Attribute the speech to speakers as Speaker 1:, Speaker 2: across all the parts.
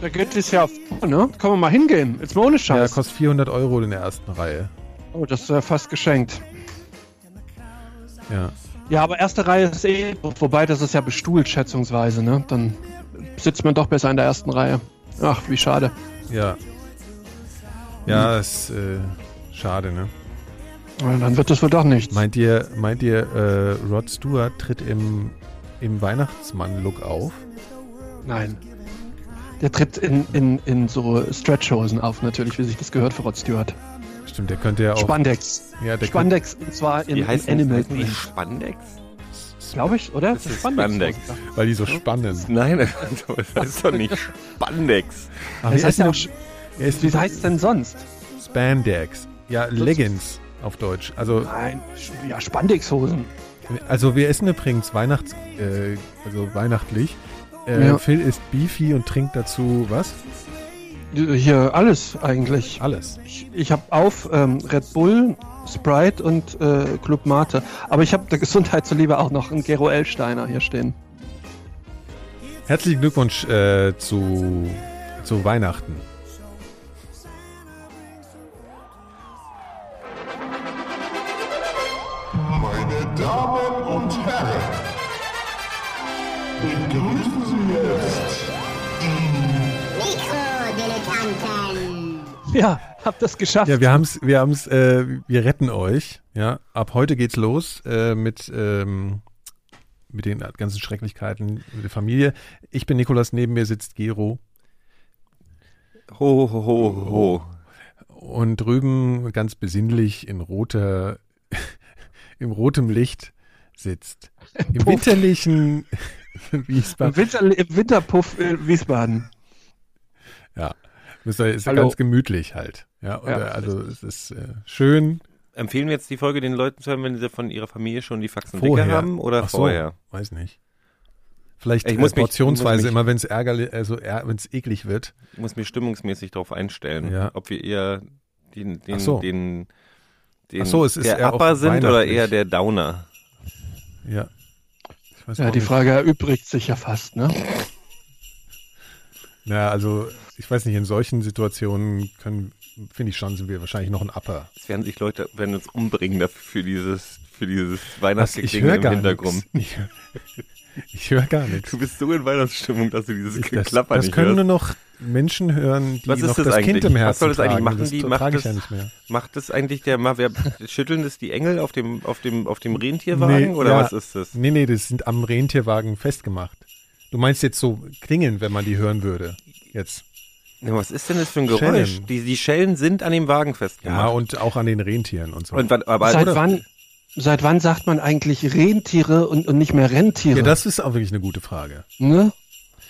Speaker 1: Da geht es ja vor, ne? Können wir mal hingehen. Jetzt mal ohne
Speaker 2: Ja,
Speaker 1: Scheiß.
Speaker 2: kostet 400 Euro in der ersten Reihe.
Speaker 1: oh, das ist ja fast geschenkt.
Speaker 2: Ja.
Speaker 1: Ja, aber erste Reihe ist eh, wobei das ist ja bestuhlt, schätzungsweise, ne? Dann sitzt man doch besser in der ersten Reihe. Ach, wie schade.
Speaker 2: Ja. Ja, ist äh, schade, ne?
Speaker 1: Ja, Dann wird das wohl doch nichts.
Speaker 2: Meint ihr, meint ihr äh, Rod Stewart tritt im, im Weihnachtsmann-Look auf?
Speaker 1: Nein. Der tritt in, in, in so Stretchhosen auf, natürlich, wie sich das gehört für Rod Stewart.
Speaker 2: Stimmt, der könnte ja auch.
Speaker 1: Spandex.
Speaker 2: Ja, der
Speaker 1: Spandex, und zwar in,
Speaker 3: Wie
Speaker 1: in
Speaker 3: heißt
Speaker 1: Animal
Speaker 3: das?
Speaker 1: Green.
Speaker 3: Spandex?
Speaker 1: Glaube ich, oder?
Speaker 3: Das ist Spandex.
Speaker 1: Spandex.
Speaker 2: Könnte, weil die so spannen.
Speaker 3: Nein, das heißt doch nicht Spandex.
Speaker 2: Ach,
Speaker 1: Das heißt ja auch,
Speaker 2: er ist
Speaker 1: wie heißt denn sonst?
Speaker 2: Spandex. Ja, Leggings auf Deutsch. Also,
Speaker 1: Nein, Sch- ja, Spandexhosen.
Speaker 2: also wir essen übrigens Weihnachts, äh, also weihnachtlich. Äh,
Speaker 1: Ja.
Speaker 2: Phil isst Beefy und trinkt dazu was?
Speaker 1: Hier alles eigentlich.
Speaker 2: Alles.
Speaker 1: Ich, ich habe auf ähm, Red Bull, Sprite und äh, Club Mate. Aber ich habe der Gesundheit zuliebe auch noch einen Gero Elsteiner hier stehen.
Speaker 2: Herzlichen Glückwunsch äh, zu, zu Weihnachten.
Speaker 4: Meine Damen und Herren, begrüßen Sie jetzt
Speaker 5: Mikrodilettanten.
Speaker 1: Ja, hab das geschafft.
Speaker 2: Ja, wir haben's, wir haben's, äh, wir retten euch. Ja, ab heute geht's los äh, mit ähm, mit den ganzen Schrecklichkeiten mit der Familie. Ich bin Nikolas, neben mir sitzt Gero
Speaker 3: Ho, ho, ho, ho.
Speaker 2: und drüben ganz besinnlich in roter im rotem Licht sitzt im
Speaker 1: Puff.
Speaker 2: winterlichen Wiesbaden.
Speaker 1: Im, Winter, Im Winterpuff in Wiesbaden.
Speaker 2: Ja, ist, ja- ist ja
Speaker 1: Hallo.
Speaker 2: ganz gemütlich halt. Ja, und,
Speaker 1: Ja.
Speaker 2: äh, also es ist äh, schön.
Speaker 3: Empfehlen wir jetzt die Folge den Leuten zu hören, wenn sie von ihrer Familie schon die Faxen
Speaker 2: Vorher.
Speaker 3: dicker haben oder
Speaker 2: Ach so,
Speaker 3: vorher?
Speaker 2: Weiß nicht. Vielleicht
Speaker 3: Ich
Speaker 2: äh,
Speaker 3: muss mich-
Speaker 2: portionsweise
Speaker 3: muss mich-
Speaker 2: immer, wenn es ärgerlich, also wenn es eklig wird.
Speaker 3: Ich muss mich stimmungsmäßig darauf einstellen,
Speaker 2: Ja.
Speaker 3: ob wir eher den, den,
Speaker 2: Ach so.
Speaker 3: den, den
Speaker 2: Ach so, es ist
Speaker 3: der
Speaker 2: eher auch
Speaker 3: Upper sind oder
Speaker 2: weihnachtlich.
Speaker 3: eher der Downer.
Speaker 2: Ja. Ich weiß
Speaker 1: Ja,
Speaker 2: auch
Speaker 1: die
Speaker 2: nicht.
Speaker 1: Frage erübrigt sich ja fast, ne?
Speaker 2: Na, also ich weiß nicht, in solchen Situationen können, finde ich schon, sind wir wahrscheinlich noch ein Upper.
Speaker 3: Es werden sich Leute werden uns umbringen dafür für dieses für dieses
Speaker 2: Was, ich
Speaker 3: Weihnachtsgeklingel
Speaker 2: höre
Speaker 3: im
Speaker 2: gar
Speaker 3: Hintergrund.
Speaker 2: nichts. Ich, hör- ich höre gar nichts.
Speaker 3: Du bist so in Weihnachtsstimmung, dass du dieses
Speaker 2: Ich, das
Speaker 3: Geklapper
Speaker 2: das
Speaker 3: nicht
Speaker 2: können nur
Speaker 3: hörst.
Speaker 2: noch Menschen hören, die
Speaker 3: Was ist
Speaker 2: noch
Speaker 3: das
Speaker 2: das Kind
Speaker 3: eigentlich?
Speaker 2: im
Speaker 3: Was
Speaker 2: Herzen
Speaker 3: soll das eigentlich
Speaker 2: tragen.
Speaker 3: machen?
Speaker 2: Das
Speaker 3: Die
Speaker 2: tra-
Speaker 3: macht
Speaker 2: trage ich
Speaker 3: das-
Speaker 2: ja nicht mehr.
Speaker 3: Macht das eigentlich der Ma wer, schütteln das die Engel auf dem auf dem auf dem Rentierwagen oder
Speaker 2: ja.
Speaker 3: was ist das?
Speaker 2: Nee, nee, das sind am Rentierwagen festgemacht. Du meinst jetzt so klingeln, wenn man die hören würde. Jetzt.
Speaker 3: Na, was ist denn das für ein
Speaker 2: Schellen.
Speaker 3: Geräusch? Die, die Schellen sind an dem Wagen
Speaker 2: Ja,
Speaker 3: festgemacht.
Speaker 2: und auch an den Rentieren und so.
Speaker 3: und wat- aber
Speaker 1: seit,
Speaker 3: oder-
Speaker 1: wann, seit wann sagt man eigentlich Rentiere und, und nicht mehr Rentiere?
Speaker 2: ja, das ist auch wirklich eine gute Frage.
Speaker 1: ne?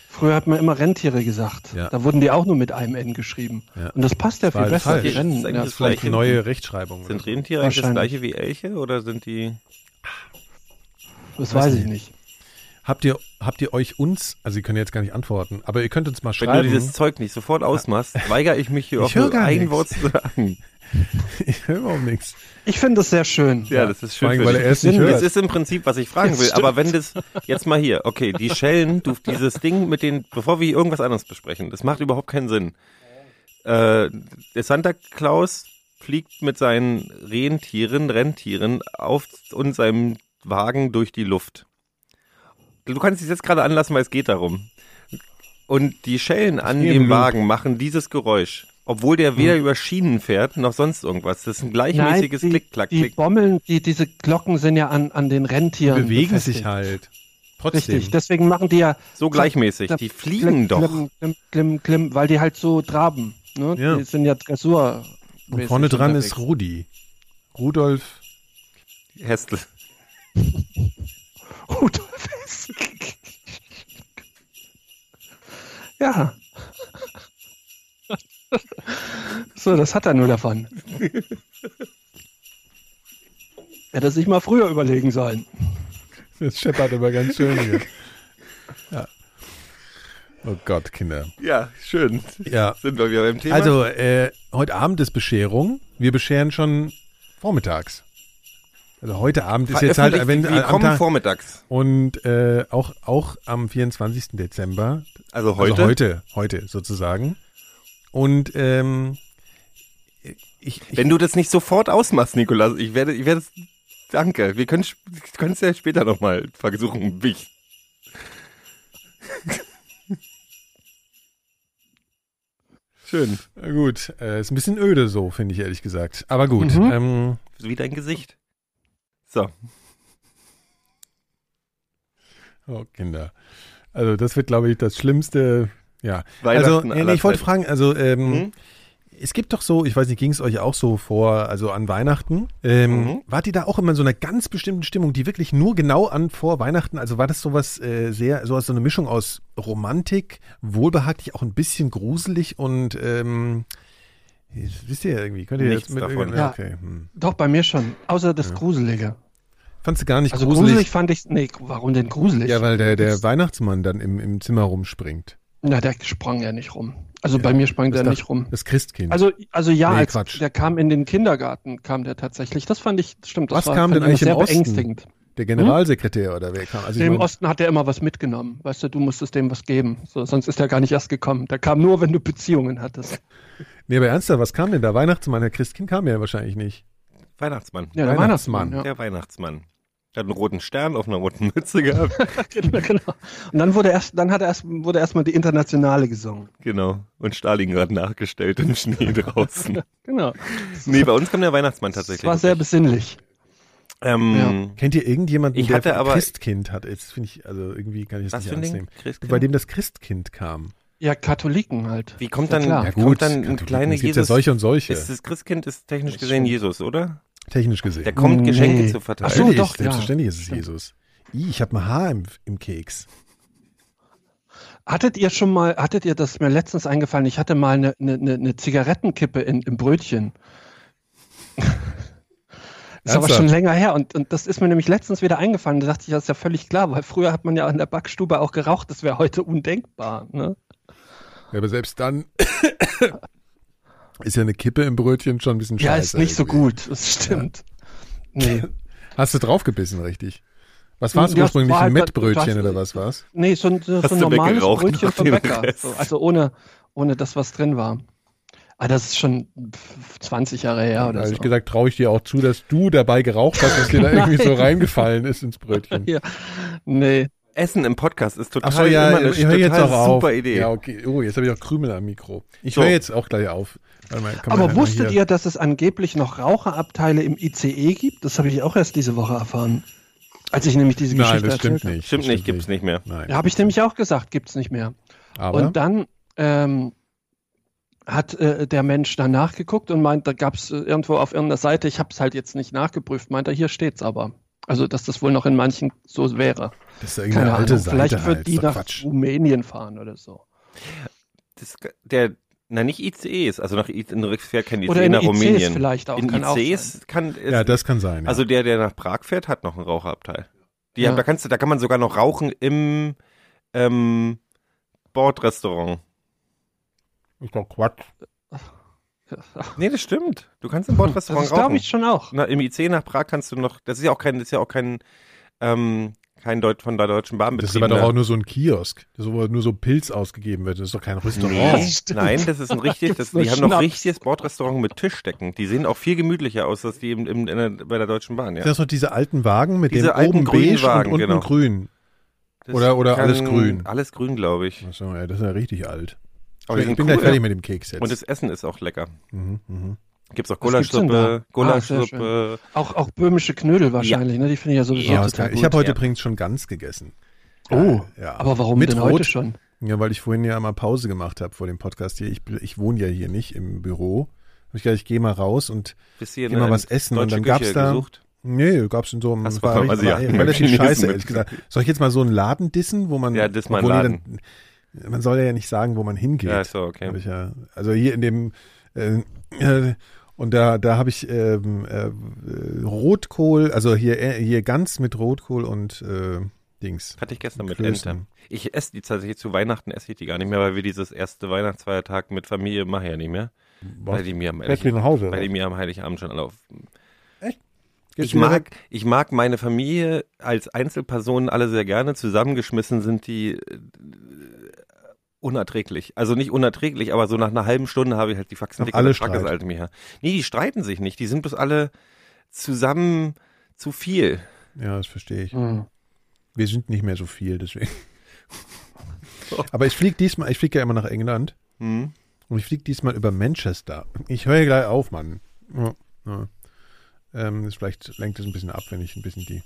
Speaker 1: Früher hat man immer Rentiere gesagt.
Speaker 2: Ja.
Speaker 1: Da wurden die auch nur mit einem N geschrieben.
Speaker 2: Ja.
Speaker 1: Und das passt ja
Speaker 2: War
Speaker 1: viel
Speaker 2: halt
Speaker 1: besser. Die
Speaker 2: falsch.
Speaker 1: Rennen,
Speaker 3: Das ist eigentlich
Speaker 1: ja.
Speaker 3: das
Speaker 2: Vielleicht
Speaker 3: Vielleicht
Speaker 2: neue
Speaker 3: hinten.
Speaker 2: Rechtschreibung. oder
Speaker 3: sind
Speaker 2: so.
Speaker 3: Rentiere eigentlich das
Speaker 1: Wahrscheinlich.
Speaker 3: gleiche wie Elche oder sind die
Speaker 1: Das weiß ich nicht.
Speaker 2: Habt ihr, habt ihr euch uns, also ihr könnt jetzt gar nicht antworten, aber ihr könnt uns mal
Speaker 3: Wenn du dieses
Speaker 2: schreiben.
Speaker 3: Zeug nicht sofort ausmachst, weigere ich mich hier
Speaker 2: Ich
Speaker 3: auch
Speaker 2: hör
Speaker 3: nur
Speaker 2: gar
Speaker 3: ein
Speaker 2: nichts.
Speaker 3: Wort zu sagen.
Speaker 2: Ich höre auch nichts.
Speaker 1: Ich finde das sehr schön.
Speaker 3: Ja, das ist schön.
Speaker 2: Vor allem,
Speaker 3: für
Speaker 2: weil
Speaker 3: dich.
Speaker 2: er es nicht
Speaker 3: das
Speaker 2: hört.
Speaker 3: ist im Prinzip, was ich fragen
Speaker 1: Ja,
Speaker 3: will.
Speaker 1: stimmt.
Speaker 3: Aber wenn das jetzt mal hier, okay, die Schellen, du, dieses Ding mit den, bevor wir hier irgendwas anderes besprechen, das macht überhaupt keinen Sinn. Äh, der Santa Claus fliegt mit seinen Rentieren, Rentieren auf und seinem Wagen durch die Luft. Du kannst dich jetzt gerade anlassen, weil es geht darum. Und die Schellen an
Speaker 2: gehe
Speaker 3: dem
Speaker 2: im Loop.
Speaker 3: Wagen machen dieses Geräusch, obwohl der weder über Schienen fährt noch sonst irgendwas. Das ist ein
Speaker 1: Hm. Nein,
Speaker 3: gleichmäßiges
Speaker 1: die,
Speaker 3: Klick-Klack-Klick.
Speaker 1: die Bommeln, die, diese Glocken sind ja an, an den
Speaker 2: Die
Speaker 1: Rentieren.
Speaker 2: bewegen
Speaker 1: befestigt.
Speaker 2: sich halt. Trotzdem.
Speaker 1: Richtig, deswegen machen die ja.
Speaker 3: So gleichmäßig, die fliegen doch.
Speaker 1: Klimm, klimm, klimm, klimm, weil die halt so traben. Ne?
Speaker 2: Ja.
Speaker 1: Die sind ja Dressur.
Speaker 2: und vorne dran ist Rudi. Rudolf.
Speaker 3: Hästl.
Speaker 1: Rudolf Hess. Ja. So, das hat er nur davon. Hätte er sich mal früher überlegen sollen.
Speaker 2: Das scheppert aber ganz schön hier. Ja. Oh Gott, Kinder.
Speaker 3: Ja, schön.
Speaker 2: Ja.
Speaker 3: Sind wir wieder beim Thema.
Speaker 2: Also, äh, heute Abend ist Bescherung. Wir bescheren schon vormittags. Also heute Abend ist jetzt halt
Speaker 3: Veröffentlicht
Speaker 2: wenn,
Speaker 3: wie
Speaker 2: am
Speaker 3: kommen
Speaker 2: Tag,
Speaker 3: vormittags.
Speaker 2: und äh, auch, auch am 24. Dezember,
Speaker 3: Also heute.
Speaker 2: also heute, heute sozusagen. Und ähm, ich, ich,
Speaker 3: Wenn du das nicht sofort ausmachst, Nikolas, ich werde, ich werde es. Danke. Wir können es ja später nochmal versuchen. Wich. Schön.
Speaker 2: Na gut, äh, ist ein bisschen öde so, finde ich ehrlich gesagt. Aber gut,
Speaker 1: Mhm.
Speaker 2: ähm,
Speaker 3: So wie dein Gesicht. So.
Speaker 2: oh Kinder. Also das wird, glaube ich, das Schlimmste. Ja, also
Speaker 3: Weihnachten
Speaker 2: nee, nee,
Speaker 3: aller
Speaker 2: ich wollte
Speaker 3: Zeiten.
Speaker 2: fragen, also ähm,
Speaker 3: Hm?
Speaker 2: es gibt doch so, ich weiß nicht, ging es euch auch so vor, also an Weihnachten, ähm,
Speaker 3: Mhm.
Speaker 2: wart ihr da auch immer in so einer ganz bestimmten Stimmung, die wirklich nur genau an vor Weihnachten, also war das sowas äh, sehr, sowas so eine Mischung aus Romantik, wohlbehaglich, auch ein bisschen gruselig und ähm, wisst ihr irgendwie, könnt ihr
Speaker 3: Nichts
Speaker 2: jetzt mit
Speaker 3: davon.
Speaker 2: irgendeiner-
Speaker 1: Ja.
Speaker 2: okay. Hm.
Speaker 1: Doch, bei mir schon. Außer das
Speaker 2: Ja.
Speaker 1: Gruselige.
Speaker 2: Fandst du gar nicht
Speaker 1: Also gruselig,
Speaker 2: gruselig?
Speaker 1: fand ich. Nee, warum denn gruselig?
Speaker 2: Ja, weil der, der
Speaker 1: Das-
Speaker 2: Weihnachtsmann dann im, im Zimmer rumspringt.
Speaker 1: Na, der sprang ja nicht rum. Also
Speaker 2: Ja,
Speaker 1: bei mir sprang
Speaker 2: das
Speaker 1: der
Speaker 2: dach-
Speaker 1: nicht rum.
Speaker 2: Das Christkind.
Speaker 1: Also, also ja,
Speaker 2: Nee,
Speaker 1: als
Speaker 2: Quatsch.
Speaker 1: der kam in den Kindergarten, kam der tatsächlich. Das fand ich, stimmt, das
Speaker 2: Was kam
Speaker 1: fand
Speaker 2: denn
Speaker 1: ich
Speaker 2: eigentlich
Speaker 1: sehr
Speaker 2: im Osten?
Speaker 1: beängstigend.
Speaker 2: der Generalsekretär oder wer kam? Also ich
Speaker 1: hm? Dem
Speaker 2: mein,
Speaker 1: Osten hat er immer was mitgenommen. Weißt du, du musstest dem was geben. So, sonst ist er gar nicht erst gekommen. Der kam nur, wenn du Beziehungen hattest.
Speaker 2: nee, aber ernsthaft, was kam denn da? Weihnachtsmann, der Christkind kam ja wahrscheinlich nicht.
Speaker 3: Weihnachtsmann.
Speaker 1: Ja, der Weihnachtsmann.
Speaker 2: Weihnachtsmann.
Speaker 1: Ja.
Speaker 3: Der Weihnachtsmann. Der hat einen roten Stern auf einer roten Mütze gehabt.
Speaker 1: Genau, genau. Und dann wurde erst, dann hat er erst, wurde erstmal die Internationale gesungen.
Speaker 3: genau. Und Stalingrad nachgestellt im Schnee draußen.
Speaker 1: Genau.
Speaker 3: nee, bei uns kam der Weihnachtsmann
Speaker 1: Das
Speaker 3: tatsächlich.
Speaker 1: war sehr besinnlich.
Speaker 3: ähm,
Speaker 2: Kennt ihr irgendjemanden,
Speaker 3: Ich
Speaker 2: der
Speaker 3: hatte aber-
Speaker 2: Christkind hat? Jetzt finde ich, also irgendwie kann ich das
Speaker 3: Was
Speaker 2: nicht
Speaker 3: für ein
Speaker 2: ernst
Speaker 3: Ding? Genau.
Speaker 2: nehmen.
Speaker 3: Christkind?
Speaker 2: Bei dem das Christkind kam.
Speaker 1: Ja, Katholiken halt.
Speaker 3: Wie kommt
Speaker 1: Ja,
Speaker 3: dann,
Speaker 1: klar.
Speaker 3: wie
Speaker 1: Ja,
Speaker 3: kommt dann ein
Speaker 2: Katholiken,
Speaker 3: kleiner
Speaker 2: es gibt ja
Speaker 3: Jesus?
Speaker 2: solche und solche,
Speaker 3: ist das Christkind ist technisch
Speaker 1: Das
Speaker 3: gesehen
Speaker 1: stimmt.
Speaker 3: Jesus, oder?
Speaker 2: technisch gesehen.
Speaker 3: Der kommt
Speaker 1: Nee.
Speaker 3: Geschenke zu verteilen.
Speaker 1: Ach so,
Speaker 2: Natürlich,
Speaker 1: doch, ja.
Speaker 2: Selbstverständlich ist es
Speaker 1: Stimmt.
Speaker 2: Jesus. Ih, ich habe ein Haar im, im Keks.
Speaker 1: Hattet ihr schon mal, hattet ihr das ist mir letztens eingefallen? Ich hatte mal eine, eine, eine, eine Zigarettenkippe in, im Brötchen. Ist aber
Speaker 2: Ernsthaft?
Speaker 1: schon länger her und, und das ist mir nämlich letztens wieder eingefallen. Da dachte ich, das ist ja völlig klar, weil früher hat man ja in der Backstube auch geraucht. Das wäre heute undenkbar. Ne?
Speaker 2: Ja, aber selbst dann ist ja eine Kippe im Brötchen schon ein bisschen scheiße.
Speaker 1: Ja, ist nicht so
Speaker 2: irgendwie.
Speaker 1: gut. Das stimmt. Nee.
Speaker 2: Hast du draufgebissen, richtig? Was war es
Speaker 1: Ja,
Speaker 2: ursprünglich?
Speaker 1: war
Speaker 2: Ein
Speaker 1: halt-
Speaker 2: Mettbrötchen
Speaker 1: du hast-
Speaker 2: oder was war's?
Speaker 1: Nee, so ein, so
Speaker 3: Hast
Speaker 1: ein
Speaker 3: du
Speaker 1: normales
Speaker 3: weggeraucht
Speaker 1: Brötchen
Speaker 3: nach
Speaker 1: vom
Speaker 3: dem
Speaker 1: Bäcker.
Speaker 3: Rest?
Speaker 1: So, also ohne, ohne das, was drin war. Ah, das ist schon pf, 20 Jahre her
Speaker 2: Da
Speaker 1: oder
Speaker 2: habe
Speaker 1: so.
Speaker 2: ich gesagt, traue ich dir auch zu, dass du dabei geraucht hast, dass dir da irgendwie so reingefallen ist ins Brötchen.
Speaker 1: ja. Nee.
Speaker 3: Essen im Podcast ist total
Speaker 2: Ach so, ja,
Speaker 3: immer eine
Speaker 2: ich höre jetzt
Speaker 3: total
Speaker 2: auch auf.
Speaker 3: super Idee.
Speaker 2: Ja, okay. Oh, jetzt habe ich auch Krümel am Mikro. Ich
Speaker 3: So.
Speaker 2: höre jetzt auch gleich auf. Warte mal, kann man ja
Speaker 1: Aber
Speaker 2: mal
Speaker 1: wusstet
Speaker 2: hier-
Speaker 1: ihr, dass es angeblich noch Raucherabteile im ICE gibt? Das habe ich auch erst diese Woche erfahren. Als ich nämlich diese
Speaker 2: Nein,
Speaker 1: Geschichte
Speaker 2: das stimmt
Speaker 1: erzählt
Speaker 2: nicht.
Speaker 3: Stimmt
Speaker 2: Das
Speaker 3: nicht, gibt's nicht mehr.
Speaker 2: Nein.
Speaker 1: habe. Da habe ich nämlich auch gesagt, gibt's nicht mehr.
Speaker 2: Aber
Speaker 1: Und dann ähm, hat äh, der Mensch danach geguckt und meint, da gab es äh, irgendwo auf irgendeiner Seite, ich habe es halt jetzt nicht nachgeprüft, meint er, hier steht's aber. Also, dass das wohl noch in manchen so wäre.
Speaker 2: das ist ja
Speaker 1: Keine
Speaker 2: irgendeine
Speaker 1: Ahnung,
Speaker 2: alte Seite
Speaker 1: vielleicht wird
Speaker 2: halt.
Speaker 1: die
Speaker 2: So
Speaker 1: nach
Speaker 2: Quatsch.
Speaker 1: Rumänien fahren oder so.
Speaker 3: Das, der, na, nicht ICEs, also nach I- in fährt kein ICE
Speaker 1: Oder in
Speaker 3: nach
Speaker 1: ICs
Speaker 3: Rumänien.
Speaker 1: vielleicht auch,
Speaker 3: In
Speaker 1: kann auch
Speaker 3: ICEs kann es,
Speaker 2: Ja, das kann sein. ja.
Speaker 3: also der, der nach Prag fährt, hat noch einen Raucherabteil. Die,
Speaker 1: Ja.
Speaker 3: haben- da, kannst du, da kann man sogar noch rauchen im ähm, Bordrestaurant.
Speaker 2: ist doch Quatsch.
Speaker 3: Nee, das stimmt. Du kannst im
Speaker 1: Das
Speaker 3: Bordrestaurant
Speaker 1: ist,
Speaker 3: rauchen.
Speaker 1: glaube ich, schon auch.
Speaker 3: Na, Im IC nach Prag kannst du noch, das ist ja auch kein, das ist ja auch kein, ähm, kein Deut von der Deutschen Bahn
Speaker 2: Das ist aber doch auch nur so ein Kiosk, so, wo nur so Pilz ausgegeben wird. Das ist doch kein Restaurant.
Speaker 3: Nee,
Speaker 1: stimmt.
Speaker 3: nein, das ist ein richtig, das,
Speaker 1: Gibt's nur
Speaker 3: die haben noch
Speaker 1: Schnaps.
Speaker 3: richtiges Bordrestaurant mit Tischdecken. Die sehen auch viel gemütlicher aus, als die im, im, in der, bei der Deutschen Bahn, ja.
Speaker 2: Sind das noch diese alten Wagen mit
Speaker 3: Diese
Speaker 2: dem
Speaker 3: alten
Speaker 2: oben
Speaker 3: grünen
Speaker 2: beige
Speaker 3: Wagen,
Speaker 2: und unten
Speaker 3: genau.
Speaker 2: grün?
Speaker 3: Das
Speaker 2: oder- oder alles grün.
Speaker 3: Alles grün, glaube ich.
Speaker 2: Achso, ja, das ist ja richtig alt.
Speaker 3: Aber die
Speaker 2: ich
Speaker 3: sind
Speaker 2: bin
Speaker 3: cool,
Speaker 2: gleich fertig
Speaker 3: ja.
Speaker 2: mit dem Keks jetzt.
Speaker 3: Und das Essen ist auch lecker.
Speaker 2: mhm, mhm.
Speaker 3: Gibt's auch
Speaker 1: Was gibt's denn
Speaker 3: Gulaschsuppe,
Speaker 1: da? Ah, sehr
Speaker 3: Gulaschsuppe.
Speaker 1: Auch, auch böhmische Knödel wahrscheinlich, ne? Die finde ich ja sowieso
Speaker 2: ja,
Speaker 1: total
Speaker 2: ich
Speaker 1: gut.
Speaker 2: habe heute
Speaker 3: ja.
Speaker 2: übrigens schon ganz gegessen.
Speaker 1: oh,
Speaker 2: Ja.
Speaker 1: aber warum
Speaker 2: Mit
Speaker 1: denn
Speaker 2: Rot?
Speaker 1: heute schon?
Speaker 2: Ja, weil ich vorhin ja mal Pause gemacht habe vor dem Podcast hier. Ich, ich wohne ja hier nicht im Büro. Hab ich gedacht, ich gehe mal raus und
Speaker 3: bisschen
Speaker 2: immer was essen und dann gab's da-
Speaker 3: Gesucht.
Speaker 2: nee, gab's in so einem
Speaker 3: Hast du
Speaker 2: war
Speaker 3: mal
Speaker 2: recht-
Speaker 3: was, ja,
Speaker 2: war
Speaker 3: mit
Speaker 2: relativ
Speaker 3: Chinesen
Speaker 2: scheiße,
Speaker 3: mit-
Speaker 2: ehrlich gesagt. Soll ich jetzt mal so einen Laden dissen, wo man
Speaker 3: Ja, diss mal einen
Speaker 2: obwohl jeder- man soll ja nicht sagen, wo man hingeht.
Speaker 3: Ja, ist so, okay.
Speaker 2: Hab ich ja, also hier in dem äh, äh, und da da habe ich ähm, äh, äh, Rotkohl, also hier äh, hier ganz mit Rotkohl und äh, Dings.
Speaker 3: Hatte ich gestern mit
Speaker 2: Klößen.
Speaker 3: Ente. Ich esse die tatsächlich zu Weihnachten esse ich die gar nicht mehr, weil wir dieses erste Weihnachtsfeiertag mit Familie machen ja nicht mehr. Weil die mir am
Speaker 2: Fährst du nach Hause,
Speaker 3: weil
Speaker 2: oder?
Speaker 3: die mir am Heiligabend schon alle auf.
Speaker 2: Geht
Speaker 3: ich
Speaker 2: wieder
Speaker 3: mag,
Speaker 2: weg.
Speaker 3: ich mag meine Familie als Einzelpersonen alle sehr gerne. Zusammengeschmissen sind die äh, unerträglich. Also nicht unerträglich, aber so nach einer halben Stunde habe ich halt die Faxen
Speaker 2: Haben alle
Speaker 3: und frag das
Speaker 2: Streit.
Speaker 3: alte mich her. Nee, die streiten sich nicht. Die sind bloß alle zusammen zu viel.
Speaker 2: Ja, das verstehe ich.
Speaker 1: Hm.
Speaker 2: Wir sind nicht mehr so viel, deswegen. Aber ich fliege diesmal, ich fliege ja immer nach England
Speaker 3: Hm?
Speaker 2: und ich fliege diesmal über Manchester. Ich höre gleich auf, Mann. Ja, ja. Ähm, das vielleicht lenkt es ein bisschen ab, wenn ich ein bisschen die.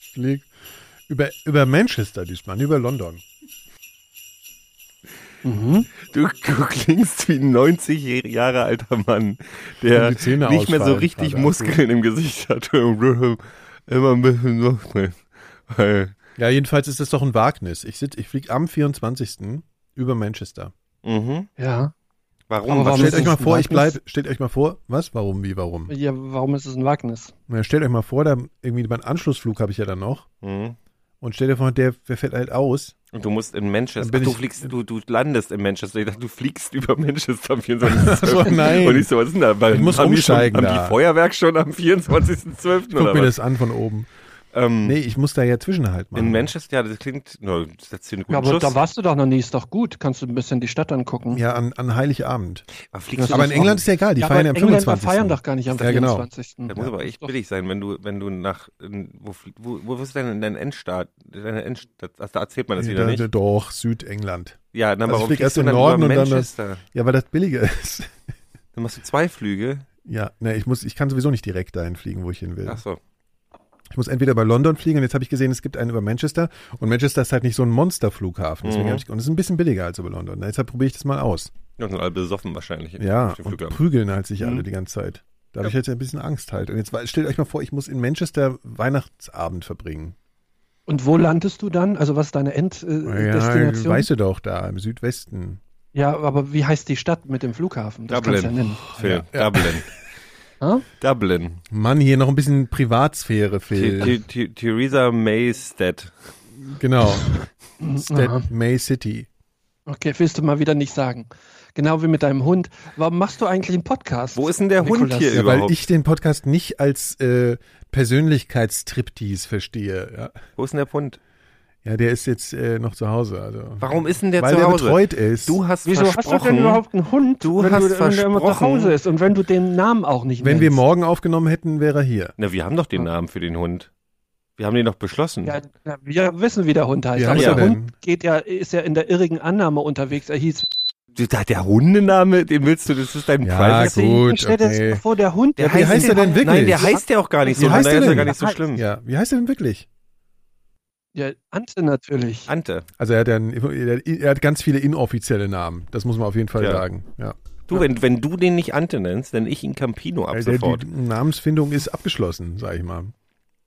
Speaker 2: Ich flieg über, über Manchester diesmal, nicht über London.
Speaker 1: Mhm.
Speaker 3: Du, du klingst wie ein 90 Jahre alter Mann, der
Speaker 2: Und die Zähne
Speaker 3: nicht mehr so
Speaker 2: ausfallen
Speaker 3: richtig
Speaker 2: gerade.
Speaker 3: Muskeln im Gesicht hat. Immer ein bisschen Muskeln. Weil-
Speaker 2: Ja, jedenfalls ist das doch ein Wagnis. Ich, sitz- ich fliege am 24. über Manchester.
Speaker 3: Mhm.
Speaker 1: Ja.
Speaker 3: Warum?
Speaker 1: Aber
Speaker 3: Was
Speaker 1: warum
Speaker 2: Stellt
Speaker 1: ist
Speaker 2: euch
Speaker 1: es
Speaker 2: mal
Speaker 1: ein
Speaker 2: vor, ich
Speaker 1: Wagnis?
Speaker 2: bleibe, stellt euch mal vor, was, warum, wie, warum.
Speaker 1: ja, warum ist es ein Wagnis?
Speaker 2: Ja, stellt euch mal vor, da irgendwie meinen Anschlussflug habe ich ja dann noch.
Speaker 3: Mhm.
Speaker 2: Und stellt euch vor, der, der fällt halt aus.
Speaker 3: Und du musst in Manchester.
Speaker 2: Dann bin
Speaker 3: Ach, du
Speaker 2: ich-
Speaker 3: fliegst, du, du landest in Manchester. Ich dachte, du fliegst über Manchester am 24.
Speaker 2: So, nein.
Speaker 3: Und ich so, was ist denn da? Weil
Speaker 2: Ich muss
Speaker 3: haben die
Speaker 2: umsteigen
Speaker 3: Schon, haben
Speaker 2: da.
Speaker 3: die Feuerwerk schon am 24.12.
Speaker 2: Guck
Speaker 3: oder
Speaker 2: mir
Speaker 3: was?
Speaker 2: das an von oben.
Speaker 3: Ähm,
Speaker 2: Nee, ich muss da ja Zwischenhalt machen.
Speaker 3: in Manchester, ja, das klingt, na, das ist jetzt hier einen guten
Speaker 1: Ja, aber
Speaker 3: Schuss.
Speaker 1: da warst du doch noch nie, ist doch gut. Kannst du ein bisschen die Stadt angucken.
Speaker 2: Ja, an, an Heiligabend.
Speaker 3: aber fliegst du
Speaker 2: Aber
Speaker 3: das
Speaker 2: in
Speaker 3: auch-
Speaker 2: England ist ja egal, die
Speaker 1: Ja, aber
Speaker 2: feiern ja am
Speaker 1: Engländer
Speaker 2: 25.
Speaker 1: feiern doch gar nicht am
Speaker 2: Ja, genau.
Speaker 1: 24.
Speaker 3: Das muss aber echt
Speaker 1: Doch.
Speaker 3: billig sein, wenn du, wenn du nach, in, wo, flie- wo, wo ist denn dein Endstart? Deine Endstadt, das, da erzählt man das wieder
Speaker 2: Da-
Speaker 3: nicht.
Speaker 2: da- Doch, Südengland.
Speaker 3: Ja, dann
Speaker 2: Also
Speaker 3: warum
Speaker 2: ich flieg
Speaker 3: fliegst
Speaker 2: erst
Speaker 3: du
Speaker 2: im
Speaker 3: dann
Speaker 2: Norden
Speaker 3: über
Speaker 2: und dann das-
Speaker 3: Manchester? Dann,
Speaker 2: Ja, weil das billiger ist.
Speaker 3: machst du zwei Flüge.
Speaker 2: Ja, ne, ich muss, ich kann sowieso nicht direkt dahin fliegen, wo ich hin will.
Speaker 3: Ach so.
Speaker 2: Ich muss entweder über London fliegen und jetzt habe ich gesehen, es gibt einen über Manchester und Manchester ist halt nicht so ein Monsterflughafen. Deswegen
Speaker 3: Mhm.
Speaker 2: hab ich, und es ist ein bisschen billiger als über London. Na, Deshalb probiere ich das mal aus.
Speaker 3: Ja, sind alle besoffen wahrscheinlich.
Speaker 2: Ja,
Speaker 3: auf dem
Speaker 2: und
Speaker 3: Flughafen.
Speaker 2: prügeln halt sich alle
Speaker 3: Mhm.
Speaker 2: die ganze Zeit. Da habe ich jetzt ein bisschen Angst halt. Und jetzt wa- stellt euch mal vor, ich muss in Manchester Weihnachtsabend verbringen.
Speaker 1: Und wo landest du dann? Also was ist deine
Speaker 3: Äh,
Speaker 2: Ja,
Speaker 1: Enddestination?
Speaker 2: weißt du doch, da im Südwesten.
Speaker 1: ja, aber wie heißt die Stadt mit dem Flughafen? Das kannst du ja
Speaker 3: Dublin. Oh, Phil,
Speaker 1: nennen.
Speaker 3: Dublin.
Speaker 1: Ja?
Speaker 3: Dublin.
Speaker 2: Mann, hier noch ein bisschen
Speaker 3: T-
Speaker 2: Privatsphäre
Speaker 3: T-
Speaker 2: fehlt.
Speaker 3: T- Theresa May's Dad.
Speaker 2: Genau.
Speaker 1: Aha.
Speaker 2: Stat May City.
Speaker 1: Okay, willst du mal wieder nicht sagen. Genau wie mit deinem Hund. Warum machst du eigentlich einen Podcast?
Speaker 3: Wo ist denn der Hund
Speaker 1: Nikolas.
Speaker 3: hier
Speaker 2: Ja, weil
Speaker 3: überhaupt?
Speaker 2: ich den Podcast nicht als äh, Persönlichkeitstriptease verstehe.
Speaker 3: Wo ist denn der Hund?
Speaker 2: Ja. ja, der ist jetzt äh, noch zu Hause. Also.
Speaker 3: Warum ist denn der
Speaker 2: Weil
Speaker 3: zu
Speaker 2: der
Speaker 3: Hause?
Speaker 2: betreut ist.
Speaker 3: Du hast
Speaker 1: Wieso hast
Speaker 3: versprochen,
Speaker 1: du denn überhaupt einen Hund,
Speaker 3: Du
Speaker 1: wenn,
Speaker 3: hast
Speaker 1: du, wenn der immer zu
Speaker 3: versprochen-
Speaker 1: Hause ist und wenn du den Namen auch nicht
Speaker 2: Wenn wir
Speaker 1: nennst?
Speaker 2: morgen aufgenommen hätten, wäre er hier.
Speaker 3: Na, wir haben doch den Namen für den Hund. Wir haben den doch beschlossen.
Speaker 1: Ja, na, wir wissen, wie der Hund heißt.
Speaker 2: Wie
Speaker 1: aber
Speaker 3: heißt
Speaker 1: der
Speaker 3: er
Speaker 2: denn?
Speaker 1: Hund geht ja, ist ja in der irrigen Annahme unterwegs. Er hieß.
Speaker 3: Du, da, der Hundename, den willst du, das ist dein
Speaker 2: Ja,
Speaker 3: Privacy.
Speaker 2: gut.
Speaker 1: Und stell dir jetzt
Speaker 2: okay.
Speaker 1: mal vor, der Hund.
Speaker 2: heißt er denn wirklich?
Speaker 3: Nein, der heißt ja auch gar nicht
Speaker 2: Wie
Speaker 3: so.
Speaker 2: heißt
Speaker 3: Nein,
Speaker 2: er
Speaker 3: ist ja
Speaker 2: denn?
Speaker 3: gar nicht so
Speaker 1: Heißt-
Speaker 3: schlimm.
Speaker 2: Ja, wie heißt er denn wirklich?
Speaker 1: Ja, Ante natürlich.
Speaker 3: Ante,
Speaker 2: Also er hat, ja einen, er hat ganz viele inoffizielle Namen. Das muss man auf jeden Fall
Speaker 3: Ja.
Speaker 2: sagen. Ja.
Speaker 3: du, wenn, wenn du den nicht Ante nennst, dann ich ihn Campino ab
Speaker 2: Weil der,
Speaker 3: sofort.
Speaker 2: die Namensfindung ist abgeschlossen, sag ich mal.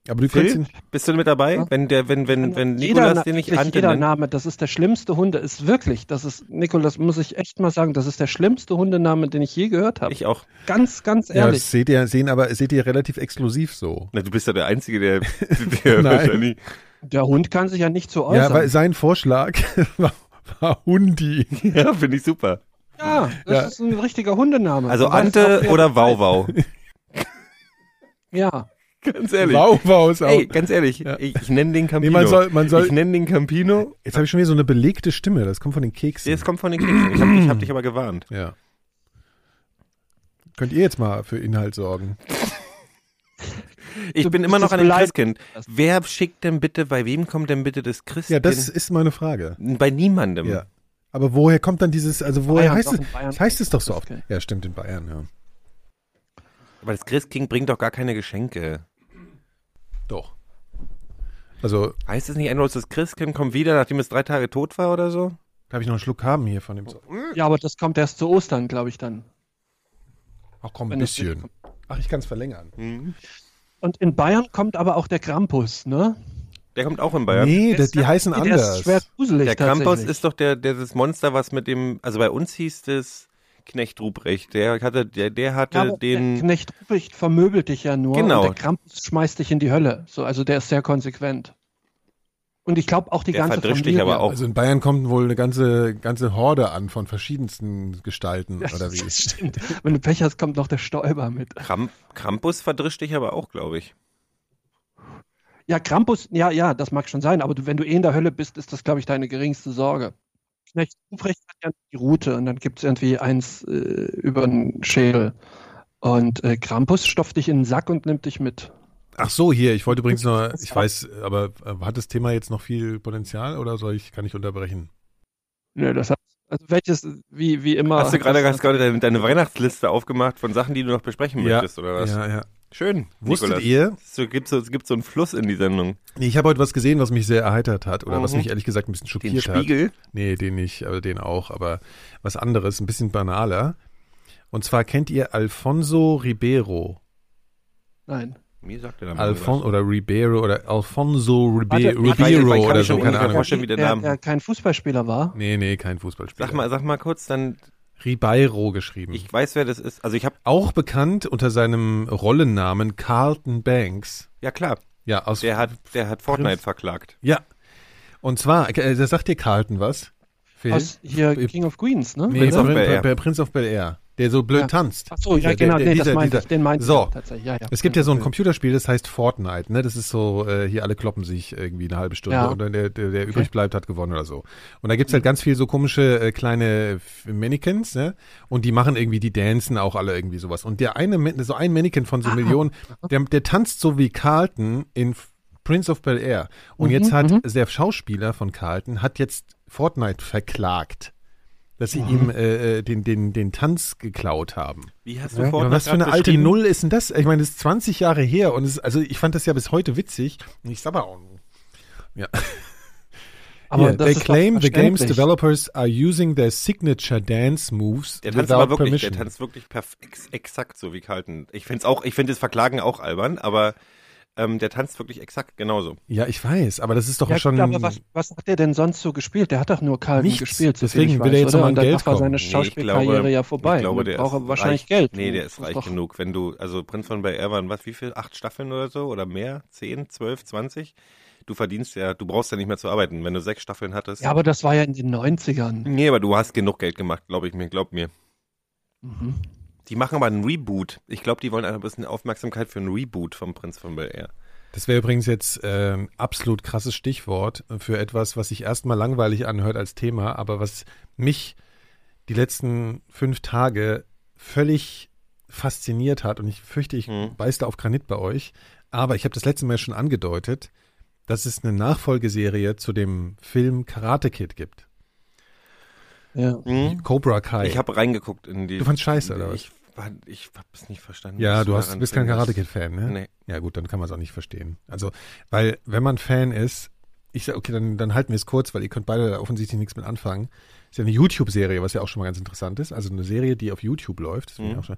Speaker 2: Aber du kannst
Speaker 3: Phil,
Speaker 2: ihn.
Speaker 3: bist du mit dabei?
Speaker 1: Ja.
Speaker 3: Wenn der, wenn, wenn, wenn
Speaker 1: Jeder
Speaker 3: Nikolas
Speaker 1: Na-
Speaker 3: den nicht
Speaker 1: wirklich
Speaker 3: Ante
Speaker 1: jeder
Speaker 3: nennt.
Speaker 1: Name, das ist der schlimmste Hunde, ist wirklich, das ist, Nikolas, muss ich echt mal sagen, das ist der schlimmste Hundename, den ich je gehört habe.
Speaker 3: Ich auch.
Speaker 1: Ganz, ganz
Speaker 2: Ja,
Speaker 1: ehrlich.
Speaker 2: das seht ihr, sehen aber seht ihr relativ exklusiv so.
Speaker 3: Na, du bist ja der Einzige, der, der
Speaker 2: Nein.
Speaker 3: wahrscheinlich.
Speaker 1: Der Hund kann sich ja nicht so
Speaker 2: Ja,
Speaker 1: äußern.
Speaker 2: weil sein Vorschlag war, war Hundi.
Speaker 3: Ja, finde ich super.
Speaker 1: Ja, das
Speaker 2: Ja.
Speaker 1: ist ein richtiger Hundename.
Speaker 3: Also
Speaker 1: Man weiß auch,
Speaker 3: Ante
Speaker 1: wer-
Speaker 3: oder Wauwau.
Speaker 1: Ja.
Speaker 3: Ganz ehrlich.
Speaker 2: Wow, wow, ist auch.
Speaker 3: Ey, ganz ehrlich, ich, ich nenne den Campino.
Speaker 2: Nee, man soll- man soll-
Speaker 3: ich nenne den Campino.
Speaker 2: Jetzt habe ich schon wieder so eine belegte Stimme. Das kommt von den Keksen.
Speaker 3: Jetzt kommt von den Keksen. Ich habe hab dich aber gewarnt.
Speaker 2: Ja. Könnt ihr jetzt mal für Inhalt sorgen?
Speaker 3: Ich
Speaker 1: Du
Speaker 3: bin
Speaker 1: bist
Speaker 3: immer noch
Speaker 1: das
Speaker 3: an dem
Speaker 1: beleidigt-
Speaker 3: Christkind. Wer schickt denn bitte, bei wem kommt denn bitte das
Speaker 2: Ja,
Speaker 3: Christkind?
Speaker 2: das ist meine Frage.
Speaker 3: bei niemandem.
Speaker 2: Ja. Aber woher kommt dann dieses, also woher
Speaker 1: Hm. Bayern,
Speaker 2: heißt
Speaker 1: doch,
Speaker 2: es,
Speaker 1: in Bayern
Speaker 2: das heißt es doch so oft.
Speaker 1: Christkind.
Speaker 2: Ja, stimmt, in Bayern, ja.
Speaker 3: Aber das Christkind bringt doch gar keine Geschenke.
Speaker 2: Doch. Also,
Speaker 3: Heißt es nicht endlos, das Christkind kommt wieder, nachdem es drei Tage tot war oder so?
Speaker 2: darf ich noch einen Schluck haben hier von dem Zeug?
Speaker 1: ja, aber das kommt erst zu Ostern, glaube ich dann.
Speaker 2: Ach komm, ein
Speaker 1: Wenn das
Speaker 2: bisschen. Ach, ich kann es verlängern.
Speaker 3: Hm.
Speaker 1: Und in Bayern kommt aber auch der Krampus, ne?
Speaker 3: Der kommt auch in Bayern.
Speaker 2: Nee,
Speaker 1: Der
Speaker 2: das,
Speaker 1: ist-
Speaker 2: die heißen
Speaker 1: Der ist
Speaker 2: Hm, anders.
Speaker 1: schwer gruselig
Speaker 3: der Krampus
Speaker 1: tatsächlich.
Speaker 3: ist doch der, der, das Monster, was mit dem, also bei uns hieß es Knecht Ruprecht. Der hatte, der, der hatte
Speaker 1: Ja, aber
Speaker 3: äh, den,
Speaker 1: der Knecht Ruprecht vermöbelt dich ja nur
Speaker 3: Genau.
Speaker 1: und der Krampus schmeißt dich in die Hölle. So, also der ist sehr konsequent. Und ich glaube auch die
Speaker 3: Der
Speaker 1: ganze
Speaker 3: verdrischt dich
Speaker 1: Familie.
Speaker 3: aber auch.
Speaker 2: Also in Bayern kommt wohl eine ganze, ganze Horde an von verschiedensten Gestalten oder wie.
Speaker 1: Das stimmt. Wenn du Pech hast, kommt noch der Stäuber mit.
Speaker 3: Kramp Krampus verdrischt dich aber auch, glaube ich.
Speaker 1: Ja, Krampus, ja, ja, das mag schon sein, aber du, wenn du eh in der Hölle bist, ist das, glaube ich, deine geringste Sorge. Knecht Ruprecht hat ja die Route und dann gibt es irgendwie eins äh, über den Schädel. Und äh, Krampus stopft dich in den Sack und nimmt dich mit.
Speaker 2: Ach so, hier, ich wollte übrigens nur, ich weiß, aber äh, hat das Thema jetzt noch viel Potenzial oder soll ich, kann ich unterbrechen?
Speaker 1: Nö, das hat, also welches, wie, wie immer.
Speaker 3: Hast du gerade
Speaker 1: Oh, das-
Speaker 3: ganz gerade deine, deine Weihnachtsliste aufgemacht von Sachen, die du noch besprechen möchtest, oder was?
Speaker 2: Ja, ja.
Speaker 3: Schön.
Speaker 2: Wusstet
Speaker 3: Nikolas.
Speaker 2: ihr?
Speaker 3: Es so, gibt so, es gibt so einen Fluss in die Sendung.
Speaker 2: Nee, ich habe heute was gesehen, was mich sehr erheitert hat oder was
Speaker 3: Mhm.
Speaker 2: mich ehrlich gesagt ein bisschen schockiert
Speaker 3: Den
Speaker 2: hat.
Speaker 3: Spiegel.
Speaker 2: Nee, den nicht, aber den auch, aber was anderes, ein bisschen banaler. Und zwar kennt ihr Alfonso Ribeiro.
Speaker 1: Nein.
Speaker 3: Mir sagt der Name
Speaker 2: Alfon oder Ribeiro oder Alfonso Ribe
Speaker 1: Warte,
Speaker 3: warte, ich
Speaker 2: Ribeiro
Speaker 3: kann mich schon
Speaker 2: oder so, keine
Speaker 3: ungefähr
Speaker 2: Ahnung.
Speaker 3: vorstellen, wie der
Speaker 1: Der,
Speaker 3: Name-
Speaker 1: der kein Fußballspieler war.
Speaker 2: Nee, nee, kein Fußballspieler.
Speaker 3: Sag mal, sag mal kurz, dann
Speaker 2: Ribeiro geschrieben.
Speaker 3: ich weiß, wer das ist. Also ich habe
Speaker 2: auch bekannt unter seinem Rollennamen Carlton Banks.
Speaker 3: ja klar,
Speaker 2: Ja, aus
Speaker 3: der hat der hat Fortnite verklagt.
Speaker 2: Ja. Und zwar, äh, das sagt dir Carlton was? Phil?
Speaker 1: Aus hier
Speaker 2: Äh,
Speaker 1: King of Queens, ne?
Speaker 2: nee,
Speaker 3: Prince
Speaker 2: Prince,
Speaker 3: of
Speaker 2: of
Speaker 3: Bel Air.
Speaker 2: Prince of Bel Air, der so blöd
Speaker 1: Ja.
Speaker 2: tanzt.
Speaker 1: Ach so, ja,
Speaker 2: Dieser, der-
Speaker 1: genau,
Speaker 2: der-
Speaker 1: nee,
Speaker 2: dieser-
Speaker 1: das meinte
Speaker 2: dieser-
Speaker 1: ich, den meinte
Speaker 2: So.
Speaker 1: ich tatsächlich. Ja, ja.
Speaker 2: Es gibt ja so ein Computerspiel, das heißt Fortnite, ne? Das ist so, äh, hier alle kloppen sich irgendwie eine halbe Stunde
Speaker 1: Ja.
Speaker 2: und dann der, der, der übrig bleibt, hat gewonnen oder so. Und da gibt's halt ganz viel so komische äh, kleine F- Mannequins, ne? Und die machen irgendwie, die dancen auch alle irgendwie sowas. Und der eine, Man- so ein Mannequin von so Millionen, der, der tanzt so wie Carlton in F- Prince of Bel Air. Und jetzt
Speaker 1: Mhm,
Speaker 2: hat der Schauspieler von Carlton hat jetzt Fortnite verklagt, dass sie ihm äh, äh, den, den, den Tanz geklaut haben.
Speaker 3: Wie hast du
Speaker 2: Ja,
Speaker 3: Fortnite
Speaker 2: aber was für eine
Speaker 3: grad
Speaker 2: alte
Speaker 3: beschrieben?
Speaker 2: Null ist denn das? Ich meine, das ist 20 Jahre her und es, also ich fand das ja bis heute witzig. Und ich sabber auch. nur.
Speaker 1: Aber
Speaker 2: Hier,
Speaker 1: das
Speaker 2: they
Speaker 1: ist doch
Speaker 2: claim the game's
Speaker 1: verständlich.
Speaker 2: developers are using their signature dance moves
Speaker 3: Der tanzt
Speaker 2: without
Speaker 3: aber wirklich,
Speaker 2: permission.
Speaker 3: der tanzt wirklich perf ex exakt so wie Carlton. Ich finde auch, ich finde das Verklagen auch albern, aber ähm, der tanzt wirklich exakt genauso.
Speaker 2: ja, ich weiß, aber das ist doch
Speaker 1: Ja,
Speaker 2: schon
Speaker 1: gut, aber was, was hat der denn sonst so gespielt? Der hat doch nur Carlton
Speaker 2: Nichts.
Speaker 1: gespielt. so viel ich
Speaker 2: Deswegen will er
Speaker 1: weiß,
Speaker 2: jetzt noch
Speaker 1: oder?
Speaker 2: mal an
Speaker 1: Und danach
Speaker 2: Geld
Speaker 1: war
Speaker 2: kommen. Nee,
Speaker 1: seine
Speaker 3: ich
Speaker 1: Schauspielkarriere
Speaker 3: glaube-
Speaker 1: ja vorbei.
Speaker 3: Ich glaube,
Speaker 1: Und
Speaker 3: der
Speaker 1: braucht
Speaker 3: ist
Speaker 1: er wahrscheinlich
Speaker 3: reich,
Speaker 1: Geld. ne?
Speaker 3: Nee, der ist reich
Speaker 1: doch-
Speaker 3: genug. Wenn du, also Prinz von Bel Air waren was, wie viel? Acht Staffeln oder so? Oder mehr? Zehn, zwölf, zwanzig? Du verdienst ja, du brauchst ja nicht mehr zu arbeiten, wenn du sechs Staffeln hattest.
Speaker 1: Ja, aber das war ja in den 90ern.
Speaker 3: nee, aber du hast genug Geld gemacht, glaube ich mir, glaub mir.
Speaker 1: Mhm.
Speaker 3: Die machen aber einen Reboot. Ich glaube, die wollen einfach ein bisschen Aufmerksamkeit für einen Reboot vom Prinz von Bel Air.
Speaker 2: Das wäre übrigens jetzt ähm, absolut krasses Stichwort für etwas, was sich erstmal langweilig anhört als Thema, aber was mich die letzten fünf Tage völlig fasziniert hat und ich fürchte, ich
Speaker 3: Hm.
Speaker 2: beiß da auf Granit bei euch, aber ich habe das letzte Mal schon angedeutet, dass es eine Nachfolgeserie zu dem Film Karate Kid gibt.
Speaker 1: Ja.
Speaker 3: Hm?
Speaker 2: Cobra Kai.
Speaker 3: Ich habe reingeguckt in die.
Speaker 2: Du fandst scheiße, oder was?
Speaker 3: Ich, fand- ich habe es nicht verstanden.
Speaker 2: ja,
Speaker 3: was
Speaker 2: du hast,
Speaker 3: daran
Speaker 2: bist kein
Speaker 3: findest.
Speaker 2: Karate Kid-Fan, ne?
Speaker 3: Nee.
Speaker 2: Ja, gut, dann kann man es auch nicht verstehen. Also, weil, wenn man Fan ist, ich sag, okay, dann, dann halten wir es kurz, weil ihr könnt beide da offensichtlich nichts mit anfangen. Ist ja eine YouTube-Serie, was ja auch schon mal ganz interessant ist. Also eine Serie, die auf YouTube läuft. Das finde ich
Speaker 3: Mhm.
Speaker 2: auch schon.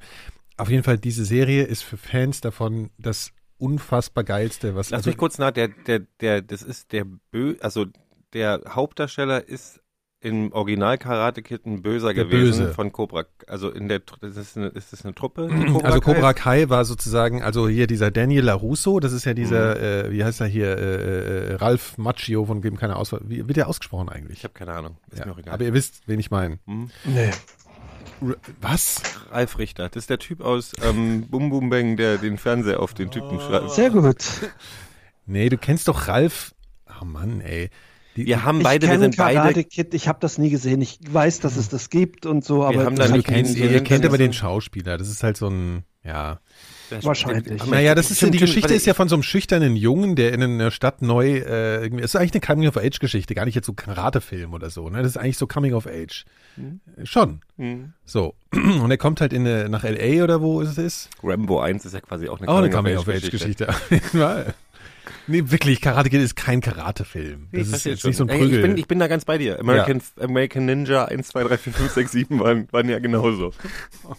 Speaker 2: Auf jeden Fall, diese Serie ist für Fans davon das unfassbar geilste, was.
Speaker 3: Lass
Speaker 2: also,
Speaker 3: mich kurz nach, der, der, der, das ist der Bö, also der Hauptdarsteller ist im Original Karate Kid ein Böser
Speaker 2: Der
Speaker 3: gewesen
Speaker 2: Böse.
Speaker 3: von Cobra. Also in der, Tru- das ist eine, ist das eine Truppe? die Kai
Speaker 2: also Cobra
Speaker 3: ist?
Speaker 2: Kai war sozusagen, also hier dieser Daniel LaRusso, das ist
Speaker 3: Mhm.
Speaker 2: ja dieser, äh, wie heißt er hier, äh, äh, Ralf Macchio von Geben keine Auswahl. Wie wird der ausgesprochen eigentlich?
Speaker 3: Ich habe keine Ahnung, ist mir auch egal.
Speaker 2: Aber ihr wisst, wen ich meine.
Speaker 1: Nee.
Speaker 2: R- Was?
Speaker 3: Ralf Richter, das ist der Typ aus ähm, Bum Bum Bang, der den Fernseher auf den Typen schreibt.
Speaker 1: Sehr gut.
Speaker 2: Nee, du kennst doch Ralf. Ah Mann, ey. Die,
Speaker 3: Wir haben
Speaker 1: Ich
Speaker 3: beide, wir
Speaker 1: kenne
Speaker 3: sind
Speaker 1: Karate
Speaker 3: beide, Mhm.
Speaker 1: Kid, ich habe das nie gesehen. Ich weiß, dass es das gibt und so, aber
Speaker 3: haben da
Speaker 1: das hat
Speaker 2: also, du
Speaker 3: nicht
Speaker 1: keinen
Speaker 2: kennst,
Speaker 3: die-
Speaker 2: ihr,
Speaker 1: Sinn.
Speaker 2: ihr kennt aber den
Speaker 3: Interesse.
Speaker 2: Schauspieler. Das ist halt so ein, ja.
Speaker 1: Wahrscheinlich.
Speaker 3: Ach,
Speaker 2: Naja, das ist ja,
Speaker 3: stimmt,
Speaker 2: die
Speaker 3: stimmt,
Speaker 2: Geschichte
Speaker 3: warte,
Speaker 2: ist ja von so einem schüchternen Jungen, der in einer Stadt neu, äh, irgendwie, das ist eigentlich eine Coming-of-Age-Geschichte, gar nicht jetzt so Karate-Film oder so, ne? Das ist eigentlich so Coming-of-Age. Schon.
Speaker 3: Hm.
Speaker 2: So. Und er kommt halt in eine, nach L.A. oder wo es ist.
Speaker 3: Rambo 1 ist ja quasi auch eine
Speaker 2: Auch eine
Speaker 3: Coming-of-Age-Geschichte.
Speaker 2: Coming-of-Age-Geschichte. Auf jeden Fall. Nee, wirklich, Karate Kid ist kein Karate-Film. Das
Speaker 3: Ich
Speaker 2: ist
Speaker 3: verstehe
Speaker 2: jetzt
Speaker 3: schon.
Speaker 2: nicht so ein
Speaker 3: Ey, Ich
Speaker 2: Prügel.
Speaker 3: bin, ich bin da ganz bei dir. American, American Ninja 1, 2, 3, 4, 5, 6, 7 waren, waren ja genauso.
Speaker 2: Oh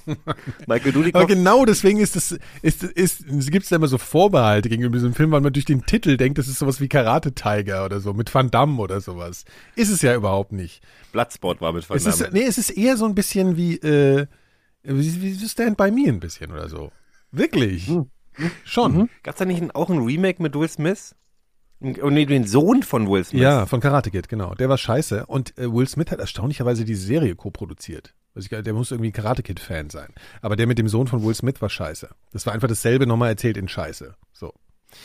Speaker 3: Michael Dudikoff.
Speaker 2: Aber genau deswegen ist es, ist, ist, gibt es da immer so Vorbehalte gegenüber diesem Film, weil man durch den Titel denkt, das ist sowas wie Karate Tiger oder so, mit Van Damme oder sowas. Ist es ja überhaupt nicht.
Speaker 3: Bloodsport war mit Van
Speaker 2: Es ist,
Speaker 3: Damme.
Speaker 2: nee, es ist eher so ein bisschen wie, äh, wie, wie Stand By Me ein bisschen
Speaker 3: Mhm.
Speaker 2: oder so. Wirklich. Schon.
Speaker 3: Gab's da nicht ein, auch ein Remake mit Will Smith? Und nee, den Sohn von Will Smith.
Speaker 2: Ja, von Karate Kid, genau. Der war scheiße. Und äh, Will Smith hat erstaunlicherweise die Serie co-produziert. Weiß ich gar nicht, Der muss irgendwie Karate Kid-Fan sein. Aber der mit dem Sohn von Will Smith war scheiße. Das war einfach dasselbe nochmal erzählt in Scheiße. So.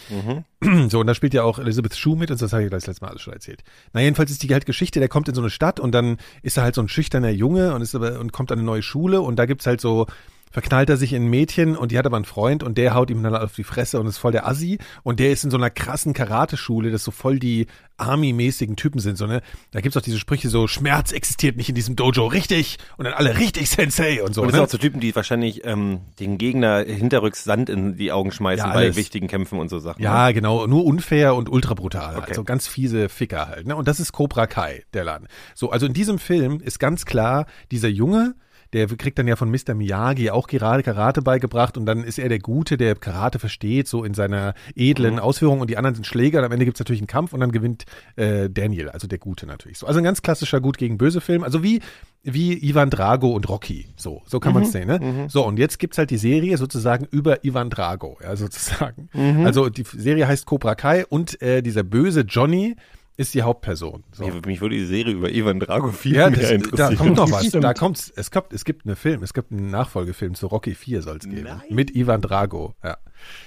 Speaker 2: So, und da spielt ja auch Elizabeth Shue mit, und das habe ich das letzte Mal alles schon erzählt. Na, jedenfalls ist die halt Geschichte, der kommt in so eine Stadt und dann ist er halt so ein schüchterner Junge und ist aber und kommt an eine neue Schule und da gibt's halt so, verknallt er sich in ein Mädchen und die hat aber einen Freund und der haut ihm dann auf die Fresse und ist voll der Assi und der ist in so einer krassen Karateschule, das so voll die Army-mäßigen Typen sind, so, ne? Da gibt's auch diese Sprüche so, Schmerz existiert nicht in diesem Dojo, richtig? Und dann alle richtig Sensei und so,
Speaker 3: Und das
Speaker 2: ne?
Speaker 3: sind auch so Typen, die wahrscheinlich ähm, den Gegner hinterrücks Sand in die Augen schmeißen
Speaker 2: Ja, alles.
Speaker 3: bei wichtigen Kämpfen und so Sachen. ne?
Speaker 2: Ja, genau, nur unfair und ultra brutal.
Speaker 3: Okay.
Speaker 2: Also ganz fiese Ficker halt. Ne? Und das ist Cobra Kai, der Laden. So, also in diesem Film ist ganz klar, dieser Junge, der kriegt dann ja von Mr. Miyagi auch gerade Karate beigebracht und dann ist er der Gute, der Karate versteht, so in seiner
Speaker 3: Mhm.
Speaker 2: edlen Ausführung und die anderen sind Schläger und am Ende gibt's natürlich einen Kampf und dann gewinnt äh, Daniel, also der Gute natürlich. So, also ein ganz klassischer Gut gegen Böse Film, also wie wie Ivan Drago und Rocky, so so kann man es sehen, ne? So und jetzt gibt's halt die Serie sozusagen über Ivan Drago, ja sozusagen. Also die Serie heißt Cobra Kai und äh, dieser böse Johnny ist die Hauptperson. So.
Speaker 3: Mich- Mich würde die Serie über Ivan Drago viel
Speaker 2: Ja,
Speaker 3: mehr
Speaker 2: das,
Speaker 3: interessieren.
Speaker 2: da kommt noch was.
Speaker 1: Stimmt.
Speaker 2: Da kommt's, es, kommt, es gibt einen Film, es gibt einen Nachfolgefilm zu Rocky 4 soll es geben. Mit Ivan Drago. Ja.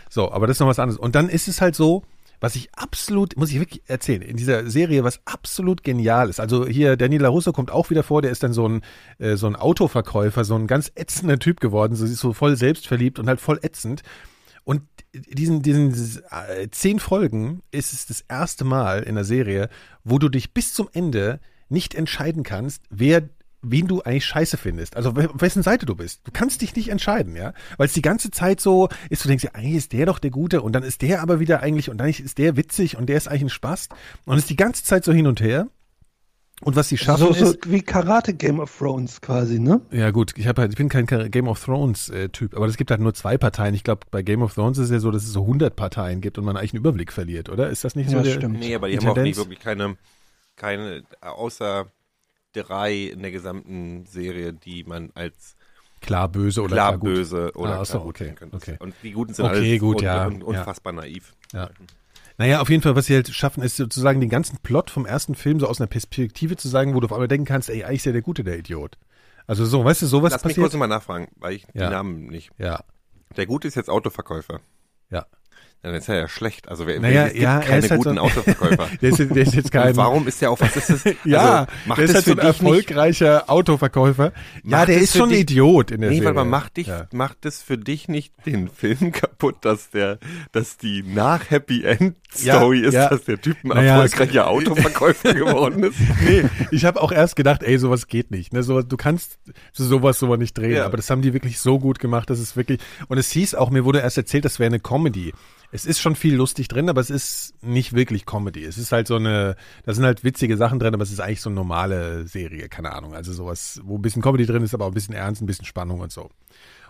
Speaker 2: So, aber das ist noch was anderes. Und dann ist es halt so, was ich absolut, muss ich wirklich erzählen, in dieser Serie, was absolut genial ist. Also hier, Danny LaRusso kommt auch wieder vor, der ist dann so ein, äh, so ein Autoverkäufer, so ein ganz ätzender Typ geworden, so, so voll selbstverliebt und halt voll ätzend. Und diesen, diesen äh, zehn Folgen ist es das erste Mal in der Serie, wo du dich bis zum Ende nicht entscheiden kannst, wer wen du eigentlich scheiße findest. Also we- auf wessen Seite du bist. Du kannst dich nicht entscheiden, ja. Weil es die ganze Zeit so ist, du denkst, ja, eigentlich ist der doch der Gute und dann ist der aber wieder eigentlich und dann ist der witzig und der ist eigentlich ein Spaß. Und es ist die ganze Zeit so hin und her. Und was sie schaffen
Speaker 6: So, so
Speaker 2: ist.
Speaker 6: wie Karate Game of Thrones quasi, ne?
Speaker 2: Ja gut, ich, hab halt, ich bin kein Ka- Game of Thrones äh, Typ, aber es gibt halt nur zwei Parteien. Ich glaube, bei Game of Thrones ist es ja so, dass es so 100 Parteien gibt und man eigentlich einen Überblick verliert, oder? Ist das nicht so?
Speaker 6: Ja,
Speaker 2: der,
Speaker 6: stimmt.
Speaker 3: Nee, aber die,
Speaker 2: Die
Speaker 3: haben auch
Speaker 2: Tendenz?
Speaker 3: nicht wirklich keine, keine, außer drei in der gesamten Serie, die man als
Speaker 2: Klar böse oder
Speaker 3: klar,
Speaker 2: gut?
Speaker 3: böse oder
Speaker 2: Ah, so,
Speaker 3: klar gut
Speaker 2: okay,
Speaker 3: sehen könnte.
Speaker 2: okay.
Speaker 3: Und die Guten sind
Speaker 2: Okay,
Speaker 3: alles
Speaker 2: gut,
Speaker 3: un
Speaker 2: ja,
Speaker 3: un
Speaker 2: ja.
Speaker 3: unfassbar naiv.
Speaker 2: Ja. Naja, auf jeden Fall, was sie halt schaffen, ist sozusagen den ganzen Plot vom ersten Film so aus einer Perspektive zu sagen, wo du auf einmal denken kannst, ey, eigentlich ist ja der Gute der Idiot. Also so, weißt du, sowas
Speaker 3: Lass mich kurz
Speaker 2: passiert.
Speaker 3: nochmal nachfragen, weil ich
Speaker 2: Ja.
Speaker 3: den Namen nicht.
Speaker 2: ja,
Speaker 3: Der Gute ist jetzt Autoverkäufer.
Speaker 2: ja.
Speaker 3: Dann ist er ja schlecht. Also wer,
Speaker 2: Naja,
Speaker 3: es gibt
Speaker 2: ja, er
Speaker 3: keine
Speaker 2: ist halt so
Speaker 3: guten
Speaker 2: ein-
Speaker 3: Autoverkäufer.
Speaker 2: Der ist, jetzt- der ist jetzt kein.
Speaker 3: Und warum ist der auch, was ist das?
Speaker 2: Ja,
Speaker 3: also, macht
Speaker 2: der ist
Speaker 3: das
Speaker 2: halt so
Speaker 3: für
Speaker 2: ein
Speaker 3: dich nicht,
Speaker 2: erfolgreicher Autoverkäufer. Ja,
Speaker 3: Macht
Speaker 2: der
Speaker 3: es
Speaker 2: ist
Speaker 3: für
Speaker 2: schon ein
Speaker 3: dich-
Speaker 2: Idiot in der
Speaker 3: Nee,
Speaker 2: Serie.
Speaker 3: warte mal, macht dich,
Speaker 2: Ja.
Speaker 3: macht es für dich nicht den Film kaputt, dass der, dass die nach Happy End Story
Speaker 2: Ja,
Speaker 3: ist,
Speaker 2: ja.
Speaker 3: dass der Typ ein
Speaker 2: Naja,
Speaker 3: erfolgreicher Autoverkäufer geworden ist?
Speaker 2: Nee, ich habe auch erst gedacht, ey, sowas geht nicht. Ne? So, du kannst so- sowas sowas nicht drehen.
Speaker 3: Ja.
Speaker 2: Aber das haben die wirklich so gut gemacht, dass es wirklich. Und es hieß auch, mir wurde erst erzählt, das wäre eine Comedy. Es ist schon viel lustig drin, aber es ist nicht wirklich Comedy. Es ist halt so eine, da sind halt witzige Sachen drin, aber es ist eigentlich so eine normale Serie, keine Ahnung. Also sowas, wo ein bisschen Comedy drin ist, aber auch ein bisschen Ernst, ein bisschen Spannung und so.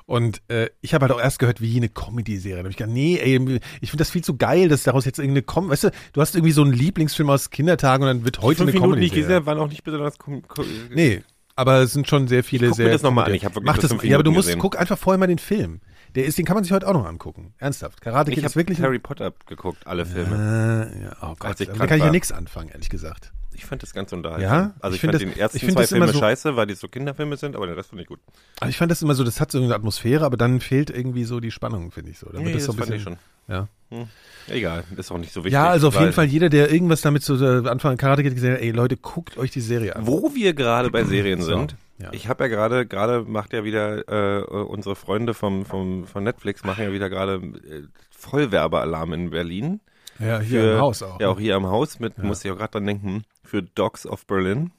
Speaker 2: Und äh, ich habe halt auch erst gehört, wie eine Comedy-Serie. Da habe ich gedacht, nee, ey, ich finde das viel zu geil, dass daraus jetzt irgendeine Comedy. Weißt du, du hast irgendwie so einen Lieblingsfilm aus Kindertagen und dann wird heute eine Comedy-Serie.
Speaker 3: waren auch nicht besonders kom- ko-
Speaker 2: Nee, aber es sind schon sehr viele
Speaker 3: Ich guck mir
Speaker 2: sehr.
Speaker 3: das noch mal an.
Speaker 2: Comedy-
Speaker 3: Ich hab wirklich
Speaker 2: Mach
Speaker 3: nur
Speaker 2: das.
Speaker 3: fünf
Speaker 2: Ja, aber du
Speaker 3: Minuten
Speaker 2: musst
Speaker 3: gesehen.
Speaker 2: guck einfach vorher mal den Film. Der ist, den kann man sich heute auch noch angucken. Ernsthaft. Karate
Speaker 3: Ich
Speaker 2: Kid
Speaker 3: habe
Speaker 2: ist wirklich.
Speaker 3: Harry Potter geguckt, alle
Speaker 2: äh,
Speaker 3: Filme.
Speaker 2: ja, oh Gott,
Speaker 3: Als ich
Speaker 2: da
Speaker 3: krank
Speaker 2: kann ich ja
Speaker 3: war.
Speaker 2: nichts anfangen, ehrlich gesagt.
Speaker 3: Ich fand das ganz unterhaltsam.
Speaker 2: Ja?
Speaker 3: Also
Speaker 2: Ich
Speaker 3: ich,
Speaker 2: find
Speaker 3: fand
Speaker 2: das-
Speaker 3: den ersten
Speaker 2: ich find
Speaker 3: zwei
Speaker 2: das immer
Speaker 3: Filme
Speaker 2: so-
Speaker 3: scheiße, weil die so Kinderfilme sind, aber den Rest fand ich gut.
Speaker 2: Aber ich fand das immer so, das hat so eine Atmosphäre, aber dann fehlt irgendwie so die Spannung, finde ich so. Dann wird so ein bisschen, Ja.
Speaker 3: Hm. Egal, ist auch nicht so wichtig.
Speaker 2: Ja, also auf
Speaker 3: weil-
Speaker 2: jeden Fall jeder, der irgendwas damit zu äh, Anfang Karate Kid gesehen hat, ey Leute, guckt euch die Serie an.
Speaker 3: Wo wir gerade bei Serien sind,
Speaker 2: ja.
Speaker 3: ich habe ja gerade, gerade macht ja wieder äh, unsere Freunde vom, vom, von Netflix machen ja wieder gerade äh, Vollwerbealarm in Berlin.
Speaker 2: Ja, hier
Speaker 3: für-
Speaker 2: im Haus auch. ne?
Speaker 3: Ja, auch hier am Haus, mit, muss ich auch gerade dran denken, für Dogs of Berlin.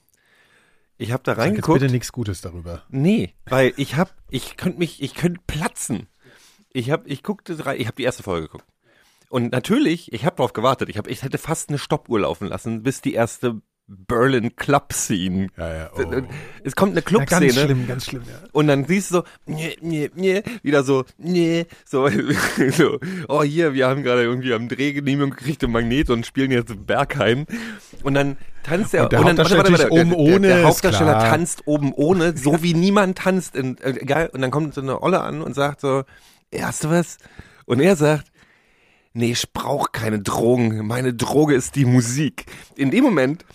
Speaker 3: Ich habe da
Speaker 2: Sag jetzt bitte
Speaker 3: reingeguckt.
Speaker 2: nichts Gutes darüber.
Speaker 3: Nee, weil ich hab, ich könnte mich, ich könnte platzen. Ich hab, ich guckte rein, ich habe die erste Folge geguckt. Und natürlich, ich habe darauf gewartet. Ich, hab, ich hätte fast eine Stoppuhr laufen lassen, bis die erste Berlin Club Scene.
Speaker 2: Ja, ja, oh.
Speaker 3: Es kommt eine
Speaker 2: ja, ganz
Speaker 3: Clubszene
Speaker 2: schlimm, ganz schlimm, ja.
Speaker 3: und dann siehst du so, nee, nee, nee, wieder so, nee, so, so, oh hier, wir haben gerade irgendwie am Dreh Genehmigung gekriegt im Magnet und spielen jetzt im Bergheim. Und dann tanzt er,
Speaker 2: Und der
Speaker 3: dann,
Speaker 2: Hauptdarsteller natürlich
Speaker 3: der,
Speaker 2: oben
Speaker 3: der,
Speaker 2: ohne,
Speaker 3: der
Speaker 2: ist
Speaker 3: Hauptdarsteller
Speaker 2: klar.
Speaker 3: tanzt oben ohne, so wie niemand tanzt, in, äh, egal. Und dann kommt so eine Olle an und sagt so, ey, hast du was? Und er sagt, nee, ich brauche keine Drogen, meine Droge ist die Musik. In dem Moment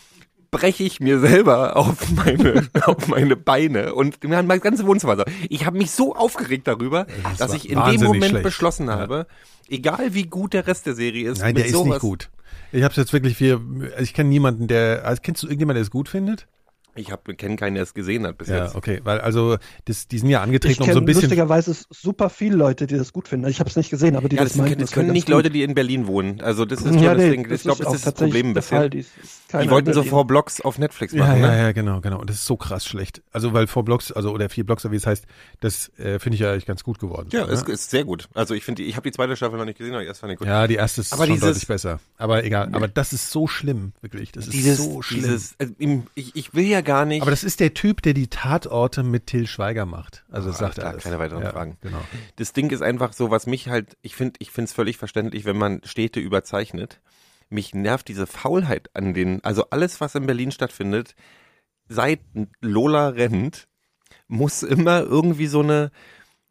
Speaker 3: breche ich mir selber auf meine, auf meine Beine und mir hat mein ganzes Wohnzimmer. so- Ich habe mich so aufgeregt darüber,
Speaker 2: Das
Speaker 3: dass
Speaker 2: war
Speaker 3: ich in dem
Speaker 2: wahnsinnig
Speaker 3: Moment
Speaker 2: schlecht.
Speaker 3: beschlossen
Speaker 2: Ja.
Speaker 3: habe, egal wie gut der Rest der Serie ist,
Speaker 2: Nein,
Speaker 3: mit
Speaker 2: der ist
Speaker 3: sowas,
Speaker 2: nicht gut. Ich habe jetzt wirklich viel. Also ich kenne niemanden, der. Also kennst du irgendjemanden, der es gut findet?
Speaker 3: Ich habe kenne keinen, der es gesehen hat bis
Speaker 2: Ja,
Speaker 3: jetzt.
Speaker 2: okay. Weil also das, die sind ja
Speaker 6: Ich
Speaker 2: angetreten, um
Speaker 6: kenne
Speaker 2: so ein bisschen.
Speaker 6: lustigerweise super viele Leute, die das gut finden. Also ich habe es nicht gesehen, aber die
Speaker 3: Ja,
Speaker 6: das
Speaker 3: das,
Speaker 6: meinen.
Speaker 3: können, das
Speaker 6: wär
Speaker 3: können
Speaker 6: ganz
Speaker 3: nicht
Speaker 6: gut.
Speaker 3: Leute, die in Berlin wohnen. Also das ist schon das Ding. Ich glaube, das ist das Problem ein
Speaker 6: der
Speaker 3: bisschen.
Speaker 6: Fall.
Speaker 3: die
Speaker 6: Die, ist keiner
Speaker 3: wollten so
Speaker 6: will
Speaker 3: vor Blogs auf Netflix
Speaker 2: Ja,
Speaker 3: machen,
Speaker 2: ja,
Speaker 3: ne?
Speaker 2: ja, genau, genau. Und das ist so krass schlecht. Also weil vor Blocks, also oder vier Blocks, oder wie es heißt, das äh, finde ich ja eigentlich ganz gut geworden. ne?
Speaker 3: Ja, ist, ist sehr gut. Also ich finde, die- ich habe die zweite Staffel noch nicht gesehen, aber die erste fand ich gut.
Speaker 2: Ja, die erste ist
Speaker 3: Aber
Speaker 2: schon
Speaker 3: dieses-
Speaker 2: deutlich besser. Aber egal. Aber das ist so schlimm, wirklich. Das ist
Speaker 3: dieses,
Speaker 2: so schlimm.
Speaker 3: dieses, also im- ich, ich will ja gar nicht.
Speaker 2: aber das ist der Typ, der die Tatorte mit Till Schweiger macht. Also
Speaker 3: Ah,
Speaker 2: das sagt
Speaker 3: alles
Speaker 2: er.
Speaker 3: klar,
Speaker 2: alles.
Speaker 3: keine weiteren
Speaker 2: ja,
Speaker 3: Fragen.
Speaker 2: Genau.
Speaker 3: das Ding ist einfach so, was mich halt, ich finde, ich finde es völlig verständlich, wenn man Städte überzeichnet. Mich nervt diese Faulheit an den, also alles, was in Berlin stattfindet, seit Lola rennt, muss immer irgendwie so eine,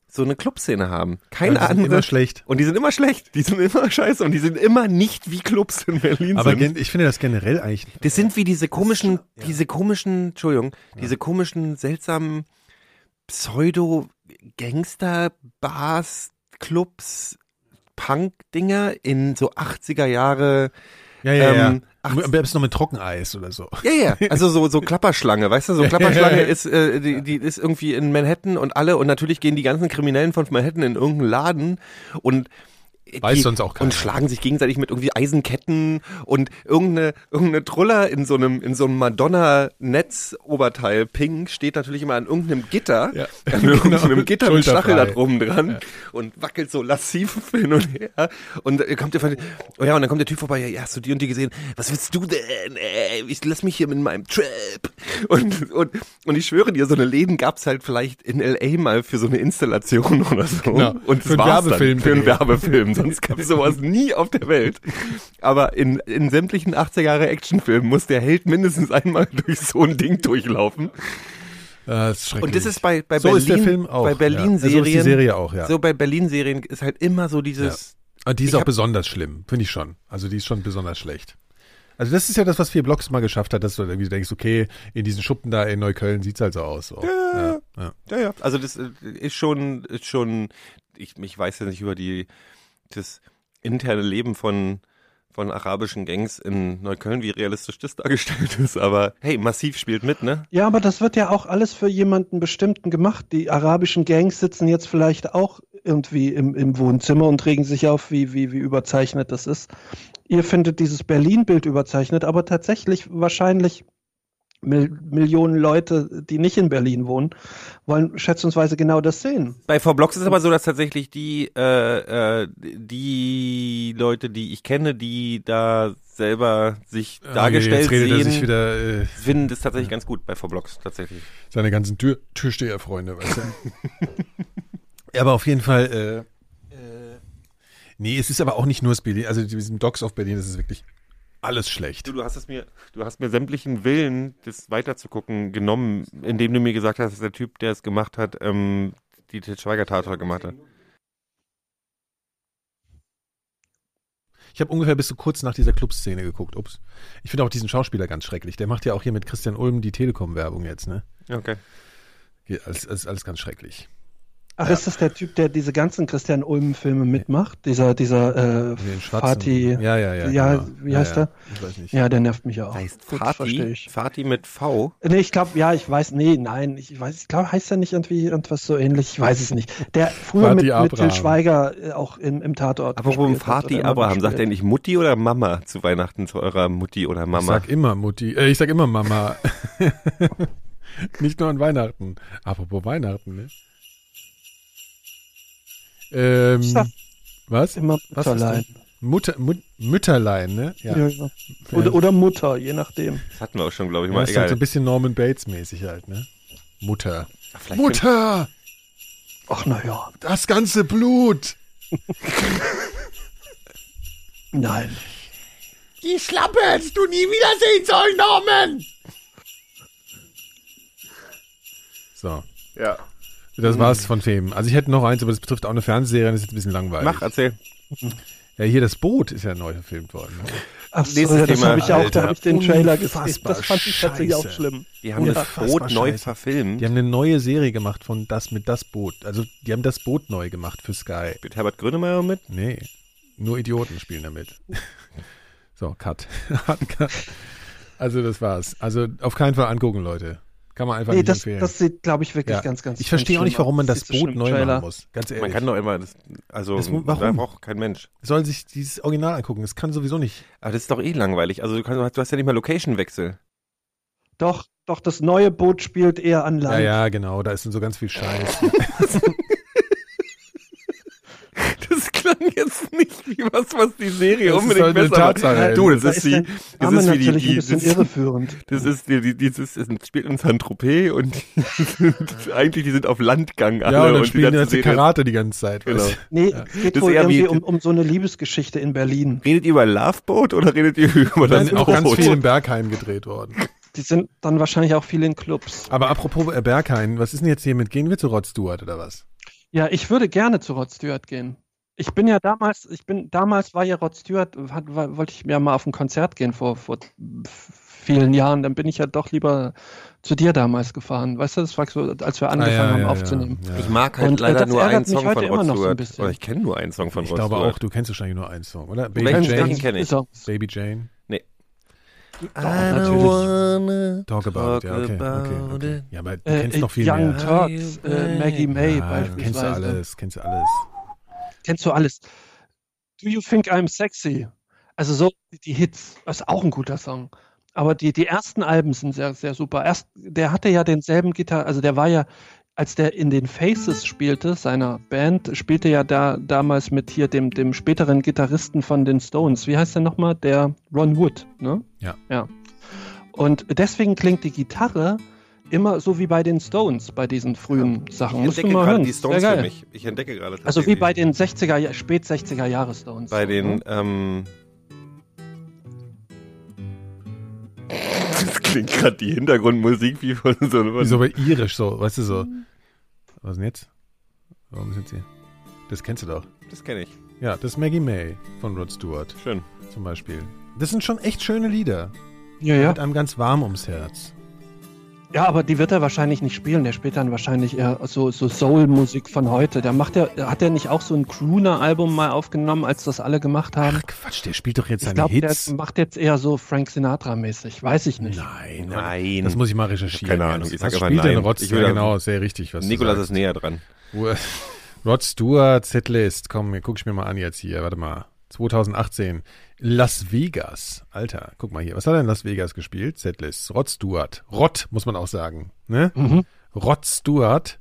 Speaker 3: so eine Clubszene haben. Keine
Speaker 2: Ja, die sind
Speaker 3: andere.
Speaker 2: immer schlecht.
Speaker 3: Und die sind immer schlecht. Die sind immer scheiße und die sind immer nicht wie Clubs in Berlin
Speaker 2: Aber
Speaker 3: sind.
Speaker 2: gen- ich finde das generell eigentlich.
Speaker 3: Das sind wie diese komischen,
Speaker 2: ja.
Speaker 3: diese komischen, Entschuldigung, diese komischen, seltsamen Pseudo-Gangster-Bars, Clubs, Punk-Dinger in so 80er Jahre.
Speaker 2: Ja, ja, ja.
Speaker 3: ähm,
Speaker 2: Am besten noch mit Trockeneis oder so.
Speaker 3: Ja, ja. Also so, so Klapperschlange, weißt du? So Klapperschlange ist, äh, die, die ist irgendwie in Manhattan und alle, und natürlich gehen die ganzen Kriminellen von Manhattan in irgendeinen Laden und
Speaker 2: Weiß
Speaker 3: die,
Speaker 2: sonst auch keiner.
Speaker 3: Und schlagen sich gegenseitig mit irgendwie Eisenketten und irgendeine, irgendeine Truller in so einem, in so einem Madonna-Netz-Oberteil, Ping, steht natürlich immer an irgendeinem Gitter,
Speaker 2: Ja.
Speaker 3: an irgendeinem
Speaker 2: Genau.
Speaker 3: Gitter mit
Speaker 2: Schulterfrei.
Speaker 3: Stachel da drum dran und wackelt so lassiv hin und her. Und äh, kommt der von, oh ja, und dann kommt der Typ vorbei, ja, ja, hast du die und die gesehen? Was willst du denn? Ey, ich lass mich hier mit meinem Trap. Und, und, und ich schwöre dir, so eine Läden gab's halt vielleicht in L.A. mal für so eine Installation oder so.
Speaker 2: Genau.
Speaker 3: Und
Speaker 2: Für einen
Speaker 3: das war's
Speaker 2: Werbefilm.
Speaker 3: Dann. Für einen Werbefilm. Sonst gab es sowas nie auf der Welt. Aber in, in sämtlichen 80er Jahre Actionfilmen muss der Held mindestens einmal durch so ein Ding durchlaufen.
Speaker 2: Das ist schrecklich.
Speaker 3: Und das ist bei, bei
Speaker 2: So
Speaker 3: Berlin,
Speaker 2: ist der Film auch,
Speaker 3: bei
Speaker 2: ja. Also
Speaker 3: Berlin
Speaker 2: So ist die
Speaker 3: Serien,
Speaker 2: Serie auch, ja.
Speaker 3: So bei Berlin Serien ist halt immer so dieses,
Speaker 2: Und die ist
Speaker 3: Ich
Speaker 2: auch
Speaker 3: hab-
Speaker 2: besonders schlimm, finde ich schon. Also die ist schon besonders schlecht. Also das ist ja das, was vier Blocks mal geschafft hat, dass du irgendwie denkst, okay, in diesen Schuppen da in Neukölln sieht's halt so aus. So. Ja, ja. Ah,
Speaker 3: ja, ja, also das äh, ist schon, ist schon, ich, ich weiß ja nicht über die, das interne Leben von, von arabischen Gangs in Neukölln, wie realistisch das dargestellt ist, aber hey, massiv spielt mit, ne?
Speaker 6: Ja, aber das wird ja auch alles für jemanden bestimmten gemacht. Die arabischen Gangs sitzen jetzt vielleicht auch irgendwie im, im Wohnzimmer und regen sich auf, wie, wie, wie überzeichnet das ist. Ihr findet dieses Berlin-Bild überzeichnet, aber tatsächlich wahrscheinlich Mil Millionen Leute, die nicht in Berlin wohnen, wollen schätzungsweise genau das sehen.
Speaker 3: Bei Vlogs ist es aber so, dass tatsächlich die, äh, äh, die Leute, die ich kenne, die da selber sich dargestellt
Speaker 2: Ah, jetzt redet er sich
Speaker 3: sehen,
Speaker 2: wieder äh,
Speaker 3: finden das tatsächlich ganz gut bei Vlogs tatsächlich.
Speaker 2: seine ganzen Tür Türsteherfreunde, weißt du. ja, aber auf jeden Fall. Äh, äh, nee, es ist aber auch nicht nur das Berlin. Also diesen Docs auf Berlin, das ist wirklich alles schlecht.
Speaker 3: Du, du hast es mir, du hast mir sämtlichen Willen, das weiterzugucken, genommen, indem du mir gesagt hast, dass der Typ, der es gemacht hat, ähm, die Til Schweiger Tatort gemacht hat.
Speaker 2: Ich habe ungefähr bis so kurz nach dieser Clubszene geguckt. Ups. Ich finde auch diesen Schauspieler ganz schrecklich. Der macht ja auch hier mit Christian Ulm die Telekom-Werbung jetzt, ne?
Speaker 3: Okay.
Speaker 2: Geht Alles, alles, alles ganz schrecklich.
Speaker 6: Ach, ist das der Typ, der diese ganzen Christian Ulm-Filme mitmacht? Dieser, dieser äh,
Speaker 2: Den schwarzen.
Speaker 6: Fatih.
Speaker 2: Ja, ja, ja.
Speaker 6: Ja, wie heißt
Speaker 2: ja,
Speaker 6: er?
Speaker 2: ja. Ich weiß nicht.
Speaker 6: Ja, der nervt mich auch.
Speaker 3: Heißt
Speaker 6: Gut, verstehe
Speaker 3: Fatih,
Speaker 6: ich.
Speaker 3: Fatih mit V.
Speaker 6: Nee, ich glaube, ja, ich weiß, nee, nein, ich weiß, ich glaube, heißt er nicht irgendwie irgendwas so ähnlich, ich weiß es nicht. Der früher mit,
Speaker 2: Fatih
Speaker 6: mit Till
Speaker 2: Abraham.
Speaker 6: Schweiger äh, auch im, im Tatort.
Speaker 3: Apropos
Speaker 6: gespielt hat
Speaker 3: Fatih
Speaker 6: oder immer
Speaker 3: Abraham,
Speaker 6: gespielt.
Speaker 3: sagt er nicht Mutti oder Mama zu Weihnachten zu eurer Mutti oder
Speaker 2: Ich
Speaker 3: Mama?
Speaker 2: sag immer Mutti. Äh, ich sag immer Mama. nicht nur an Weihnachten. Apropos Weihnachten, ne? Ähm,
Speaker 6: Ich sag-
Speaker 2: was?
Speaker 6: immer
Speaker 2: Was hast du?
Speaker 6: Mutterlein.
Speaker 2: Mutter, Mut, Mütterlein, ne?
Speaker 6: Ja. ja. Oder, oder Mutter, je nachdem.
Speaker 3: Das hatten wir auch schon, glaube ich,
Speaker 2: Ja,
Speaker 3: mal.
Speaker 2: ist halt so
Speaker 3: Egal.
Speaker 2: ein bisschen Norman Bates-mäßig halt, ne? Mutter.
Speaker 3: Vielleicht
Speaker 2: Mutter!
Speaker 6: Ach, naja,
Speaker 2: Das ganze Blut!
Speaker 6: nein.
Speaker 2: Die Schlappe hättest du nie wiedersehen sollen, Norman! So,
Speaker 3: Ja. Hm.
Speaker 2: das war's von Themen. Also ich hätte noch eins, aber das betrifft auch eine Fernsehserie und das ist jetzt ein bisschen langweilig.
Speaker 3: Mach, erzähl.
Speaker 2: Ja, hier das Boot ist ja neu verfilmt worden. Ne?
Speaker 1: Ach so,
Speaker 3: Nächstes
Speaker 1: ja, das
Speaker 3: Thema,
Speaker 1: habe ich auch,
Speaker 3: Alter.
Speaker 1: da habe ich den Trailer gesehen.
Speaker 2: Unfassbar
Speaker 1: Das fand ich tatsächlich
Speaker 2: scheiße.
Speaker 1: auch schlimm.
Speaker 3: Die haben das
Speaker 2: Unfassbar
Speaker 3: Boot neu
Speaker 2: scheiße.
Speaker 3: verfilmt
Speaker 2: Die haben eine neue Serie gemacht von Das mit das Boot. Also die haben das Boot neu gemacht für Sky.
Speaker 3: mit Herbert Grönemeyer mit.
Speaker 2: Nee, nur Idioten spielen damit. so, cut. Hard cut. Also das war's. Also auf keinen Fall angucken, Leute. Kann man einfach
Speaker 1: Nee,
Speaker 2: nicht
Speaker 1: das,
Speaker 2: empfehlen.
Speaker 1: das sieht, glaube ich, wirklich
Speaker 2: Ja.
Speaker 1: ganz, ganz
Speaker 2: ich verstehe auch nicht, warum man das Boot neu machen
Speaker 1: muss.
Speaker 2: muss. Ganz ehrlich.
Speaker 3: Man kann doch immer, das, also
Speaker 2: Das- warum?
Speaker 3: da braucht kein Mensch.
Speaker 2: Soll sich dieses Original angucken. Das kann sowieso nicht.
Speaker 3: Aber das ist doch eh langweilig. Also du, kannst, du hast ja nicht mal Location-Wechsel.
Speaker 1: Doch, doch, das neue Boot spielt eher an
Speaker 2: Ja,
Speaker 1: Land.
Speaker 2: ja, genau. Da ist so ganz viel Scheiß.
Speaker 3: Das klang jetzt nicht wie was, was die Serie
Speaker 2: Das ist
Speaker 3: unbedingt
Speaker 2: halt eine
Speaker 3: besser macht.
Speaker 2: Tatsache.
Speaker 3: Du, das
Speaker 1: Da
Speaker 3: ist
Speaker 1: ist der
Speaker 3: die, das
Speaker 1: Name
Speaker 3: ist wie die,
Speaker 1: natürlich
Speaker 3: die
Speaker 1: ein bisschen
Speaker 3: das,
Speaker 1: irreführend.
Speaker 3: das ist die, die, die, das ist, spielt in Saint-Tropez und eigentlich die sind auf Landgang alle
Speaker 2: ja, und dann
Speaker 3: die
Speaker 2: spielen die
Speaker 3: ganze Serie-
Speaker 2: ganze Karate die ganze Zeit.
Speaker 3: Genau.
Speaker 2: weißt
Speaker 1: Nee, es geht
Speaker 3: Das ist
Speaker 1: wohl
Speaker 3: eher wie-
Speaker 1: irgendwie um, um so eine Liebesgeschichte in Berlin.
Speaker 3: Redet ihr über Loveboat oder redet ihr über
Speaker 2: du? Da
Speaker 3: das
Speaker 2: ist auch ganz viel in Berghain gedreht worden.
Speaker 1: Die sind dann wahrscheinlich auch viel in Clubs.
Speaker 2: Aber apropos äh, Berghain, was ist denn jetzt hier mit? Gehen wir zu Rod Stewart oder was?
Speaker 1: Ja, ich würde gerne zu Rod Stewart gehen. Ich bin ja damals, ich bin, damals war ja Rod Stewart, hat, war, wollte ich mir mal auf ein Konzert gehen vor, vor vielen Jahren, dann bin ich ja doch lieber zu dir damals gefahren. Weißt du, das war so, als wir angefangen
Speaker 2: Ah, ja,
Speaker 1: haben
Speaker 2: ja,
Speaker 1: aufzunehmen.
Speaker 2: Ja, ja.
Speaker 3: Ich mag halt
Speaker 1: Und, äh,
Speaker 3: leider
Speaker 1: das
Speaker 3: nur
Speaker 1: ärgert
Speaker 3: einen
Speaker 1: mich
Speaker 3: Song
Speaker 1: heute
Speaker 3: von
Speaker 1: immer
Speaker 3: Rod
Speaker 1: noch so ein
Speaker 3: Stewart.
Speaker 1: bisschen.
Speaker 3: Oder Oh, ich kenne nur einen Song von
Speaker 2: Ich
Speaker 3: Rod
Speaker 2: glaube
Speaker 3: Stewart.
Speaker 2: auch, du kennst wahrscheinlich nur einen Song, oder? Baby
Speaker 3: Welchen
Speaker 2: Jane.
Speaker 3: Song kenne ich?
Speaker 1: So.
Speaker 2: Baby Jane.
Speaker 1: natürlich.
Speaker 3: wanna
Speaker 2: Talk about, it. ja, okay, okay,
Speaker 3: about
Speaker 2: okay.
Speaker 3: it.
Speaker 2: Ja, aber du
Speaker 1: Äh,
Speaker 2: kennst noch viel
Speaker 1: Young
Speaker 2: mehr.
Speaker 1: Turks, äh, Maggie May
Speaker 2: ja,
Speaker 1: beispielsweise.
Speaker 2: kennst du alles, kennst du alles.
Speaker 1: Kennst du alles? Do you think I'm sexy? Also so die Hits, das ist auch ein guter Song. Aber die, die ersten Alben sind sehr, sehr super. Erst, der hatte ja denselben Gitarre, also der war ja, als der in den Faces spielte, seiner Band, spielte ja da damals mit hier dem, dem späteren Gitarristen von den Stones. Wie heißt der nochmal? Der Ron Wood, ne?
Speaker 2: Ja.
Speaker 1: Ja. Und deswegen klingt die Gitarre immer so wie bei den Stones, bei diesen frühen
Speaker 3: Ich
Speaker 1: Sachen. Musst du
Speaker 3: entdecke
Speaker 1: mal
Speaker 3: gerade
Speaker 1: hören.
Speaker 3: die
Speaker 1: Sehr
Speaker 3: Stones für
Speaker 1: geil.
Speaker 3: mich. Ich entdecke gerade.
Speaker 1: Also wie
Speaker 3: tatsächlich
Speaker 1: bei den 60er, Ja- spät 60er Jahre Stones.
Speaker 3: Bei
Speaker 1: ne?
Speaker 3: den, ähm. Das klingt gerade die Hintergrundmusik wie von so einem.
Speaker 2: Wie so bei irisch, so, weißt du so. Was denn jetzt? Warum sind sie? Das kennst du doch.
Speaker 3: Das kenne ich.
Speaker 2: Ja, das ist Maggie May von Rod Stewart
Speaker 3: Schön.
Speaker 2: zum Beispiel. Das sind schon echt schöne Lieder.
Speaker 1: Ja, ja.
Speaker 2: Mit einem ganz warm ums Herz.
Speaker 1: Ja, aber die wird er wahrscheinlich nicht spielen. Der spielt dann wahrscheinlich eher so, so Soul-Musik von heute. Der macht ja, hat er nicht auch so ein Crooner-Album mal aufgenommen, als das alle gemacht haben?
Speaker 2: Ach Quatsch, der spielt doch jetzt
Speaker 1: ich
Speaker 2: seine
Speaker 1: glaube, der
Speaker 2: Hits.
Speaker 1: macht jetzt eher so Frank Sinatra-mäßig. Weiß ich nicht.
Speaker 2: Nein,
Speaker 3: Nein.
Speaker 2: Das muss ich mal recherchieren.
Speaker 3: Keine
Speaker 2: Ernst.
Speaker 3: Ahnung, ich
Speaker 2: was
Speaker 3: sag einfach
Speaker 2: spielt denn
Speaker 3: nein.
Speaker 2: Rod
Speaker 3: Ich
Speaker 2: Stewart?
Speaker 3: will-
Speaker 2: genau, sehr richtig. Was du
Speaker 3: Nikolas
Speaker 2: sagst.
Speaker 3: ist näher dran.
Speaker 2: Wo- Rod Stewart Setlist. Komm, guck ich mir mal an jetzt hier. Warte mal. 2018. Las Vegas. Alter, guck mal hier. Was hat er in Las Vegas gespielt? Setlist. Rod Stewart. Rod, muss man auch sagen. Ne?
Speaker 1: Mhm.
Speaker 2: Rod Stewart.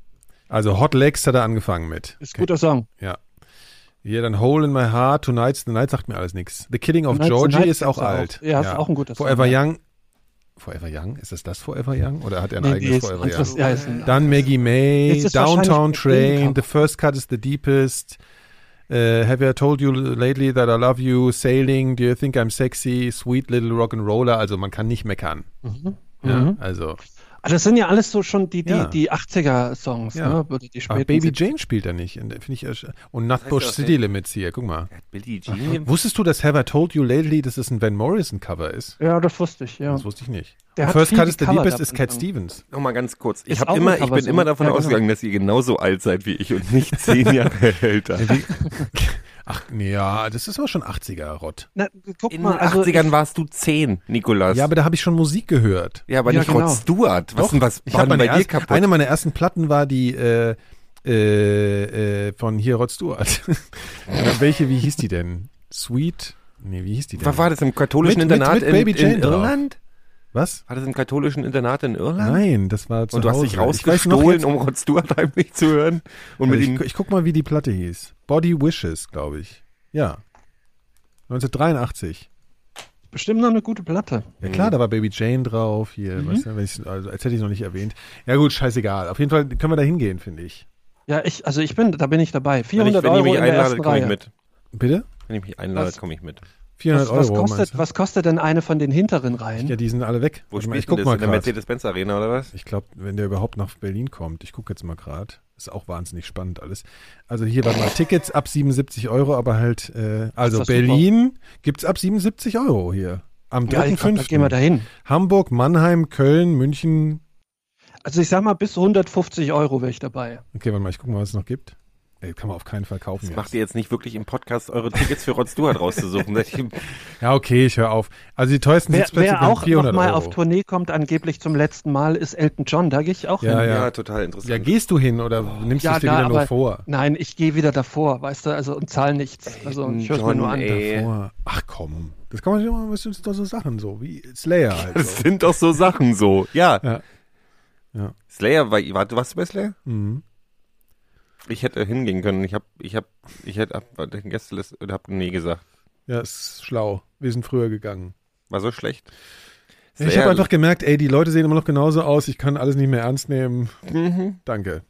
Speaker 2: Also Hot Legs hat er angefangen mit.
Speaker 1: Ist guter Song.
Speaker 2: Ja. Hier dann Hole in My Heart, Tonight's the Night sagt mir alles nix. The Killing of
Speaker 1: Tonight's the
Speaker 2: Georgie
Speaker 1: Night
Speaker 2: ist auch
Speaker 1: ist auch-
Speaker 2: alt.
Speaker 1: ja, ist auch ein guter Song,
Speaker 2: Forever
Speaker 1: ja.
Speaker 2: Young. Forever Young? Ist das das Forever Young? Oder hat er ein
Speaker 1: Nee,
Speaker 2: eigenes
Speaker 1: nee, ist
Speaker 2: Forever
Speaker 1: ganz
Speaker 2: Young?
Speaker 1: was- ja, ist ein-
Speaker 2: Dann Maggie May,
Speaker 1: Jetzt ist
Speaker 2: Downtown
Speaker 1: wahrscheinlich der
Speaker 2: Train,
Speaker 1: Dreamcover.
Speaker 2: The First Cut is the Deepest, äh, Have I Told You Lately That I Love You, Sailing, Do You Think I'm Sexy, Sweet Little Rock'n'Roller, also man kann nicht meckern. Ja,
Speaker 1: Mhm.
Speaker 2: Also,
Speaker 1: Also das sind ja alles so schon die, die,
Speaker 2: Ja.
Speaker 1: die 80er-Songs,
Speaker 2: Ja.
Speaker 1: ne? Würde die
Speaker 2: aber
Speaker 1: späten
Speaker 2: Baby
Speaker 1: 70er.
Speaker 2: Jane spielt er nicht, und, find ich, ersch- und Nutbush
Speaker 3: auch
Speaker 2: City Limits hier, guck mal.
Speaker 3: Hat Billie Jean.
Speaker 2: Wusstest du, dass Have I Told You Lately, dass es ein Van Morrison Cover ist?
Speaker 1: Ja, das wusste ich, ja.
Speaker 2: Das wusste ich nicht.
Speaker 1: Der hat
Speaker 2: First
Speaker 1: viel
Speaker 2: Cut is the
Speaker 1: gecovert
Speaker 2: Deepest
Speaker 1: am
Speaker 2: ist Cat
Speaker 1: Anfang.
Speaker 2: Stevens.
Speaker 3: Nochmal ganz kurz. Ich,
Speaker 1: Ist
Speaker 3: hab
Speaker 1: auch ein
Speaker 3: immer, ich
Speaker 1: Cover
Speaker 3: bin
Speaker 1: so.
Speaker 3: immer davon
Speaker 1: Ja, genau.
Speaker 3: ausgegangen, dass ihr genauso alt seid wie ich und nicht zehn Jahre älter.
Speaker 2: Ach, nee, ja, das ist aber schon 80er, Rod.
Speaker 1: Na, guck
Speaker 3: In den
Speaker 1: mal, also
Speaker 3: 80ern
Speaker 1: ich,
Speaker 3: warst du zehn, Nikolas.
Speaker 2: Ja, aber da habe ich schon Musik gehört.
Speaker 3: Ja, aber
Speaker 1: Ja,
Speaker 3: nicht
Speaker 1: genau.
Speaker 3: Rod Stewart. Was, denn, was
Speaker 2: ich
Speaker 3: war
Speaker 2: hab
Speaker 3: denn
Speaker 2: meine
Speaker 3: bei dir
Speaker 2: erst,
Speaker 3: kaputt?
Speaker 2: Eine meiner ersten Platten war die äh, äh, äh, von hier Rod Stewart. Oder Welche, wie hieß die denn? Sweet? Nee, wie hieß die denn?
Speaker 3: Was war das im katholischen
Speaker 2: Mit- mit-
Speaker 3: Internat
Speaker 2: mit
Speaker 3: in,
Speaker 2: Baby Jane
Speaker 3: in
Speaker 2: drauf.
Speaker 3: Irland?
Speaker 2: Was?
Speaker 3: War das im katholischen Internat in Irland?
Speaker 2: Nein, das war zu
Speaker 3: Und du hast
Speaker 2: Hause.
Speaker 3: dich
Speaker 2: Ich weiß noch
Speaker 3: rausgestohlen,
Speaker 2: jetzt- Also
Speaker 3: um Rod Stewart heimlich zu hören. Und mit
Speaker 2: ich,
Speaker 3: ihm.
Speaker 2: ich guck mal, wie die Platte hieß. Body Wishes, glaube ich. Ja. 1983.
Speaker 1: bestimmt noch eine gute Platte.
Speaker 2: Ja
Speaker 6: Mhm.
Speaker 2: klar, da war Baby Jane drauf, hier, weißt du, wenn ich's- also, als hätte ich noch nicht erwähnt. Ja gut, scheißegal. Auf jeden Fall können wir da hingehen, finde ich.
Speaker 1: Ja, ich, also ich bin, da bin ich dabei.
Speaker 3: Wenn ich,
Speaker 1: 400
Speaker 3: wenn ich
Speaker 1: Euro
Speaker 3: mich
Speaker 1: in der
Speaker 3: einlade,
Speaker 1: ersten
Speaker 3: komme ich
Speaker 1: Reihe.
Speaker 3: mit.
Speaker 2: Bitte?
Speaker 3: Wenn ich mich einlade,
Speaker 1: Was?
Speaker 3: komme ich mit.
Speaker 2: 400
Speaker 6: Was, was,
Speaker 2: Euro. meinst
Speaker 6: kostet,
Speaker 2: du?
Speaker 6: was kostet denn eine von den hinteren Reihen?
Speaker 2: ja, die sind alle weg.
Speaker 3: Wo
Speaker 2: Warte
Speaker 3: spielt
Speaker 2: mal, ich
Speaker 3: denn
Speaker 2: guck
Speaker 3: das?
Speaker 2: mal
Speaker 3: In der
Speaker 2: gerade.
Speaker 3: Mercedes-Benz-Arena oder was?
Speaker 2: Ich glaube, wenn der überhaupt nach Berlin kommt, ich gucke jetzt mal gerade. Ist auch wahnsinnig spannend alles. Also hier waren mal Tickets ab 77 Euro, aber halt, äh, also
Speaker 6: das super.
Speaker 2: Berlin gibt's ab 77 Euro hier. Am
Speaker 6: Ja, ich glaub, da gehen wir
Speaker 2: 3.5.
Speaker 6: dahin.
Speaker 2: Hamburg, Mannheim, Köln, München.
Speaker 6: Also ich sag mal, bis 150 Euro wäre ich dabei.
Speaker 2: Okay, warte mal, ich guck mal, was es noch gibt. Ey, kann man auf keinen Fall kaufen.
Speaker 3: Das
Speaker 2: jetzt.
Speaker 3: macht ihr jetzt nicht wirklich im Podcast, eure Tickets für Rod Stewart rauszusuchen. Seid ihr-
Speaker 2: Ja, okay, ich höre auf. Also die teuersten
Speaker 6: Wer,
Speaker 2: Sitzplätze
Speaker 6: wer
Speaker 2: waren
Speaker 6: auch
Speaker 2: 400
Speaker 6: nochmal
Speaker 2: Euro.
Speaker 6: auf Tournee kommt, angeblich zum letzten Mal, ist Elton John. Da gehe ich auch
Speaker 2: Ja,
Speaker 6: hin.
Speaker 2: ja.
Speaker 3: total
Speaker 2: ja,
Speaker 3: interessant.
Speaker 2: gehst du hin oder nimmst du
Speaker 6: Ja,
Speaker 2: es dir
Speaker 6: da,
Speaker 2: wieder nur
Speaker 6: aber-
Speaker 2: vor?
Speaker 6: Nein, ich gehe wieder davor, weißt du, also und zahle nichts. Also ich höre es mir
Speaker 3: John,
Speaker 6: nur an.
Speaker 3: ey.
Speaker 2: Davor. Ach komm, das kann man sich immer, das sind doch so Sachen so, wie Slayer halt.
Speaker 3: das
Speaker 2: So.
Speaker 3: sind doch so Sachen so. Ja.
Speaker 2: Ja. Ja.
Speaker 3: Slayer, war, war, warst du bei Slayer?
Speaker 2: Mhm.
Speaker 3: Ich hätte hingehen können. Ich habe, ich habe, ich hätte ab den Gästeliste und habe nee gesagt.
Speaker 2: Ja, ist schlau. Wir sind früher gegangen.
Speaker 3: War so schlecht.
Speaker 2: ich habe einfach gemerkt, ey, die Leute sehen immer noch genauso aus, ich kann alles nicht mehr ernst nehmen.
Speaker 3: Mhm.
Speaker 2: Danke.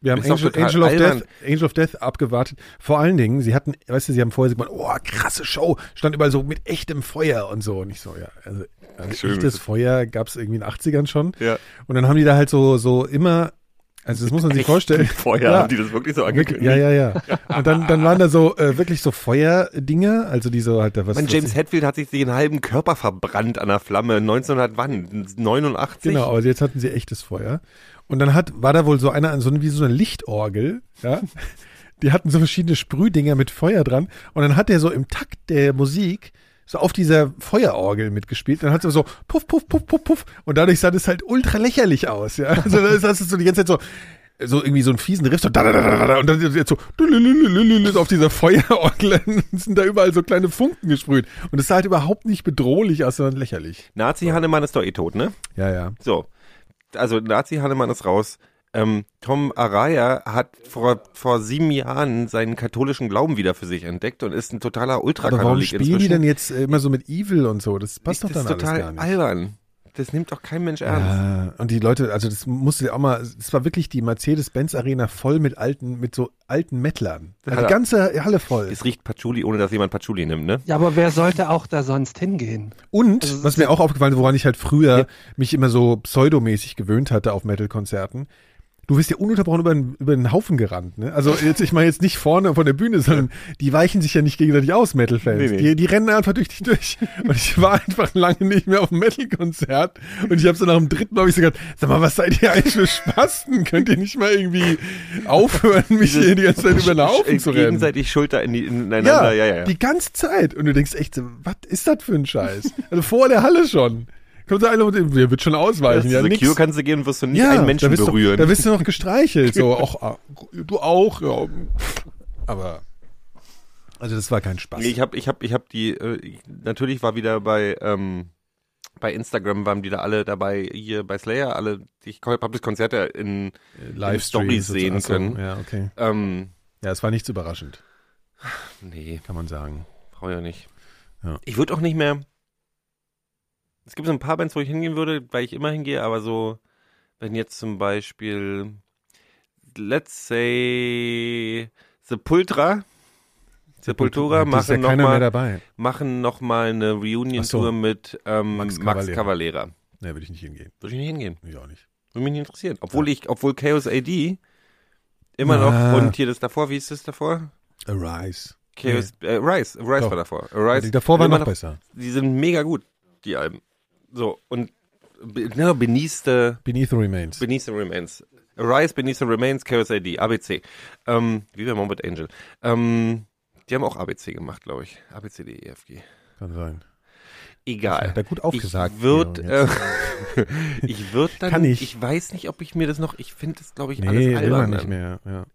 Speaker 2: Wir haben
Speaker 3: Ist doch
Speaker 2: Angel,
Speaker 3: total
Speaker 2: Angel, of
Speaker 3: albern.
Speaker 2: Death, Angel of Death abgewartet. Vor allen Dingen, sie hatten, weißt du, sie haben vorher gesagt, oh, krasse Show, stand überall so mit echtem Feuer und so. Und ich so, ja, also, also
Speaker 3: Schön.
Speaker 2: echtes Feuer gab es irgendwie in den 80ern schon.
Speaker 3: Ja.
Speaker 2: Und dann haben die da halt so, so immer, also das muss man sich vorstellen.
Speaker 3: Vorher
Speaker 2: Ja.
Speaker 3: haben die das wirklich so
Speaker 2: Wirklich,
Speaker 3: angekündigt.
Speaker 2: ja, ja, ja. Und dann, dann waren da so äh, wirklich so Feuerdinger, also die so halt da was.
Speaker 3: Mein
Speaker 2: was
Speaker 3: James Hetfield hat sich den halben Körper verbrannt an der Flamme 1989.
Speaker 2: Genau, aber jetzt hatten sie echtes Feuer. Und dann hat, war da wohl so einer, so eine, wie so eine Lichtorgel, ja. Die hatten so verschiedene Sprühdinger mit Feuer dran. Und dann hat der so im Takt der Musik so auf dieser Feuerorgel mitgespielt. Dann hat es so puff, puff, puff, puff, puff. Und dadurch sah das halt ultra lächerlich aus, ja. Also das hast du so die ganze Zeit so, so irgendwie so einen fiesen Riff, so da, da, da, da, da, und dann jetzt so dulululululul, so auf dieser Feuerorgel sind da überall so kleine Funken gesprüht. Und es sah halt überhaupt nicht bedrohlich aus, sondern lächerlich.
Speaker 3: Nazi-Hannemann ist doch eh tot, ne?
Speaker 2: Ja, ja.
Speaker 3: So. Also Nazi-Hannemann ist raus. Ähm, Tom Araya hat vor, vor sieben Jahren seinen katholischen Glauben wieder für sich entdeckt und ist ein totaler
Speaker 2: Aber
Speaker 3: Ultrakatholik
Speaker 2: warum spielen
Speaker 3: inzwischen.
Speaker 2: die denn jetzt äh, immer so mit Evil und so? Das passt
Speaker 3: das
Speaker 2: doch
Speaker 3: ist
Speaker 2: dann alles
Speaker 3: total
Speaker 2: gar nicht.
Speaker 3: albern. Das nimmt doch kein Mensch ernst.
Speaker 2: Ja, und die Leute, also das musste ja auch mal, es war wirklich die Mercedes-Benz-Arena voll mit alten, mit so alten Mettlern. Also die
Speaker 3: Ja.
Speaker 2: ganze Halle voll.
Speaker 3: Es riecht Patchouli, ohne dass jemand Patchouli nimmt, ne?
Speaker 6: Ja, aber wer sollte auch da sonst hingehen?
Speaker 2: Und,
Speaker 6: Also,
Speaker 2: was mir auch aufgefallen ist, woran ich halt früher mich immer so pseudomäßig gewöhnt hatte auf Metal-Konzerten, du wirst ja ununterbrochen über den, über den Haufen gerannt. Ne? Also jetzt, ich meine jetzt nicht vorne von der Bühne, sondern die weichen sich ja nicht gegenseitig aus, Metal-Fans.
Speaker 3: Nee, nee.
Speaker 2: die, die rennen einfach durch dich durch. Und ich war einfach lange nicht mehr auf einem Metal-Konzert. Und ich habe so nach dem dritten Mal hab ich so gedacht, sag mal, was seid ihr eigentlich für Spasten? Könnt ihr nicht mal irgendwie aufhören, mich hier die ganze Zeit über den Haufen zu rennen?
Speaker 3: Gegenseitig Schulter in die,
Speaker 2: Ja,
Speaker 3: ineinander, ja, ja, ja.
Speaker 2: die ganze Zeit. Und du denkst echt, so, was ist das für ein Scheiß? Also vor der Halle schon. Kommt da einer und der wird schon ausweichen. Ja,
Speaker 3: Secure
Speaker 2: nix.
Speaker 3: kannst du gehen und wirst du nicht
Speaker 2: ja,
Speaker 3: einen Menschen
Speaker 2: da bist
Speaker 3: berühren.
Speaker 2: Du, da bist du noch gestreichelt. So, auch, ah, du auch. Ja. Aber, also das war kein Spaß.
Speaker 3: Nee, ich habe, ich habe, ich habe die. Äh, ich- natürlich war wieder bei ähm, bei Instagram waren wieder alle dabei hier bei Slayer alle. Ich habe das Konzert ja in Stories sehen
Speaker 2: Achso,
Speaker 3: können.
Speaker 2: Äh, Ja, okay.
Speaker 3: ähm,
Speaker 2: Ja, es war nichts überraschend,
Speaker 3: nee
Speaker 2: kann man sagen.
Speaker 3: brauche ja nicht.
Speaker 2: Ja.
Speaker 3: Ich würde auch nicht mehr. Es gibt so ein paar Bands, wo ich hingehen würde, weil ich immer hingehe, aber so wenn jetzt zum Beispiel let's say Sepultura Sepultura
Speaker 2: Da ist ja
Speaker 3: machen noch
Speaker 2: keiner mehr
Speaker 3: mal
Speaker 2: dabei.
Speaker 3: machen noch mal eine Reunion Tour
Speaker 2: Ach so.
Speaker 3: mit ähm,
Speaker 2: Max
Speaker 3: Max,
Speaker 2: Cavalera.
Speaker 3: Cavalera.
Speaker 2: Nee, würde ich nicht hingehen.
Speaker 3: Würde ich nicht hingehen.
Speaker 2: Ich auch nicht.
Speaker 3: Würde mich nicht interessieren. Obwohl ich, obwohl Chaos AD immer
Speaker 2: Ah.
Speaker 3: noch und hier das davor, wie ist das davor?
Speaker 2: Arise.
Speaker 3: Chaos, äh, Rise, Rise
Speaker 2: Doch.
Speaker 3: war davor. Rise,
Speaker 2: Die davor war
Speaker 3: immer
Speaker 2: noch besser.
Speaker 3: Die sind mega gut, die Alben. So, und be- ne, Beneath the,
Speaker 2: Beneath the Remains.
Speaker 3: Beneath the Remains. Arise, Beneath the Remains, Chaos AD, ABC. Ähm, wie bei Morbid Angel. Ähm, die haben auch ABC gemacht, glaube ich. ABC, D, E, F, G.
Speaker 2: kann sein.
Speaker 3: Egal.
Speaker 2: Da gut aufgesagt.
Speaker 3: Ich würde,
Speaker 2: hier jetzt.
Speaker 3: ich würde dann,
Speaker 2: Kann ich.
Speaker 3: ich weiß nicht, ob ich mir das noch, ich finde das, glaube ich, alles
Speaker 2: Nee, will man
Speaker 3: albern.
Speaker 2: nicht
Speaker 3: dann.
Speaker 2: mehr, ja.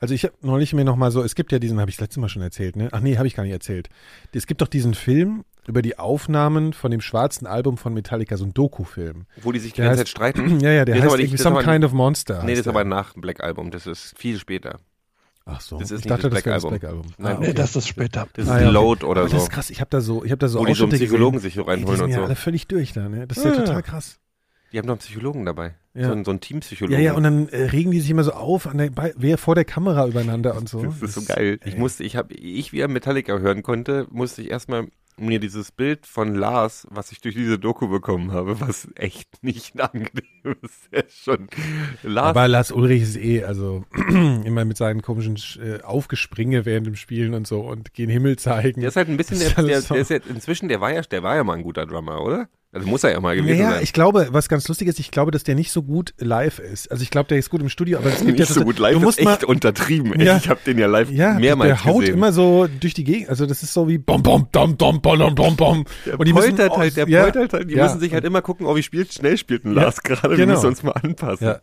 Speaker 2: Also ich habe neulich mir noch mal so, es gibt ja diesen, habe ich letztes Mal schon erzählt, ne? Ach nee, habe ich gar nicht erzählt. Es gibt doch diesen Film über die Aufnahmen von dem schwarzen Album von Metallica, so ein Doku-Film.
Speaker 3: Wo die sich die
Speaker 2: Der
Speaker 3: ganze
Speaker 2: heißt-
Speaker 3: Zeit halt streiten.
Speaker 2: Ja, ja, der
Speaker 3: ist
Speaker 2: heißt
Speaker 3: aber nicht-
Speaker 2: irgendwie
Speaker 3: das ist
Speaker 2: Some
Speaker 3: aber-
Speaker 2: Kind of Monster.
Speaker 3: nee,
Speaker 2: heißt
Speaker 3: das ist
Speaker 2: der.
Speaker 3: aber nach dem Black Album, das ist viel später.
Speaker 2: Ach so,
Speaker 3: das ist
Speaker 2: ich
Speaker 3: nicht
Speaker 2: dachte,
Speaker 3: das
Speaker 2: das wäre das
Speaker 3: Black
Speaker 2: Black Album.
Speaker 3: Nein,
Speaker 6: Nee, das ist später.
Speaker 3: Das
Speaker 2: Ah,
Speaker 3: ist
Speaker 2: ja, okay.
Speaker 3: Load oder
Speaker 2: Aber
Speaker 3: so.
Speaker 2: Das ist krass, ich habe da so, ich habe da so
Speaker 3: wo die so einen
Speaker 2: Ausschnitte
Speaker 3: Psychologen
Speaker 2: gesehen.
Speaker 3: sich so
Speaker 2: Ey, die
Speaker 3: reinholen
Speaker 2: sind
Speaker 3: und
Speaker 2: ja
Speaker 3: so.
Speaker 2: alle völlig durch da, ne? Das ist ja,
Speaker 3: Ja.
Speaker 2: total krass.
Speaker 3: Die haben doch einen Psychologen dabei.
Speaker 2: Ja.
Speaker 3: So, einen, so einen Teampsychologen.
Speaker 2: Ja, ja, und dann äh, regen die sich immer so auf, an der, bei, wer vor der Kamera übereinander und so.
Speaker 3: Das ist so geil. Ich
Speaker 2: ey.
Speaker 3: musste, ich habe, ich wie er Metallica hören konnte, musste ich erstmal mir dieses Bild von Lars, was ich durch diese Doku bekommen habe, was echt nicht angenehm ist, er ist schon Lars.
Speaker 2: Aber Lars Ulrich ist eh, also immer mit seinen komischen äh, Aufgespringe während dem Spielen und so und gehen Himmel zeigen.
Speaker 3: der ist halt ein bisschen,
Speaker 2: Das
Speaker 3: der,
Speaker 2: ist
Speaker 3: der,
Speaker 2: alles
Speaker 3: der ist ja inzwischen, der war ja, der war ja mal ein guter Drummer, oder? Also muss er ja mal gewesen
Speaker 2: Naja,
Speaker 3: sein.
Speaker 2: ich glaube, was ganz lustig ist, ich glaube, dass der nicht so gut live ist. Also ich glaube, der ist gut im Studio, aber es gibt ja
Speaker 3: nicht so
Speaker 2: total-
Speaker 3: gut live,
Speaker 2: du musst
Speaker 3: ist
Speaker 2: mal,
Speaker 3: echt untertrieben. Ey.
Speaker 2: Ja.
Speaker 3: ich habe den ja live
Speaker 2: ja,
Speaker 3: mehrmals
Speaker 2: der haut
Speaker 3: gesehen.
Speaker 2: immer so durch die Gegend. Also das ist so wie bom bom dom dom bom dom bom bom.
Speaker 3: Der
Speaker 2: Und die müssen
Speaker 3: poltert
Speaker 2: aus-
Speaker 3: halt, der
Speaker 2: ja,
Speaker 3: poltert halt. Die
Speaker 2: ja.
Speaker 3: müssen sich halt immer gucken, oh, wie spielt, schnell spielt ein Lars gerade, wir
Speaker 2: genau.
Speaker 3: müssen uns mal anpassen.
Speaker 2: Ja.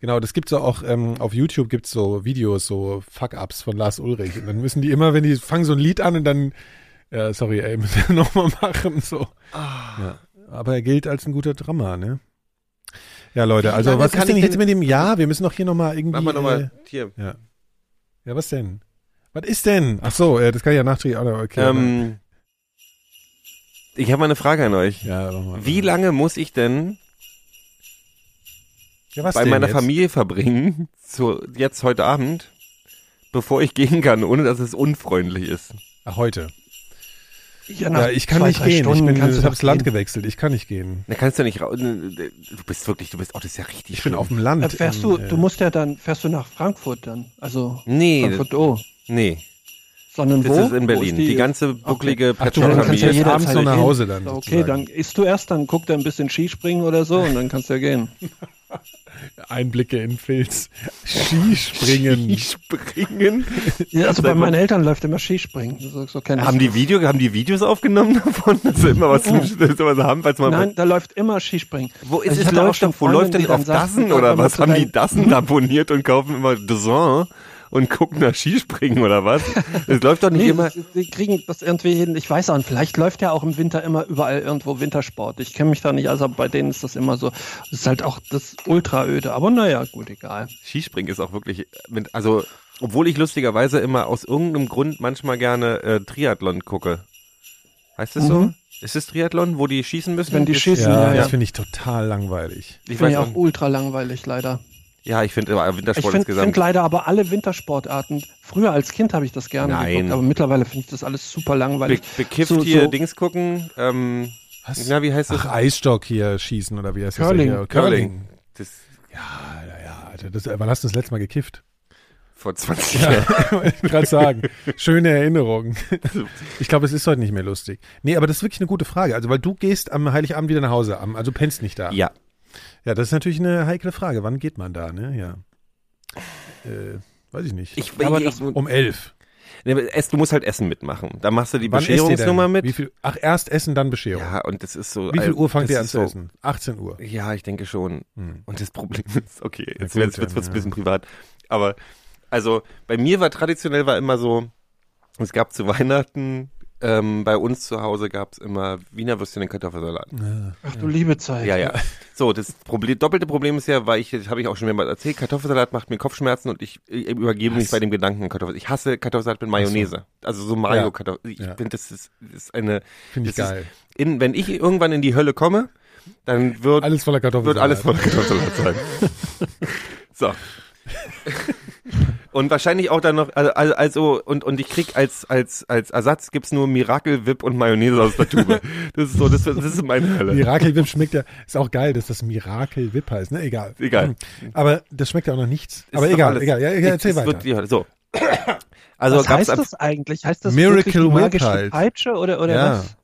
Speaker 2: Genau, das gibt's ja auch ähm, auf YouTube gibt's so Videos, so Fuck-Ups von Lars Ulrich. Und dann müssen die immer, wenn die fangen so ein Lied an und dann, ja, sorry, ey, müssen wir nochmal machen. So.
Speaker 3: Ah.
Speaker 2: Ja. Aber er gilt als ein guter Drama, ne? Ja, Leute, also
Speaker 3: lange
Speaker 2: was
Speaker 3: kann
Speaker 2: ist denn
Speaker 3: ich
Speaker 2: jetzt
Speaker 3: denn-
Speaker 2: mit dem Jahr? Wir müssen doch hier nochmal irgendwie.
Speaker 3: Machen wir nochmal hier.
Speaker 2: Äh, ja. ja, was denn? Was ist denn? Ach so, äh, das kann ich ja nachträglich. ah, Okay.
Speaker 3: Ähm, ich habe mal eine Frage an euch.
Speaker 2: ja, mach mal.
Speaker 3: Wie lange muss ich denn
Speaker 2: ja, was
Speaker 3: bei
Speaker 2: denn
Speaker 3: meiner
Speaker 2: jetzt?
Speaker 3: Familie verbringen, so jetzt heute Abend, bevor ich gehen kann, ohne dass es unfreundlich ist?
Speaker 2: Ah, heute.
Speaker 1: Ja,
Speaker 2: Ja, ich kann nicht gehen. ich bin, ich habe das Land gewechselt. Ich kann nicht gehen.
Speaker 3: Da kannst du nicht raus. Du bist wirklich, du bist, oh, das ist ja richtig
Speaker 2: Ich bin auf dem Land.
Speaker 1: Äh, fährst
Speaker 2: ähm,
Speaker 1: du,
Speaker 2: äh,
Speaker 1: du musst ja dann, fährst du nach Frankfurt dann? Also
Speaker 3: Nee,
Speaker 1: Frankfurt O.
Speaker 3: nee.
Speaker 1: Sondern
Speaker 3: Das
Speaker 1: wo?
Speaker 3: ist in
Speaker 1: Wo
Speaker 3: Berlin. Die? ganze bucklige
Speaker 2: Ach, du
Speaker 1: Ja, dann
Speaker 2: kannst
Speaker 1: kannst
Speaker 2: ja
Speaker 3: Patchwork-Familie.
Speaker 1: ja
Speaker 2: jeden
Speaker 1: jederzeit
Speaker 2: abends noch nach
Speaker 1: gehen.
Speaker 2: Hause dann.
Speaker 1: Okay, dann isst du erst, dann guck dir ein bisschen Skispringen oder so und dann kannst du ja gehen.
Speaker 2: Einblicke in Filz. Skispringen.
Speaker 3: springen.
Speaker 1: Ja, also
Speaker 3: Sag
Speaker 1: bei
Speaker 3: mal-
Speaker 1: meinen Eltern läuft immer Skispringen. So, so kenn ich's.
Speaker 3: Haben die, Video, haben die Videos aufgenommen davon, dass sie immer was, dass sie was haben, falls man
Speaker 1: Nein, da läuft immer Skispringen.
Speaker 3: Wo ist
Speaker 1: Also ich
Speaker 3: es
Speaker 1: hatte
Speaker 3: da
Speaker 1: auch
Speaker 3: auch
Speaker 1: schon
Speaker 3: Wo läuft
Speaker 1: Freunde,
Speaker 3: denn
Speaker 1: die dann
Speaker 3: auf
Speaker 1: sagten, oh,
Speaker 3: Dassen
Speaker 1: sag
Speaker 3: oder
Speaker 1: mal
Speaker 3: was?
Speaker 1: zu
Speaker 3: Haben die
Speaker 1: deinem-
Speaker 3: Dassen abonniert und kaufen immer Design und gucken nach Skispringen oder was? Es läuft doch nicht
Speaker 1: Nee,
Speaker 3: immer.
Speaker 1: sie- sie kriegen das irgendwie hin. Ich weiß auch, nicht, vielleicht läuft ja auch im Winter immer überall irgendwo Wintersport. Ich kenne mich da nicht, also bei denen ist das immer so. Das ist halt auch das Ultraöde. Aber naja, gut, egal.
Speaker 3: Skispringen ist auch wirklich mit, also, obwohl ich lustigerweise immer aus irgendeinem Grund manchmal gerne äh, Triathlon gucke. Heißt das so? Ist es Triathlon, wo die schießen müssen?
Speaker 1: Mhm. Wenn die
Speaker 3: Ist-
Speaker 1: schießen,
Speaker 2: Ja,
Speaker 1: ja, ja.
Speaker 2: das finde ich total langweilig.
Speaker 3: Ich
Speaker 1: Finde
Speaker 3: weiß
Speaker 1: ich
Speaker 3: auch.
Speaker 1: auch ultra langweilig, leider.
Speaker 3: Ja, ich finde aber
Speaker 1: Ich
Speaker 3: Wintersport
Speaker 1: finde
Speaker 3: insgesamt.
Speaker 1: find leider aber alle Wintersportarten. Früher als Kind habe ich das gerne
Speaker 3: Nein.
Speaker 1: geguckt, aber mittlerweile finde ich das alles super
Speaker 3: Be
Speaker 1: langweilig.
Speaker 3: bekifft
Speaker 1: So-
Speaker 3: hier
Speaker 1: so-
Speaker 3: Dings gucken. Ähm,
Speaker 2: Was?
Speaker 3: na, wie heißt das?
Speaker 2: Ach, Eisstock hier schießen oder wie heißt
Speaker 1: Curling.
Speaker 2: das? hier?
Speaker 3: Curling.
Speaker 2: Curling.
Speaker 3: das
Speaker 2: Ah, na ja, Alter, das, wann hast du das letzte Mal gekifft?
Speaker 3: vor 20 Jahren.
Speaker 2: Ja, wollte ich gerade sagen. Schöne Erinnerung. Ich glaube, es ist heute nicht mehr lustig. Nee, aber das ist wirklich eine gute Frage. Also, weil du gehst am Heiligabend wieder nach Hause, am, also pennst nicht da.
Speaker 3: Ja.
Speaker 2: Ja, das ist natürlich eine heikle Frage. Wann geht man da, ne? Ja. Äh, weiß ich nicht.
Speaker 3: Ich,
Speaker 1: Aber
Speaker 3: ich,
Speaker 1: das-
Speaker 2: um elf.
Speaker 3: Nee, aber Ess, du musst halt Essen mitmachen. Da machst du die
Speaker 2: Wann esst ihr denn?
Speaker 3: Bescherungsnummer mit.
Speaker 2: Wie viel, ach, erst essen, dann Bescherung.
Speaker 3: Ja, und das ist so.
Speaker 2: Wie viel
Speaker 3: äh,
Speaker 2: Uhr fangt
Speaker 3: das
Speaker 2: ihr an
Speaker 3: ist
Speaker 2: zu
Speaker 3: so-
Speaker 2: essen? 18 Uhr.
Speaker 3: Ja, ich denke schon.
Speaker 2: Hm.
Speaker 3: Und das Problem ist, okay, jetzt
Speaker 2: gut,
Speaker 3: wird es
Speaker 2: dann,
Speaker 3: ein
Speaker 2: ja.
Speaker 3: bisschen privat. Aber, also, bei mir war traditionell war immer so, es gab zu Weihnachten, ähm, bei uns zu Hause gab es immer Wiener Würstchen und Kartoffelsalat.
Speaker 1: Ach du liebe Zeit.
Speaker 3: Ja, ja. So, das Problem, doppelte Problem ist ja, weil ich, das habe ich auch schon mehrmals erzählt, Kartoffelsalat macht mir Kopfschmerzen und ich, äh, übergebe mich
Speaker 2: Was?
Speaker 3: bei dem Gedanken Kartoffel. Ich hasse Kartoffelsalat mit Mayonnaise. Also so Mayo-Kartoffel. Ich
Speaker 2: Ja.
Speaker 3: finde, das ist, das ist eine,
Speaker 2: Finde ich
Speaker 3: Das ist-
Speaker 2: geil.
Speaker 3: in, wenn ich irgendwann in die Hölle komme, dann wird
Speaker 2: Alles voller Kartoffeln.
Speaker 3: wird alles voller Kartoffelsalat sein. so. und wahrscheinlich auch dann noch, also, also- also und, und ich krieg als, als, als Ersatz gibt's nur Miracle, Whip und Mayonnaise aus der Tube. Das ist so, das, das ist meine Hölle.
Speaker 2: Mirakel Whip schmeckt ja, ist auch geil, dass das Mirakel Whip heißt, ne? Egal.
Speaker 3: Egal.
Speaker 2: Aber das schmeckt ja auch noch nichts.
Speaker 3: Ist
Speaker 2: Aber
Speaker 3: doch
Speaker 2: egal,
Speaker 3: alles-
Speaker 2: egal. Ja, ja, erzähl
Speaker 3: es wird
Speaker 2: weiter.
Speaker 3: die Hölle. So. Also
Speaker 1: was
Speaker 3: gab's
Speaker 1: heißt
Speaker 3: ab-
Speaker 1: das eigentlich? Heißt das
Speaker 2: Miracle
Speaker 1: wirklich die
Speaker 2: Whip
Speaker 1: magische
Speaker 2: halt.
Speaker 1: Peitsche oder, oder
Speaker 2: Ja.
Speaker 1: was?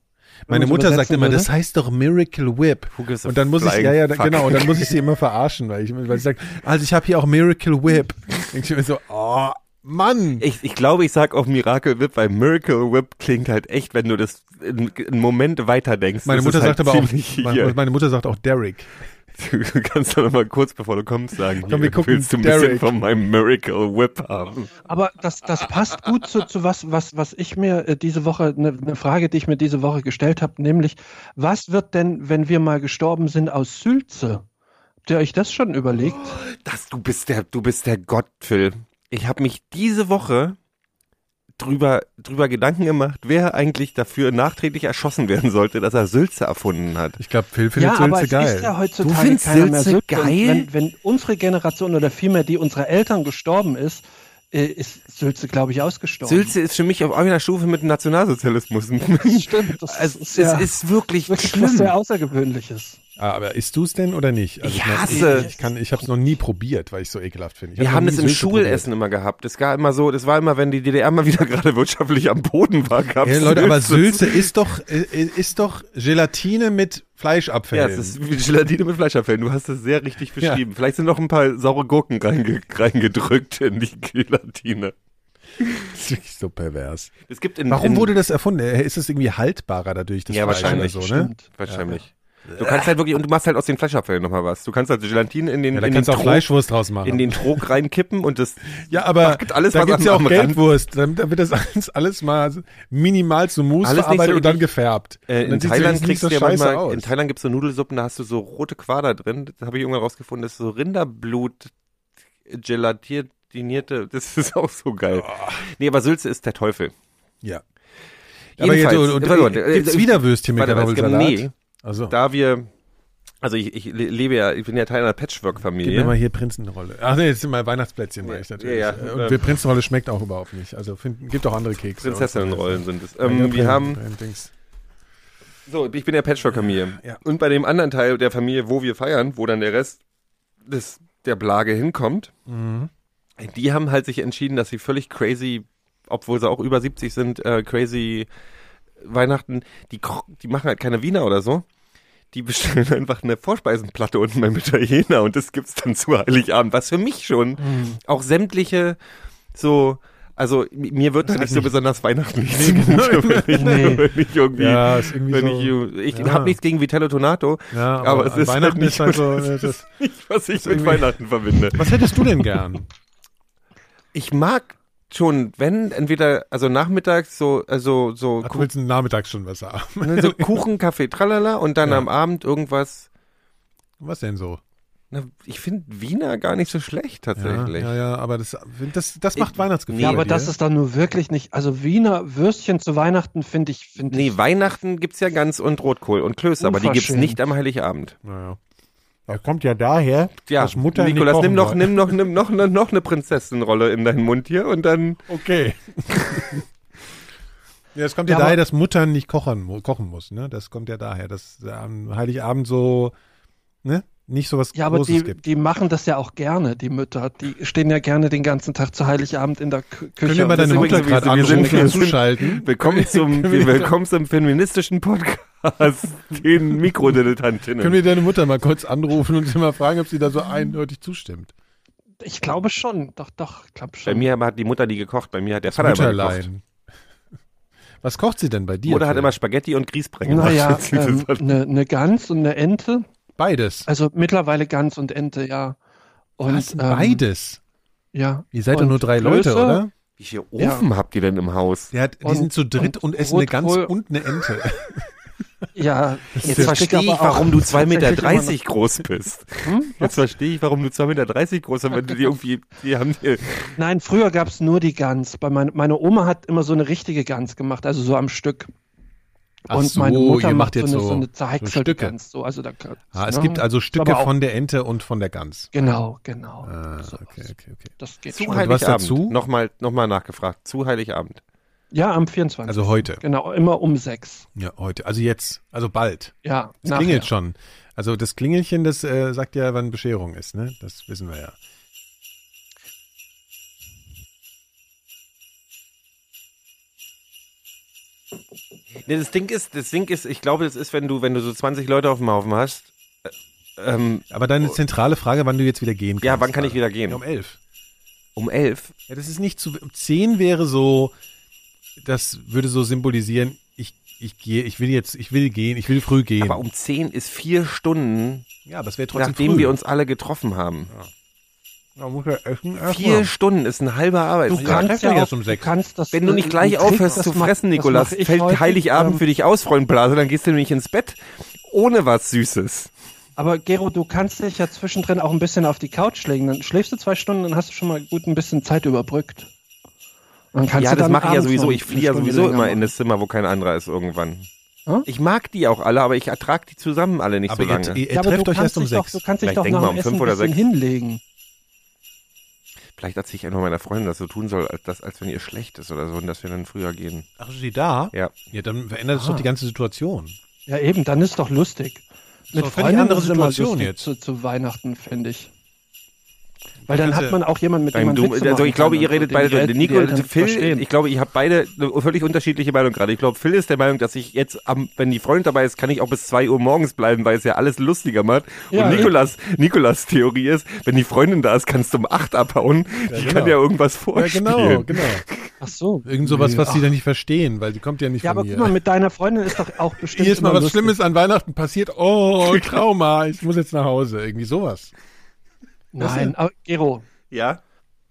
Speaker 2: Meine
Speaker 1: man's
Speaker 2: Mutter sagt
Speaker 1: übersetzen
Speaker 2: immer,
Speaker 1: würde?
Speaker 2: das heißt doch Miracle Whip.
Speaker 3: Who gives a
Speaker 2: Und dann muss ich,
Speaker 3: flying
Speaker 2: ja, ja,
Speaker 3: fuck?
Speaker 2: genau, und dann muss ich sie immer verarschen, weil ich, weil ich sage, also ich habe hier auch Miracle Whip. Ich bin so, oh, Mann.
Speaker 3: Ich, ich glaube, ich sag auch Miracle Whip, weil Miracle Whip klingt halt echt, wenn du das in- einen Moment weiter denkst.
Speaker 2: Meine
Speaker 3: das
Speaker 2: Mutter
Speaker 3: ist halt
Speaker 2: sagt aber auch,
Speaker 3: ziemlich
Speaker 2: meine,
Speaker 3: hier.
Speaker 2: meine Mutter sagt auch Derek.
Speaker 3: Du kannst doch noch mal kurz bevor du kommst sagen,
Speaker 2: wir
Speaker 3: hier,
Speaker 2: gucken
Speaker 3: willst du ein bisschen
Speaker 2: Derek.
Speaker 3: von meinem Miracle Whip haben?
Speaker 1: Aber das, das passt gut zu, zu was, was, was ich mir äh, diese Woche, eine ne Frage, die ich mir diese Woche gestellt habe, nämlich, was wird denn, wenn wir mal gestorben sind, aus Sülze? Habt ihr euch das schon überlegt?
Speaker 3: Das, du bist der, du bist der Gott, Phil. Ich habe mich diese Woche drüber, drüber Gedanken gemacht, wer eigentlich dafür nachträglich erschossen werden sollte, dass er Sülze erfunden hat.
Speaker 2: Ich glaube, Phil findet Sülze
Speaker 1: es
Speaker 2: geil.
Speaker 1: ist ja heutzutage
Speaker 3: Du findest
Speaker 1: keiner mehr
Speaker 3: Sülze
Speaker 1: Sülze. Und
Speaker 3: geil?
Speaker 1: Wenn, wenn unsere Generation oder vielmehr die unserer Eltern gestorben ist, äh, ist Sülze, glaube ich, ausgestorben.
Speaker 3: Sülze ist für mich auf einer Stufe mit dem Nationalsozialismus.
Speaker 1: das stimmt. Das
Speaker 3: Also,
Speaker 1: ist,
Speaker 3: es
Speaker 1: ja
Speaker 3: ist wirklich,
Speaker 1: wirklich was
Speaker 3: schlimm.
Speaker 1: sehr Außergewöhnliches.
Speaker 2: Ah, aber isst du es denn oder nicht?
Speaker 3: Ich
Speaker 2: mein,
Speaker 3: hasse
Speaker 2: Ich, ich, kann- ich habe es noch nie probiert, weil ich so ekelhaft finde. Ich
Speaker 3: Wir
Speaker 2: hab
Speaker 3: haben
Speaker 2: noch
Speaker 3: das
Speaker 2: nie
Speaker 3: im
Speaker 2: Sülze
Speaker 3: Schulessen immer gehabt. Das war immer so, das war immer, wenn die DDR mal wieder gerade wirtschaftlich am Boden war, gab's
Speaker 2: probiert. Ja, Leute, aber
Speaker 3: Sülze.
Speaker 2: Sülze ist doch, äh, ist doch Gelatine mit
Speaker 3: Ja,
Speaker 2: Fleischabfällen.
Speaker 3: es ist wie Gelatine mit Fleischabfällen. Du hast das sehr richtig beschrieben. Vielleicht sind noch ein paar saure Gurken reinge reingedrückt in die Gelatine.
Speaker 2: Das ist wirklich so pervers.
Speaker 3: Es gibt in,
Speaker 2: Warum
Speaker 3: in,
Speaker 2: wurde das erfunden? Äh, Ist es irgendwie haltbarer dadurch, das
Speaker 3: Ja,
Speaker 2: Fleisch
Speaker 3: wahrscheinlich,
Speaker 2: oder so, ne?
Speaker 1: Stimmt.
Speaker 3: Wahrscheinlich. Du kannst halt wirklich, und du machst halt aus den Fleischabfällen nochmal was. Du kannst halt Gelatine in den,
Speaker 2: Ja, da
Speaker 3: in, den
Speaker 2: kannst du auch
Speaker 3: Trog-
Speaker 2: Fleischwurst draus machen.
Speaker 3: in den Trog reinkippen und das,
Speaker 2: ja, aber
Speaker 3: gibt alles
Speaker 2: da
Speaker 3: was
Speaker 2: gibt's
Speaker 3: am-
Speaker 2: ja auch
Speaker 3: am Rand.
Speaker 2: Gelbwurst. Dann, dann wird das alles, alles mal minimal zu Mousse
Speaker 3: Alles nicht so
Speaker 2: verarbeitet und dann
Speaker 3: eklig.
Speaker 2: gefärbt.
Speaker 3: Äh,
Speaker 2: Und dann
Speaker 3: in
Speaker 2: sieht's
Speaker 3: Thailand
Speaker 2: wenigstens
Speaker 3: kriegst du
Speaker 2: nicht
Speaker 3: ja
Speaker 2: so scheiße
Speaker 3: manchmal,
Speaker 2: aus.
Speaker 3: in Thailand gibt's so Nudelsuppen, da hast du so rote Quader drin. Das habe ich irgendwann rausgefunden, das ist so Rinderblut äh, gelatinierte, das ist auch so geil. Nee, aber Sülze ist der Teufel.
Speaker 2: Ja. Aber jetzt,
Speaker 3: Jedenfalls,
Speaker 2: und, und,
Speaker 3: warte, warte,
Speaker 2: gibt's
Speaker 3: äh,
Speaker 2: wieder Würstchen mit
Speaker 3: warte, warte, es gibt-
Speaker 2: Kartoffelsalat?
Speaker 3: nee.
Speaker 2: Also,
Speaker 3: Da wir, also ich, ich le- lebe ja, ich bin ja Teil einer
Speaker 2: gib mir mal
Speaker 3: Patchwork-Familie.
Speaker 2: hier Prinzenrolle. Ach nee, jetzt sind mal Weihnachtsplätzchen, meine ich
Speaker 3: Ja,
Speaker 2: natürlich.
Speaker 3: ja,
Speaker 2: Äh,
Speaker 3: ja.
Speaker 2: Und wir Prinzenrolle schmeckt auch überhaupt nicht. Also find, gibt auch andere Kekse.
Speaker 3: Prinzessinnenrollen sind es.
Speaker 2: Ja,
Speaker 3: Ähm, wir
Speaker 2: Prin-
Speaker 3: haben,
Speaker 2: Prin- Dings.
Speaker 3: so, ich bin der Patchwork-Familie.
Speaker 2: Ja.
Speaker 3: Und bei dem anderen Teil der Familie, wo wir feiern, wo dann der Rest des, der Blage hinkommt,
Speaker 2: Mhm.
Speaker 3: die haben halt sich entschieden, dass sie völlig crazy, obwohl sie auch über 70 sind, äh, crazy Weihnachten, die, koch- die machen halt keine Wiener oder so. Die bestellen einfach eine Vorspeisenplatte unten beim Italiener und das gibt's dann zu Heiligabend, was für mich schon
Speaker 2: Mhm.
Speaker 3: auch sämtliche so, also mi- mir wird da nicht so besonders weihnachtlich.
Speaker 2: genau.
Speaker 3: nee.
Speaker 1: Nee.
Speaker 3: Wenn ich irgendwie,
Speaker 2: Ja, ist irgendwie
Speaker 3: wenn
Speaker 2: so.
Speaker 3: ich, ich
Speaker 2: ja.
Speaker 3: habe nichts gegen Vitello Tonato,
Speaker 2: Ja,
Speaker 3: aber es
Speaker 2: an
Speaker 3: ist halt
Speaker 2: Weihnachten
Speaker 3: nicht
Speaker 2: ist halt so.
Speaker 3: so-
Speaker 2: äh, Das,
Speaker 3: nicht, was ich mit
Speaker 2: irgendwie-
Speaker 3: Weihnachten verbinde.
Speaker 2: was hättest du denn gern?
Speaker 3: Ich mag schon, wenn entweder, also nachmittags so, also so,
Speaker 2: Ach, Du
Speaker 3: Ku-
Speaker 2: willst nachmittags schon was haben.
Speaker 3: ne, so Kuchen, Kaffee, tralala und dann
Speaker 2: Ja.
Speaker 3: am Abend irgendwas.
Speaker 2: Was denn so?
Speaker 3: Na, ich finde Wiener gar nicht so schlecht
Speaker 2: Ja,
Speaker 3: tatsächlich.
Speaker 2: ja, ja, aber das, das, das macht
Speaker 3: Ich-
Speaker 2: Weihnachtsgefühl.
Speaker 3: Ja,
Speaker 1: Ja,
Speaker 2: bei
Speaker 1: aber
Speaker 2: dir.
Speaker 1: das ist dann nur wirklich nicht. Also Wiener Würstchen zu Weihnachten finde ich, finde
Speaker 3: Nee,
Speaker 1: ich.
Speaker 3: Weihnachten gibt's ja Gans und Rotkohl und Klöße, aber die gibt's
Speaker 1: Unverschämt.
Speaker 3: nicht am Heiligabend.
Speaker 2: Naja. Er kommt ja daher,
Speaker 3: Ja,
Speaker 2: dass Mutter nicht
Speaker 3: Nikolas, nimm
Speaker 2: kochen
Speaker 3: noch,
Speaker 2: soll.
Speaker 3: nimm noch, nimm noch, noch, noch eine Prinzessinenrolle in deinen Mund hier und dann.
Speaker 2: Okay. ja, es kommt ja,
Speaker 1: Ja,
Speaker 2: daher,
Speaker 1: aber-
Speaker 2: dass Mutter nicht kochen, mu- kochen muss, ne? Das kommt ja daher, dass am Heiligabend so, ne? Nicht so was
Speaker 1: Ja, aber
Speaker 2: Großes
Speaker 1: die,
Speaker 2: gibt.
Speaker 1: die machen das ja auch gerne, die Mütter. Die stehen ja gerne den ganzen Tag zu Heiligabend in der Kü- Küche.
Speaker 2: Können wir mal
Speaker 1: und
Speaker 2: deine
Speaker 3: das
Speaker 1: sind-
Speaker 3: ist
Speaker 2: Mutter
Speaker 3: übrigens-
Speaker 2: gerade um
Speaker 3: wir sind-
Speaker 2: anrufen
Speaker 3: wir
Speaker 2: und
Speaker 3: sind-
Speaker 2: zuschalten?
Speaker 3: Willkommen zum, willkommen zum feministischen Podcast, den
Speaker 2: Können
Speaker 3: Mikrodilettantinnen.
Speaker 2: wir deine Mutter mal kurz anrufen und sie mal fragen, ob sie da so
Speaker 1: Mhm.
Speaker 2: eindeutig zustimmt?
Speaker 1: Ich glaube schon. Doch, doch, ich glaube schon.
Speaker 3: Bei mir hat die Mutter die gekocht, bei mir hat der Vater immer gekocht.
Speaker 2: Mütterlein. Was kocht sie denn bei dir?
Speaker 3: Mutter hat
Speaker 2: Phil?
Speaker 3: immer Spaghetti und Grießbrei gemacht.
Speaker 1: naja,
Speaker 3: Das
Speaker 1: ähm,
Speaker 3: hat-
Speaker 1: eine ne Gans und eine Ente.
Speaker 2: beides.
Speaker 1: Also mittlerweile Gans und Ente, ja. Und,
Speaker 2: Was?
Speaker 1: ähm,
Speaker 2: beides?
Speaker 1: Ja.
Speaker 2: Ihr seid doch
Speaker 1: und
Speaker 2: nur drei
Speaker 1: Klöße?
Speaker 2: Leute, oder?
Speaker 3: Wie viel Ofen habt ihr denn im Haus?
Speaker 2: Der hat, die
Speaker 1: Und-
Speaker 2: sind zu dritt und,
Speaker 1: und
Speaker 2: essen eine Gans
Speaker 1: Rotkohl.
Speaker 2: und eine Ente.
Speaker 1: Ja,
Speaker 3: Jetzt verstehe ich, warum du 2,30 Meter groß bist.
Speaker 1: Hm?
Speaker 3: Jetzt verstehe ich, warum du 2,30 Meter groß bist, wenn du dir irgendwie, die haben dir,
Speaker 1: Nein, früher gab es nur die Gans. Bei mein, meine Oma hat immer so eine richtige Gans gemacht, also so am Stück.
Speaker 2: Ach
Speaker 1: und
Speaker 2: so,
Speaker 1: meine Mutter
Speaker 2: ihr
Speaker 1: macht
Speaker 2: macht jetzt
Speaker 1: so eine,
Speaker 2: so-
Speaker 1: so eine
Speaker 2: so
Speaker 1: zerhäckselte
Speaker 2: Stücke.
Speaker 1: Gans. So, also da,
Speaker 2: Ah, es
Speaker 1: ne?
Speaker 2: gibt also Stücke
Speaker 1: Aber auch-
Speaker 2: von der Ente und von der Gans.
Speaker 1: Genau, genau.
Speaker 2: Ah,
Speaker 1: So,
Speaker 2: okay, halt- okay, okay.
Speaker 1: Das geht
Speaker 3: zu
Speaker 1: schon.
Speaker 2: was dazu?
Speaker 3: Heiligabend, nochmal, nochmal nachgefragt, zu Heiligabend.
Speaker 1: Ja, am 24.
Speaker 2: Also heute.
Speaker 1: Genau, immer um sechs.
Speaker 2: Ja, heute. Also jetzt. Also bald.
Speaker 1: Ja,
Speaker 2: Es
Speaker 1: nachher.
Speaker 2: klingelt schon. Also das Klingelchen, das äh, sagt ja, wann Bescherung ist, ne? Das wissen wir ja.
Speaker 3: Nee, das Ding ist, das Ding ist, ich glaube, das ist, wenn du, wenn du so 20 Leute auf dem Haufen hast, äh, ähm,
Speaker 2: Aber deine zentrale Frage, wann du jetzt wieder gehen kannst.
Speaker 3: ja, wann kann ich wieder
Speaker 2: Ja,
Speaker 3: gehen?
Speaker 2: um elf.
Speaker 3: Um elf?
Speaker 2: Ja, das ist nicht zu. Um zehn wäre so, das würde so symbolisieren, ich, ich gehe, ich will jetzt, ich will gehen, ich will früh gehen.
Speaker 3: Aber um zehn ist vier Stunden,
Speaker 2: ja, aber es wäre trotzdem
Speaker 3: nachdem
Speaker 2: früh.
Speaker 3: wir uns alle getroffen haben.
Speaker 2: Man muss ja essen,
Speaker 3: Vier Stunden ist ein halber
Speaker 2: Du
Speaker 3: Arbeitstag.
Speaker 2: kannst- treffen wir erst um sechs.
Speaker 1: du kannst das,
Speaker 3: Wenn du nicht gleich
Speaker 1: einen Trick,
Speaker 3: aufhörst zu
Speaker 1: das mach-
Speaker 3: fressen,
Speaker 1: das
Speaker 3: Nikolas,
Speaker 1: mach ich
Speaker 3: fällt
Speaker 1: häufig,
Speaker 3: Heiligabend
Speaker 1: ähm,
Speaker 3: für dich aus, Freund Blase, dann gehst du nämlich ins Bett ohne was Süßes.
Speaker 1: Aber Gero, du kannst dich ja zwischendrin auch ein bisschen auf die Couch legen. Dann schläfst du zwei Stunden, dann hast du schon mal gut ein bisschen Zeit überbrückt. Dann kannst
Speaker 3: ja,
Speaker 1: du
Speaker 3: das
Speaker 1: dann
Speaker 3: mache ich ja
Speaker 1: abends
Speaker 3: sowieso.
Speaker 1: noch
Speaker 3: Ich
Speaker 1: eine
Speaker 3: fliehe ja
Speaker 1: Stunde
Speaker 3: sowieso
Speaker 1: länger
Speaker 3: immer
Speaker 1: machen.
Speaker 3: in das Zimmer, wo kein anderer ist irgendwann.
Speaker 7: Hm?
Speaker 3: Ich mag die auch alle, aber ich ertrage die zusammen alle nicht
Speaker 2: aber
Speaker 3: so
Speaker 2: ihr,
Speaker 3: lange.
Speaker 2: ihr
Speaker 1: Ja, aber
Speaker 2: trefft
Speaker 1: du
Speaker 2: euch
Speaker 1: kannst
Speaker 2: erst um
Speaker 1: dich doch,
Speaker 2: sechs.
Speaker 1: du kannst dich
Speaker 3: Vielleicht
Speaker 1: doch
Speaker 3: denken
Speaker 1: nach
Speaker 3: wir
Speaker 1: dem
Speaker 3: um
Speaker 1: Essen
Speaker 3: fünf oder
Speaker 1: ein bisschen
Speaker 3: sechs.
Speaker 1: hinlegen.
Speaker 3: Vielleicht erzähle ich einfach meiner Freundin, dass sie so tun soll, als, dass, als wenn ihr schlecht ist oder so, und dass wir dann früher gehen.
Speaker 2: Ach, sie da?
Speaker 3: Ja.
Speaker 2: Ja, dann verändert es doch
Speaker 1: Ah.
Speaker 2: die ganze Situation.
Speaker 1: Ja, eben, dann ist doch lustig.
Speaker 2: doch eine völlig andere
Speaker 1: ist es immer
Speaker 2: Situation
Speaker 1: lustig
Speaker 2: jetzt.
Speaker 1: Zu, zu Weihnachten, finde ich. Weil dann
Speaker 2: kannst
Speaker 1: hat
Speaker 2: ja-
Speaker 1: man auch jemanden, mit dem
Speaker 3: Beim
Speaker 1: man
Speaker 3: Doom,
Speaker 1: Witze
Speaker 3: also
Speaker 1: machen
Speaker 3: ich glaube,
Speaker 1: kann
Speaker 3: ihr
Speaker 1: und
Speaker 3: redet
Speaker 1: den
Speaker 3: beide,
Speaker 1: die El- die
Speaker 3: Nico
Speaker 1: Eltern
Speaker 3: und Phil,
Speaker 1: verstehen.
Speaker 3: ich glaube, ihr habt beide eine völlig unterschiedliche Meinung gerade. Ich glaube, Phil ist der Meinung, dass ich jetzt, am, wenn die Freundin dabei ist, kann ich auch bis 2 Uhr morgens bleiben, weil es ja alles lustiger macht.
Speaker 1: Ja,
Speaker 3: und
Speaker 1: eben.
Speaker 3: Nikolas, Nikolas Theorie ist, wenn die Freundin da ist, kannst du um 8 abhauen. die
Speaker 2: genau.
Speaker 3: kann ja irgendwas
Speaker 2: Ja,
Speaker 3: vorspielen.
Speaker 2: genau, genau.
Speaker 1: Ach so.
Speaker 2: Irgend sowas, was sie dann nicht verstehen, weil die kommt ja nicht
Speaker 1: Ja,
Speaker 2: von
Speaker 1: aber
Speaker 2: mir.
Speaker 1: guck mal, mit deiner Freundin ist doch auch bestimmt.
Speaker 2: Hier ist mal
Speaker 1: immer
Speaker 2: was
Speaker 1: lustig.
Speaker 2: Schlimmes an Weihnachten passiert. Oh, Trauma, ich muss jetzt nach Hause. Irgendwie sowas.
Speaker 1: Nein, aber Gero,
Speaker 3: Ja.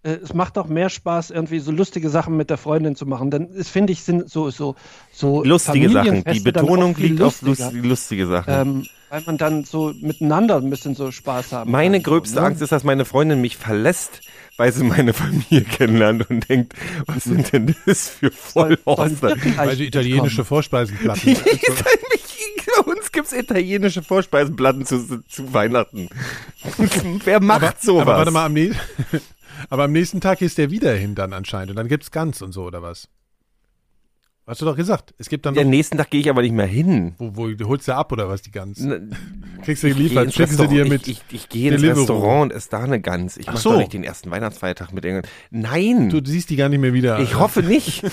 Speaker 1: äh, es macht doch mehr Spaß, irgendwie so lustige Sachen mit der Freundin zu machen. Dann ist, finde ich, sind so, so, so
Speaker 3: Lustige Sachen. Die
Speaker 1: Familienfeste dann auch
Speaker 3: Betonung
Speaker 1: viel
Speaker 3: liegt auf
Speaker 1: lustiger,
Speaker 3: lustige, lustige Sachen.
Speaker 1: Ähm, weil man dann so miteinander ein bisschen so Spaß haben
Speaker 3: Meine
Speaker 1: kann,
Speaker 3: gröbste
Speaker 1: so, ne?
Speaker 3: Angst ist, dass meine Freundin mich verlässt, weil sie meine Familie kennenlernt und denkt, was sind denn das für
Speaker 1: Sollen wir
Speaker 3: Vollhorster?
Speaker 1: vielleicht
Speaker 2: Also italienische Vorspeisenplatten.
Speaker 3: Bei uns gibt's italienische Vorspeisenplatten zu, zu Weihnachten. Wer macht sowas?
Speaker 2: aber warte mal, am nächsten, aber am nächsten Tag ist der wieder hin dann anscheinend. Und dann gibt's Gans und so, oder was? Hast du doch gesagt. Es gibt dann
Speaker 3: Den
Speaker 2: noch,
Speaker 3: nächsten Tag gehe ich aber nicht mehr hin. Ne,
Speaker 2: wo, wo, du holst du ab, oder was, die Gans? Kriegst du
Speaker 3: Ich gehe
Speaker 2: geliefert,
Speaker 3: ins
Speaker 2: schicken sie dir
Speaker 3: Restaurant-
Speaker 2: mit.
Speaker 3: Ich, ich, ich gehe ins
Speaker 2: Deliveroo.
Speaker 3: Restaurant und esse da eine Gans. Ich
Speaker 2: Ach
Speaker 3: mache
Speaker 2: so.
Speaker 3: doch nicht den ersten Weihnachtsfeiertag mit England. Nein,
Speaker 2: du siehst die gar nicht mehr wieder.
Speaker 3: ich hoffe nicht.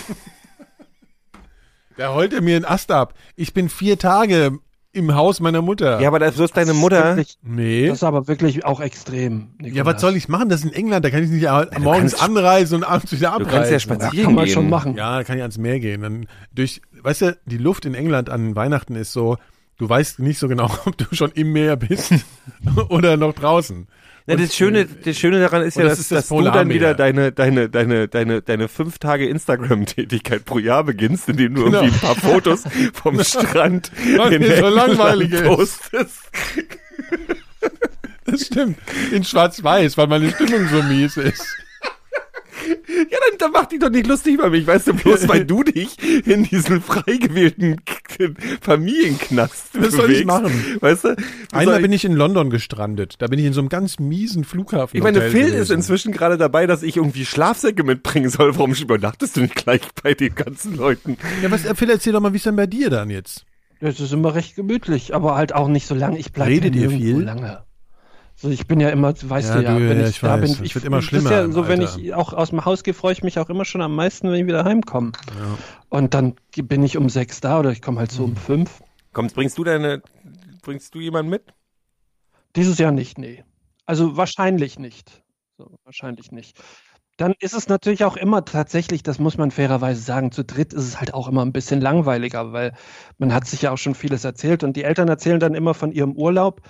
Speaker 2: Da heult er mir einen Ast ab. Ich bin vier Tage im Haus meiner Mutter.
Speaker 3: Ja, aber das ist deine Mutter.
Speaker 1: Wirklich,
Speaker 2: nee.
Speaker 1: das ist aber wirklich auch extrem.
Speaker 2: ja, was soll ich machen? Das ist in England, da kann ich nicht a- morgens
Speaker 3: kannst-
Speaker 2: anreisen und abends wieder
Speaker 3: Du
Speaker 2: abreisen.
Speaker 3: kannst ja
Speaker 1: Das
Speaker 3: spazieren
Speaker 1: kann man
Speaker 3: gehen.
Speaker 1: schon machen.
Speaker 2: Ja, da kann ich ans Meer gehen. Dann durch, weißt du, die Luft in England an Weihnachten ist so, du weißt nicht so genau, ob du schon im Meer bist oder noch draußen.
Speaker 3: Na, das, Schöne, das Schöne daran ist
Speaker 2: äh, Und
Speaker 3: ja,
Speaker 2: das
Speaker 3: dass,
Speaker 2: ist
Speaker 3: dass
Speaker 2: das
Speaker 3: du dann
Speaker 2: Polarmeer.
Speaker 3: wieder deine, deine, deine, deine, deine fünf Tage Instagram-Tätigkeit pro Jahr beginnst, indem du
Speaker 2: Genau.
Speaker 3: irgendwie ein paar Fotos vom Strand
Speaker 2: Weil mir so
Speaker 3: England
Speaker 2: langweilig ist.
Speaker 3: postest.
Speaker 2: Das stimmt. In Schwarz-Weiß, weil meine Stimmung so mies ist.
Speaker 3: Ja, dann, dann mach dich doch nicht lustig über mich, weißt du, bloß weil du dich in diesen frei gewählten K- Familienknast
Speaker 2: Was
Speaker 3: bewegst.
Speaker 2: soll ich machen?
Speaker 3: Weißt du?
Speaker 2: Einmal bin ich in London gestrandet. Da bin ich in so einem ganz miesen Flughafen.
Speaker 3: Ich meine, Phil ist inzwischen gerade dabei, dass ich irgendwie Schlafsäcke mitbringen soll. Warum übernachtest du nicht gleich bei den ganzen Leuten?
Speaker 2: Ja, was, Phil, erzähl doch mal, wie ist denn bei dir dann jetzt?
Speaker 1: Das ist immer recht gemütlich, aber halt auch nicht so lange. Ich bleibe
Speaker 2: Redet ihr viel?
Speaker 1: lange. So, ich bin ja immer, das weißt
Speaker 2: Ja,
Speaker 1: du ja,
Speaker 2: du,
Speaker 1: wenn
Speaker 2: ja,
Speaker 1: ich,
Speaker 2: ich
Speaker 1: da
Speaker 2: weiß.
Speaker 1: bin,
Speaker 2: Es
Speaker 1: ich
Speaker 2: wird immer
Speaker 1: das Ist
Speaker 2: schlimmer
Speaker 1: ja
Speaker 2: im
Speaker 1: so, wenn
Speaker 2: Alter.
Speaker 1: ich auch aus dem Haus gehe, freue ich mich auch immer schon am meisten, wenn ich wieder heimkomme. Und dann ge- bin ich um sechs da oder ich komme halt so um fünf.
Speaker 3: Komm, bringst du deine, bringst du jemanden mit?
Speaker 1: Dieses Jahr nicht, nee. Also wahrscheinlich nicht. So, wahrscheinlich nicht. Dann ist es natürlich auch immer tatsächlich, das muss man fairerweise sagen, zu dritt ist es halt auch immer ein bisschen langweiliger, weil man hat sich ja auch schon vieles erzählt und die Eltern erzählen dann immer von ihrem Urlaub.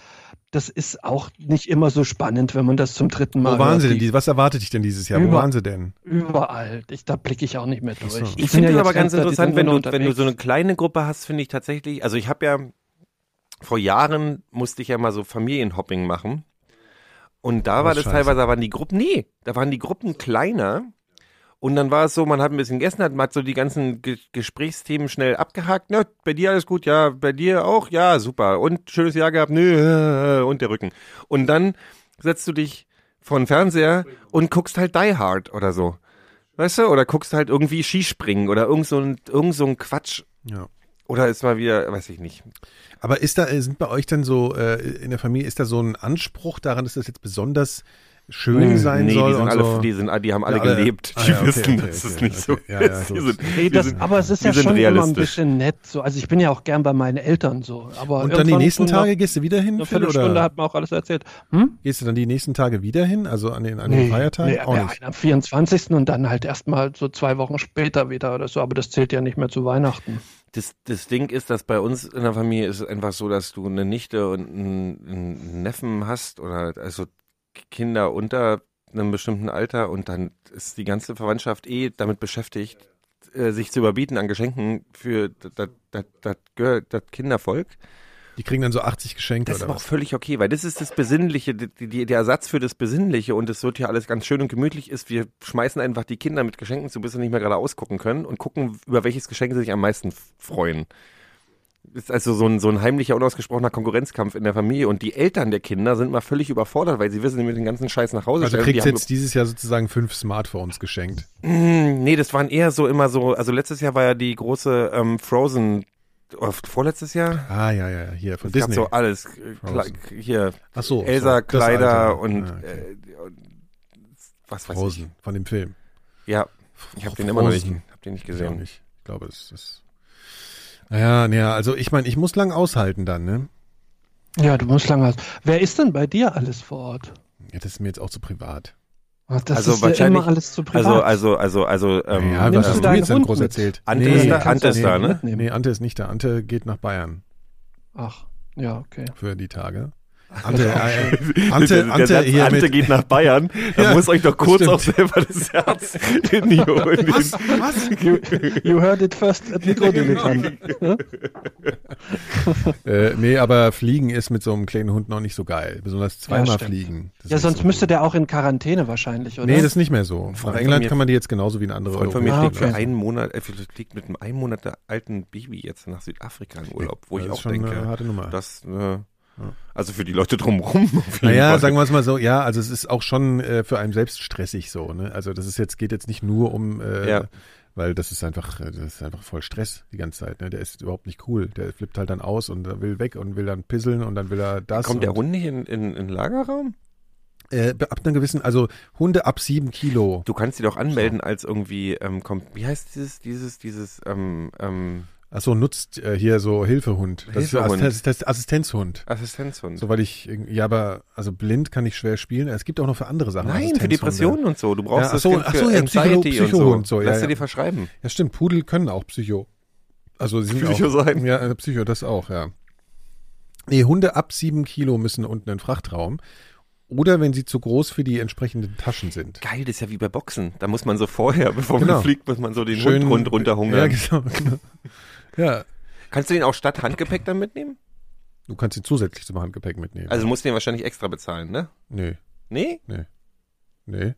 Speaker 1: Das ist auch nicht immer so spannend, wenn man das zum dritten Mal
Speaker 2: Wo waren
Speaker 1: hört.
Speaker 2: sie denn?
Speaker 1: Die-
Speaker 2: Oh, die- Was erwartet dich denn dieses Jahr? Wo
Speaker 1: Über-
Speaker 2: waren sie denn?
Speaker 1: Überall. Ich, da blicke ich auch nicht mehr durch.
Speaker 2: so.
Speaker 1: Die
Speaker 3: Ich
Speaker 1: sind
Speaker 3: finde
Speaker 1: ja
Speaker 3: das
Speaker 1: jetzt
Speaker 3: aber ganz
Speaker 1: Rentner, die
Speaker 3: interessant,
Speaker 1: sind
Speaker 3: wenn
Speaker 1: nur
Speaker 3: du,
Speaker 1: noch
Speaker 3: wenn du so eine
Speaker 1: unterwegs.
Speaker 3: kleine Gruppe hast, finde ich tatsächlich, also ich habe ja, vor Jahren musste ich ja mal so Familienhopping machen. Und da
Speaker 2: Oh,
Speaker 3: war das
Speaker 2: scheiße.
Speaker 3: teilweise, da waren die Gruppen, nee, da waren die Gruppen kleiner. Und dann war es so, man hat ein bisschen gegessen, hat, man hat so die ganzen Ge Gesprächsthemen schnell abgehakt. Na, bei dir alles gut, ja, bei dir auch, ja, super. Und schönes Jahr gehabt, nö, und der Rücken. Und dann setzt du dich vor den Fernseher und guckst halt Die Hard oder so. Weißt du? Oder guckst halt irgendwie Skispringen oder irgend so ein, irgend so ein Quatsch.
Speaker 2: Ja.
Speaker 3: Oder ist mal wieder, weiß ich nicht.
Speaker 2: Aber ist da, äh, sind bei euch dann so, äh, in der Familie, ist da so ein Anspruch daran, dass das jetzt besonders schön sein
Speaker 3: nee,
Speaker 2: soll?
Speaker 3: die sind
Speaker 2: und
Speaker 3: alle,
Speaker 2: so?
Speaker 3: die, sind, ah, die haben alle
Speaker 2: Ja, alle-
Speaker 3: gelebt.
Speaker 2: Ah,
Speaker 3: die
Speaker 2: ja, okay,
Speaker 3: wissen,
Speaker 2: okay,
Speaker 3: dass
Speaker 2: okay,
Speaker 3: es nicht so
Speaker 2: okay. Ja, ja,
Speaker 3: ist.
Speaker 2: gut.
Speaker 3: die sind,
Speaker 1: Nee,
Speaker 3: die
Speaker 1: das,
Speaker 3: sind,
Speaker 1: aber es ist
Speaker 3: die
Speaker 1: ja
Speaker 3: sind
Speaker 1: schon immer ein
Speaker 3: realistisch.
Speaker 1: bisschen nett. So. Also ich bin ja auch gern bei meinen Eltern so. Aber
Speaker 2: und dann die
Speaker 1: irgendwann
Speaker 2: nächsten
Speaker 1: so nach
Speaker 2: Tage gehst du wieder hin,
Speaker 1: Eine
Speaker 2: Phil,
Speaker 1: Viertelstunde
Speaker 2: oder
Speaker 1: hat man auch alles erzählt. Hm?
Speaker 2: gehst du dann die nächsten Tage wieder hin, also an den, an den Feiertag?
Speaker 1: nee,
Speaker 2: Auch
Speaker 1: ja,
Speaker 2: nicht.
Speaker 1: am 24. und dann halt erstmal so zwei Wochen später wieder oder so, aber das zählt ja nicht mehr zu Weihnachten.
Speaker 3: Das, das Ding ist, dass bei uns in der Familie ist es einfach so, dass du eine Nichte und einen, einen Neffen hast oder also Kinder unter einem bestimmten Alter und dann ist die ganze Verwandtschaft eh damit beschäftigt, äh, sich zu überbieten an Geschenken für das Kindervolk.
Speaker 2: Die kriegen dann so 80 Geschenke
Speaker 3: Das ist
Speaker 2: oder
Speaker 3: auch
Speaker 2: was.
Speaker 3: völlig okay, weil das ist das Besinnliche, die, die, der Ersatz für das Besinnliche und es wird hier alles ganz schön und gemütlich ist. Wir schmeißen einfach die Kinder mit Geschenken zu, bis sie nicht mehr gerade ausgucken können und gucken, über welches Geschenk sie sich am meisten f- freuen. Das ist also so ein, so ein heimlicher, unausgesprochener Konkurrenzkampf in der Familie und die Eltern der Kinder sind mal völlig überfordert, weil sie wissen, sie mit dem ganzen Scheiß nach Hause
Speaker 2: Also
Speaker 3: stellen. Die
Speaker 2: kriegst
Speaker 3: haben
Speaker 2: jetzt dieses Jahr sozusagen fünf Smartphones geschenkt.
Speaker 3: Mm, Nee, das waren eher so immer so, also letztes Jahr war ja die große ähm, Frozen, oder vorletztes Jahr?
Speaker 2: Ah, ja, ja, ja, hier von
Speaker 3: Es gab
Speaker 2: Disney.
Speaker 3: so alles, äh,
Speaker 2: Frozen.
Speaker 3: Kle- hier,
Speaker 2: Ach Oh, so,
Speaker 3: Elsa,
Speaker 2: so, das
Speaker 3: Kleider
Speaker 2: Alter.
Speaker 3: und,
Speaker 2: Ah, okay.
Speaker 3: äh, und was weiß
Speaker 2: Rosen von dem Film.
Speaker 3: ich. Ja, ich habe den immer noch nicht,
Speaker 2: Frozen.
Speaker 3: hab den nicht
Speaker 2: Ich auch
Speaker 3: gesehen.
Speaker 2: nicht. Ich glaube, es ist. Naja, naja, also ich meine, ich muss lang aushalten dann, ne?
Speaker 6: Ja, du musst lange. Wer ist denn bei dir alles vor Ort?
Speaker 2: Ja, das ist mir jetzt auch zu privat.
Speaker 6: Ach, Das
Speaker 3: Also
Speaker 6: ist ja
Speaker 3: wahrscheinlich-
Speaker 6: immer alles zu privat.
Speaker 3: Also, also, also, also, ähm,
Speaker 2: ja,
Speaker 6: nimmst
Speaker 2: was
Speaker 6: du
Speaker 2: hast du
Speaker 6: deinen
Speaker 2: jetzt denn
Speaker 6: Hund
Speaker 2: groß
Speaker 6: mit?
Speaker 2: erzählt?
Speaker 3: Ante ist da, Ante ist
Speaker 6: du
Speaker 3: da,
Speaker 6: nicht
Speaker 3: ne?
Speaker 6: mitnehmen.
Speaker 2: Nee, Ante ist nicht da. Ante geht nach Bayern
Speaker 6: Ach, ja, okay.
Speaker 2: für die Tage. Ante, äh,
Speaker 3: Der-
Speaker 2: Ante,
Speaker 3: der
Speaker 2: Ante
Speaker 3: Satz,
Speaker 2: hier
Speaker 3: Ante
Speaker 2: mit.
Speaker 3: geht nach Bayern, da
Speaker 2: Ja,
Speaker 3: muss euch doch
Speaker 2: das
Speaker 3: kurz
Speaker 2: stimmt.
Speaker 3: auch selber das Herz in die holen.
Speaker 2: Was?
Speaker 6: You, you heard it first at Mikrodilettant.
Speaker 2: Äh, nee, aber Fliegen ist mit so einem kleinen Hund noch nicht so geil. Besonders zweimal
Speaker 6: stimmt.
Speaker 2: Fliegen. Das
Speaker 6: Ja,
Speaker 2: ist nicht
Speaker 6: sonst
Speaker 2: so
Speaker 6: müsste
Speaker 2: cool.
Speaker 6: der auch in Quarantäne wahrscheinlich, oder?
Speaker 2: Nee, das ist nicht mehr so.
Speaker 3: Freund
Speaker 2: Nach
Speaker 3: von
Speaker 2: England
Speaker 3: mir-
Speaker 2: kann man die jetzt genauso wie in andere
Speaker 3: Freund von mir
Speaker 6: Ah,
Speaker 3: fliegt
Speaker 6: okay.
Speaker 3: für einen Monat, äh, fliegt mit einem ein Monat alten Baby jetzt nach Südafrika in Urlaub, wo
Speaker 2: Ja,
Speaker 3: ich
Speaker 2: das ist
Speaker 3: auch
Speaker 2: schon
Speaker 3: denke,
Speaker 2: Eine harte Nummer.
Speaker 3: das, äh, also für die Leute drumherum. auf jeden
Speaker 2: Naja,
Speaker 3: Fall.
Speaker 2: sagen wir es mal so, ja, also es ist auch schon äh, für einen selbst stressig so, ne? Also das ist jetzt, geht jetzt nicht nur um, äh,
Speaker 3: Ja.
Speaker 2: weil das ist einfach, äh, das ist einfach voll Stress die ganze Zeit, ne? Der ist überhaupt nicht cool. Der flippt halt dann aus und er will weg und will dann pisseln und dann will er das.
Speaker 3: Kommt der
Speaker 2: und,
Speaker 3: Hund nicht in, in, in den Lagerraum?
Speaker 2: Äh, ab einer gewissen, also Hunde ab sieben Kilo.
Speaker 3: Du kannst sie doch anmelden als irgendwie, ähm, kom- wie heißt dieses, dieses, dieses, ähm, ähm,
Speaker 2: Achso, nutzt äh, hier so Hilfehund. Das
Speaker 3: Hilfehund.
Speaker 2: ist der Assisten- Assisten- Assistenzhund.
Speaker 3: Assistenzhund.
Speaker 2: Soweit ich, irgendwie- ja, aber, also blind kann ich schwer spielen. Es gibt auch noch für andere Sachen.
Speaker 3: Nein, für
Speaker 2: Assistenzhunde.
Speaker 3: Depressionen und so. Du brauchst
Speaker 2: Ja,
Speaker 3: das
Speaker 2: ach so,
Speaker 3: Kind
Speaker 2: ach
Speaker 3: für
Speaker 2: so, ja, Psycho-
Speaker 3: Anxiety und
Speaker 2: Psychohund
Speaker 3: so.
Speaker 2: so, ja,
Speaker 3: Lass dir
Speaker 2: ja.
Speaker 3: die verschreiben.
Speaker 2: Ja, stimmt. Pudel können auch Psycho. Also sie sind
Speaker 3: Psycho
Speaker 2: auch,
Speaker 3: sein.
Speaker 2: Ja, äh, Psycho, das auch, ja. Nee, Hunde ab sieben Kilo müssen unten in den Frachtraum. Oder wenn sie zu groß für die entsprechenden Taschen sind.
Speaker 3: Geil, das ist ja wie bei Boxen. Da muss man so vorher, bevor
Speaker 2: Genau.
Speaker 3: man fliegt, muss man so den Hund rund
Speaker 2: Ja,
Speaker 3: runterhungern.
Speaker 2: genau. genau. ja,
Speaker 3: Kannst du den auch statt Handgepäck dann mitnehmen?
Speaker 2: du kannst ihn zusätzlich zum Handgepäck mitnehmen.
Speaker 3: Also musst du den wahrscheinlich extra bezahlen, ne?
Speaker 2: nee,
Speaker 3: Nee?
Speaker 2: nee.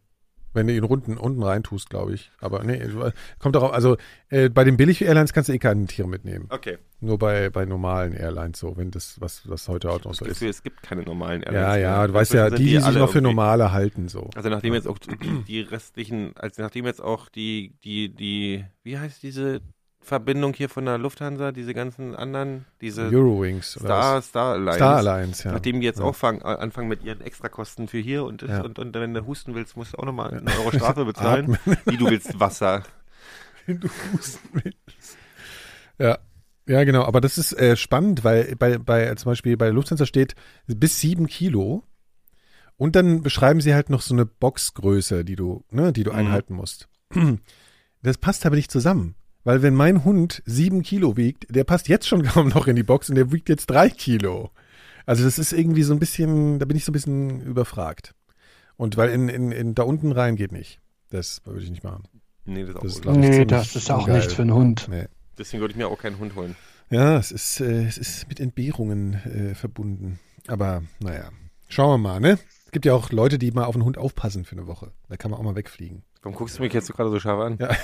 Speaker 2: Wenn du ihn unten, unten reintust, glaube ich. Aber nee, du- kommt darauf. Also äh, bei den Billig-Airlines kannst du eh keine Tiere mitnehmen.
Speaker 3: Okay.
Speaker 2: Nur bei, bei normalen Airlines so, wenn das, was, was heute auch noch
Speaker 3: Das
Speaker 2: so ist.
Speaker 3: Gefühl, es gibt keine normalen
Speaker 2: Ja,
Speaker 3: Airlines
Speaker 2: ja,
Speaker 3: mehr.
Speaker 2: du weißt ja,
Speaker 3: Inzwischen
Speaker 2: die, die
Speaker 3: sind
Speaker 2: sich
Speaker 3: alle
Speaker 2: noch für
Speaker 3: irgendwie-
Speaker 2: normale halten, so.
Speaker 3: Also nachdem jetzt auch die, die restlichen, also nachdem jetzt auch die, die, die, wie heißt diese Verbindung hier von der Lufthansa, diese ganzen anderen, diese
Speaker 2: Eurowings.
Speaker 3: Star,
Speaker 2: oder
Speaker 3: Star
Speaker 2: was?
Speaker 3: Alliance.
Speaker 2: Star Alliance, ja.
Speaker 3: Nachdem die jetzt
Speaker 2: Ja.
Speaker 3: auch fangen, äh, anfangen mit ihren Extrakosten für hier und, das
Speaker 2: Ja.
Speaker 3: und, und wenn du husten willst, musst du auch nochmal einen Euro Strafe bezahlen. Wie du willst Wasser.
Speaker 2: du husten willst. Ja. Ja, genau, aber das ist äh, spannend, weil bei, bei zum Beispiel bei Lufthansa steht bis sieben Kilo und dann beschreiben sie halt noch so eine Boxgröße, die du, ne, die du
Speaker 3: Mhm.
Speaker 2: einhalten musst. Das passt aber nicht zusammen, weil wenn mein Hund sieben Kilo wiegt, der passt jetzt schon kaum noch in die Box und der wiegt jetzt drei Kilo. Also das ist irgendwie so ein bisschen, da bin ich so ein bisschen überfragt. Und weil in, in, in da unten rein geht nicht. Das würde ich nicht machen.
Speaker 3: Nee, das ist auch
Speaker 2: Das
Speaker 3: gut.
Speaker 2: ist glaub ich,
Speaker 6: nee,
Speaker 2: ziemlich
Speaker 6: das ist auch
Speaker 2: ungeil.
Speaker 6: nichts für einen Hund.
Speaker 2: Nee.
Speaker 3: Deswegen würde ich mir auch keinen Hund holen.
Speaker 2: Ja, es ist, äh, es ist mit Entbehrungen äh, verbunden. Aber naja, schauen wir mal, ne? Es gibt ja auch Leute, die mal auf einen Hund aufpassen für eine Woche. Da kann man auch mal wegfliegen.
Speaker 3: Warum guckst du mich jetzt so gerade so scharf an?
Speaker 2: Ja. ja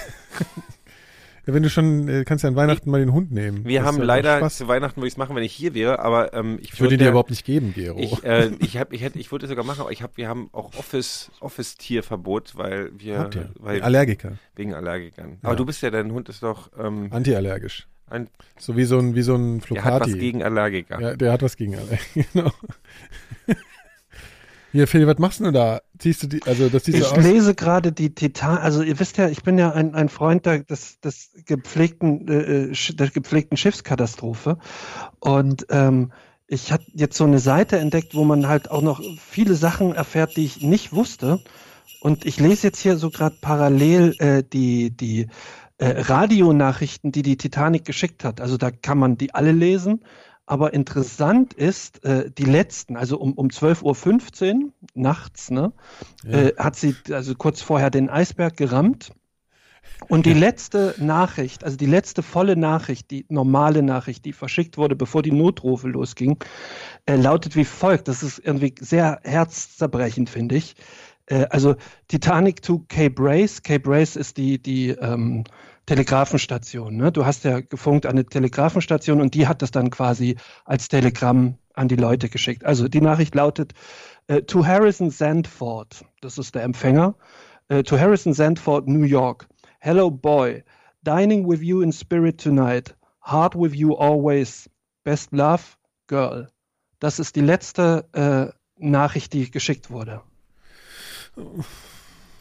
Speaker 2: wenn du schon, äh, kannst ja an Weihnachten mal den Hund nehmen.
Speaker 3: Wir
Speaker 2: Das
Speaker 3: haben
Speaker 2: ist ja
Speaker 3: leider,
Speaker 2: Spaß.
Speaker 3: zu Weihnachten würde ich es machen, wenn ich hier wäre, aber ähm, ich,
Speaker 2: Ich würde
Speaker 3: würde
Speaker 2: dir überhaupt nicht geben, Gero.
Speaker 3: Ich, äh, ich, hab, ich, hätte, ich wollte es sogar machen, aber ich hab, wir haben auch Office- Office-Tierverbot, weil wir
Speaker 2: Habt ihr?
Speaker 3: Weil,
Speaker 2: Allergiker.
Speaker 3: wegen Allergikern.
Speaker 2: Ja.
Speaker 3: Aber du bist ja, dein Hund ist doch, ähm,
Speaker 2: Antiallergisch.
Speaker 3: ein,
Speaker 2: So wie so ein, wie so ein
Speaker 3: der
Speaker 2: Flocati.
Speaker 3: hat was gegen Allergiker.
Speaker 2: Ja, der hat was gegen alle. genau. Hier, Phil, was machst du denn da? Ziehst du die, also das sieht so
Speaker 6: Ich
Speaker 2: aus.
Speaker 6: lese gerade die Titan, also ihr wisst ja, ich bin ja ein, ein Freund der, des, des gepflegten, äh, Sch- der gepflegten Schiffskatastrophe. Und ähm, ich habe jetzt so eine Seite entdeckt, wo man halt auch noch viele Sachen erfährt, die ich nicht wusste. Und ich lese jetzt hier so gerade parallel äh, die, die äh, Radionachrichten, die die Titanic geschickt hat. Also da kann man die alle lesen. Aber interessant ist, äh, die letzten, also um, um 12.15 Uhr nachts, ne?
Speaker 2: Ja.
Speaker 6: äh, hat sie also kurz vorher den Eisberg gerammt
Speaker 1: Und die letzte Nachricht, also die letzte volle Nachricht, die normale Nachricht, die verschickt wurde, bevor die Notrufe losgingen, äh, lautet wie folgt. Das ist irgendwie sehr herzzerbrechend, finde ich. Äh, also Titanic to Cape Brace. Cape Brace ist die, die ähm, Telegraphenstation. Ne? Du hast ja gefunkt an eine Telegraphenstation und die hat das dann quasi als Telegramm an die Leute geschickt. Also die Nachricht lautet äh, to Harrison Sandford. Das ist der Empfänger. Äh, to Harrison Sandford, New York. Hello, boy. Dining with you in spirit tonight. Hard with you always. Best love, girl. Das ist die letzte äh, Nachricht, die geschickt wurde.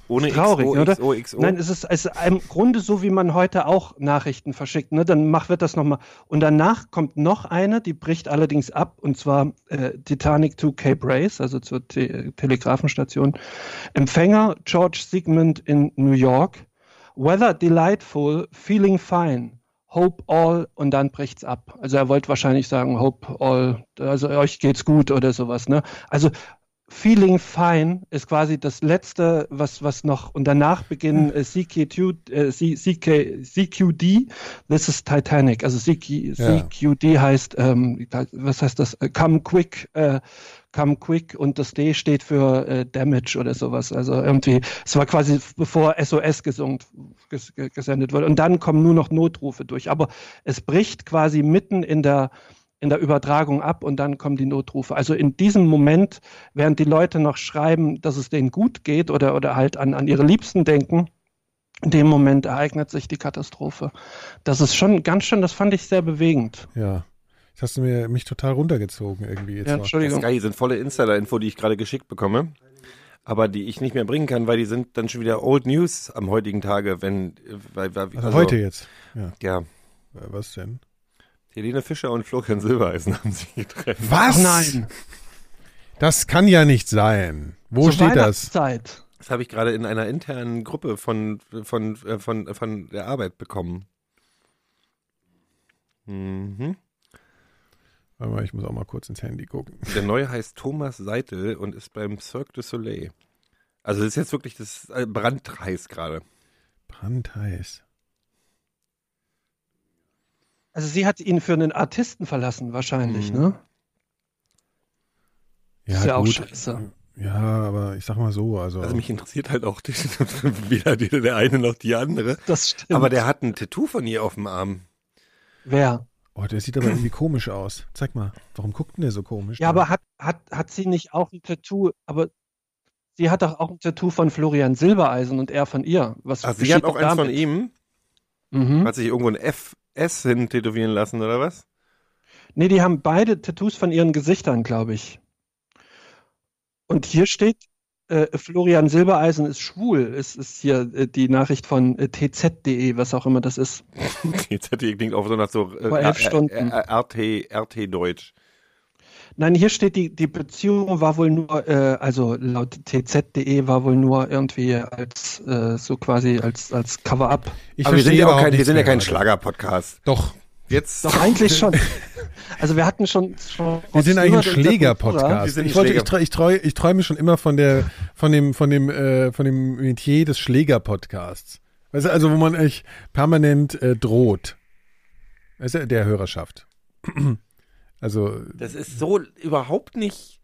Speaker 3: Ohne
Speaker 1: Traurig,
Speaker 3: XO,
Speaker 1: oder?
Speaker 3: XO, XO.
Speaker 1: Nein, es ist, es ist im Grunde so, wie man heute auch Nachrichten verschickt. Ne? Dann mach, wird das nochmal. Und danach kommt noch eine, die bricht allerdings ab, und zwar äh, Titanic to Cape Race, also zur Te Telegrafenstation. Empfänger George Sigmund in New York. Weather delightful, feeling fine. Hope all und dann bricht's ab. Also er wollte wahrscheinlich sagen, hope all, also euch geht's gut oder sowas. Ne? Also Feeling Fine ist quasi das letzte, was, was noch, und danach beginnen äh, CQ2, äh, C, CK, CQD, this is Titanic, also CQ,
Speaker 2: Ja.
Speaker 1: CQD heißt, ähm, was heißt das, Äh, come quick, äh, come quick und das D steht für äh, Damage oder sowas, also irgendwie, es war quasi bevor SOS gesungen, ges, ge- gesendet wurde, und dann kommen nur noch Notrufe durch, aber es bricht quasi mitten in der, in der Übertragung ab und dann kommen die Notrufe. Also in diesem Moment, während die Leute noch schreiben, dass es denen gut geht oder, oder halt an, an ihre Liebsten denken, in dem Moment ereignet sich die Katastrophe. Das ist schon ganz schön, das fand ich sehr bewegend.
Speaker 2: Ja. Das hast du mir, mich total runtergezogen irgendwie jetzt.
Speaker 1: Ja,
Speaker 2: noch.
Speaker 3: Das ist
Speaker 1: Entschuldigung.
Speaker 3: geil, hier sind volle Insider-Info, die ich gerade geschickt bekomme, aber die ich nicht mehr bringen kann, weil die sind dann schon wieder Old News am heutigen Tage, wenn äh, weil, weil,
Speaker 2: also, heute jetzt.
Speaker 3: Ja,
Speaker 2: Äh, Was denn?
Speaker 3: Helene Fischer und Florian Silbereisen haben sich getrennt.
Speaker 2: Was?
Speaker 1: Ach nein,
Speaker 2: Das kann ja nicht sein. Wo
Speaker 1: zur
Speaker 2: steht das?
Speaker 1: Weihnachtszeit.
Speaker 3: Das habe ich gerade in einer internen Gruppe von von äh, von äh, von der Arbeit bekommen. Mhm.
Speaker 2: Warte mal, ich muss auch mal kurz ins Handy gucken.
Speaker 3: Der neue heißt Thomas Seitel und ist beim Cirque du Soleil. Also das ist jetzt wirklich das äh, brandheiß gerade.
Speaker 2: Brandheiß.
Speaker 1: Also sie hat ihn für einen Artisten verlassen wahrscheinlich,
Speaker 3: Mhm.
Speaker 1: ne?
Speaker 2: Ja,
Speaker 1: Ist ja auch
Speaker 2: Hm. gut.
Speaker 1: scheiße.
Speaker 2: Ja, aber ich sag mal so, also.
Speaker 3: Also mich interessiert halt auch die, weder weder der eine noch die andere.
Speaker 1: Das stimmt.
Speaker 3: Aber der hat ein Tattoo von ihr auf dem Arm.
Speaker 1: Wer?
Speaker 2: oh, der sieht aber irgendwie komisch aus. Zeig mal, warum guckt denn der so komisch?
Speaker 1: Ja, aber hat, hat, hat sie nicht auch ein Tattoo, aber sie hat doch auch ein Tattoo von Florian Silbereisen und er von ihr. Was
Speaker 3: Ach, Ah, sie hat
Speaker 1: steht
Speaker 3: auch eins von
Speaker 1: damit?
Speaker 3: ihm.
Speaker 1: Mhm.
Speaker 3: Hm? Hat sich irgendwo ein FS hin tätowieren lassen oder was?
Speaker 1: Nee, die haben beide Tattoos von ihren Gesichtern, glaube ich. Und hier steht, äh, Florian Silbereisen ist schwul. Es ist hier äh, die Nachricht von äh, tz.de, was auch immer das ist.
Speaker 3: Jetzt hätte ich klingt auch so nach so äh,
Speaker 1: Vor elf
Speaker 3: R-
Speaker 1: Stunden.
Speaker 3: R- RT RT Deutsch.
Speaker 1: Nein, hier steht, die, die Beziehung war wohl nur, äh, also laut tz.de E war wohl nur irgendwie als, äh, so quasi als, als Cover-up.
Speaker 2: ich
Speaker 3: Aber wir sind
Speaker 2: verstehe
Speaker 3: ja auch
Speaker 2: überhaupt
Speaker 3: kein, wir
Speaker 2: nichts
Speaker 3: sind ja
Speaker 2: mehr
Speaker 3: kein
Speaker 2: heute.
Speaker 3: Schlager-Podcast.
Speaker 2: Doch,
Speaker 3: Jetzt
Speaker 1: Doch eigentlich schon. Also wir hatten schon. schon
Speaker 2: wir sind eigentlich
Speaker 1: Stewart und Sepultura.
Speaker 2: ein
Speaker 3: Wir
Speaker 2: Schläger-Podcast.
Speaker 3: sind
Speaker 2: Ich, wollte-
Speaker 3: Schläger-
Speaker 2: ich, trau- ich, trau- ich träume schon immer von der, von dem, von dem, äh, von dem Metier des Schläger-Podcasts. Weißt du, also wo man echt permanent äh, droht. Weißt du, der Hörerschaft. Also,
Speaker 3: Das ist so überhaupt nicht.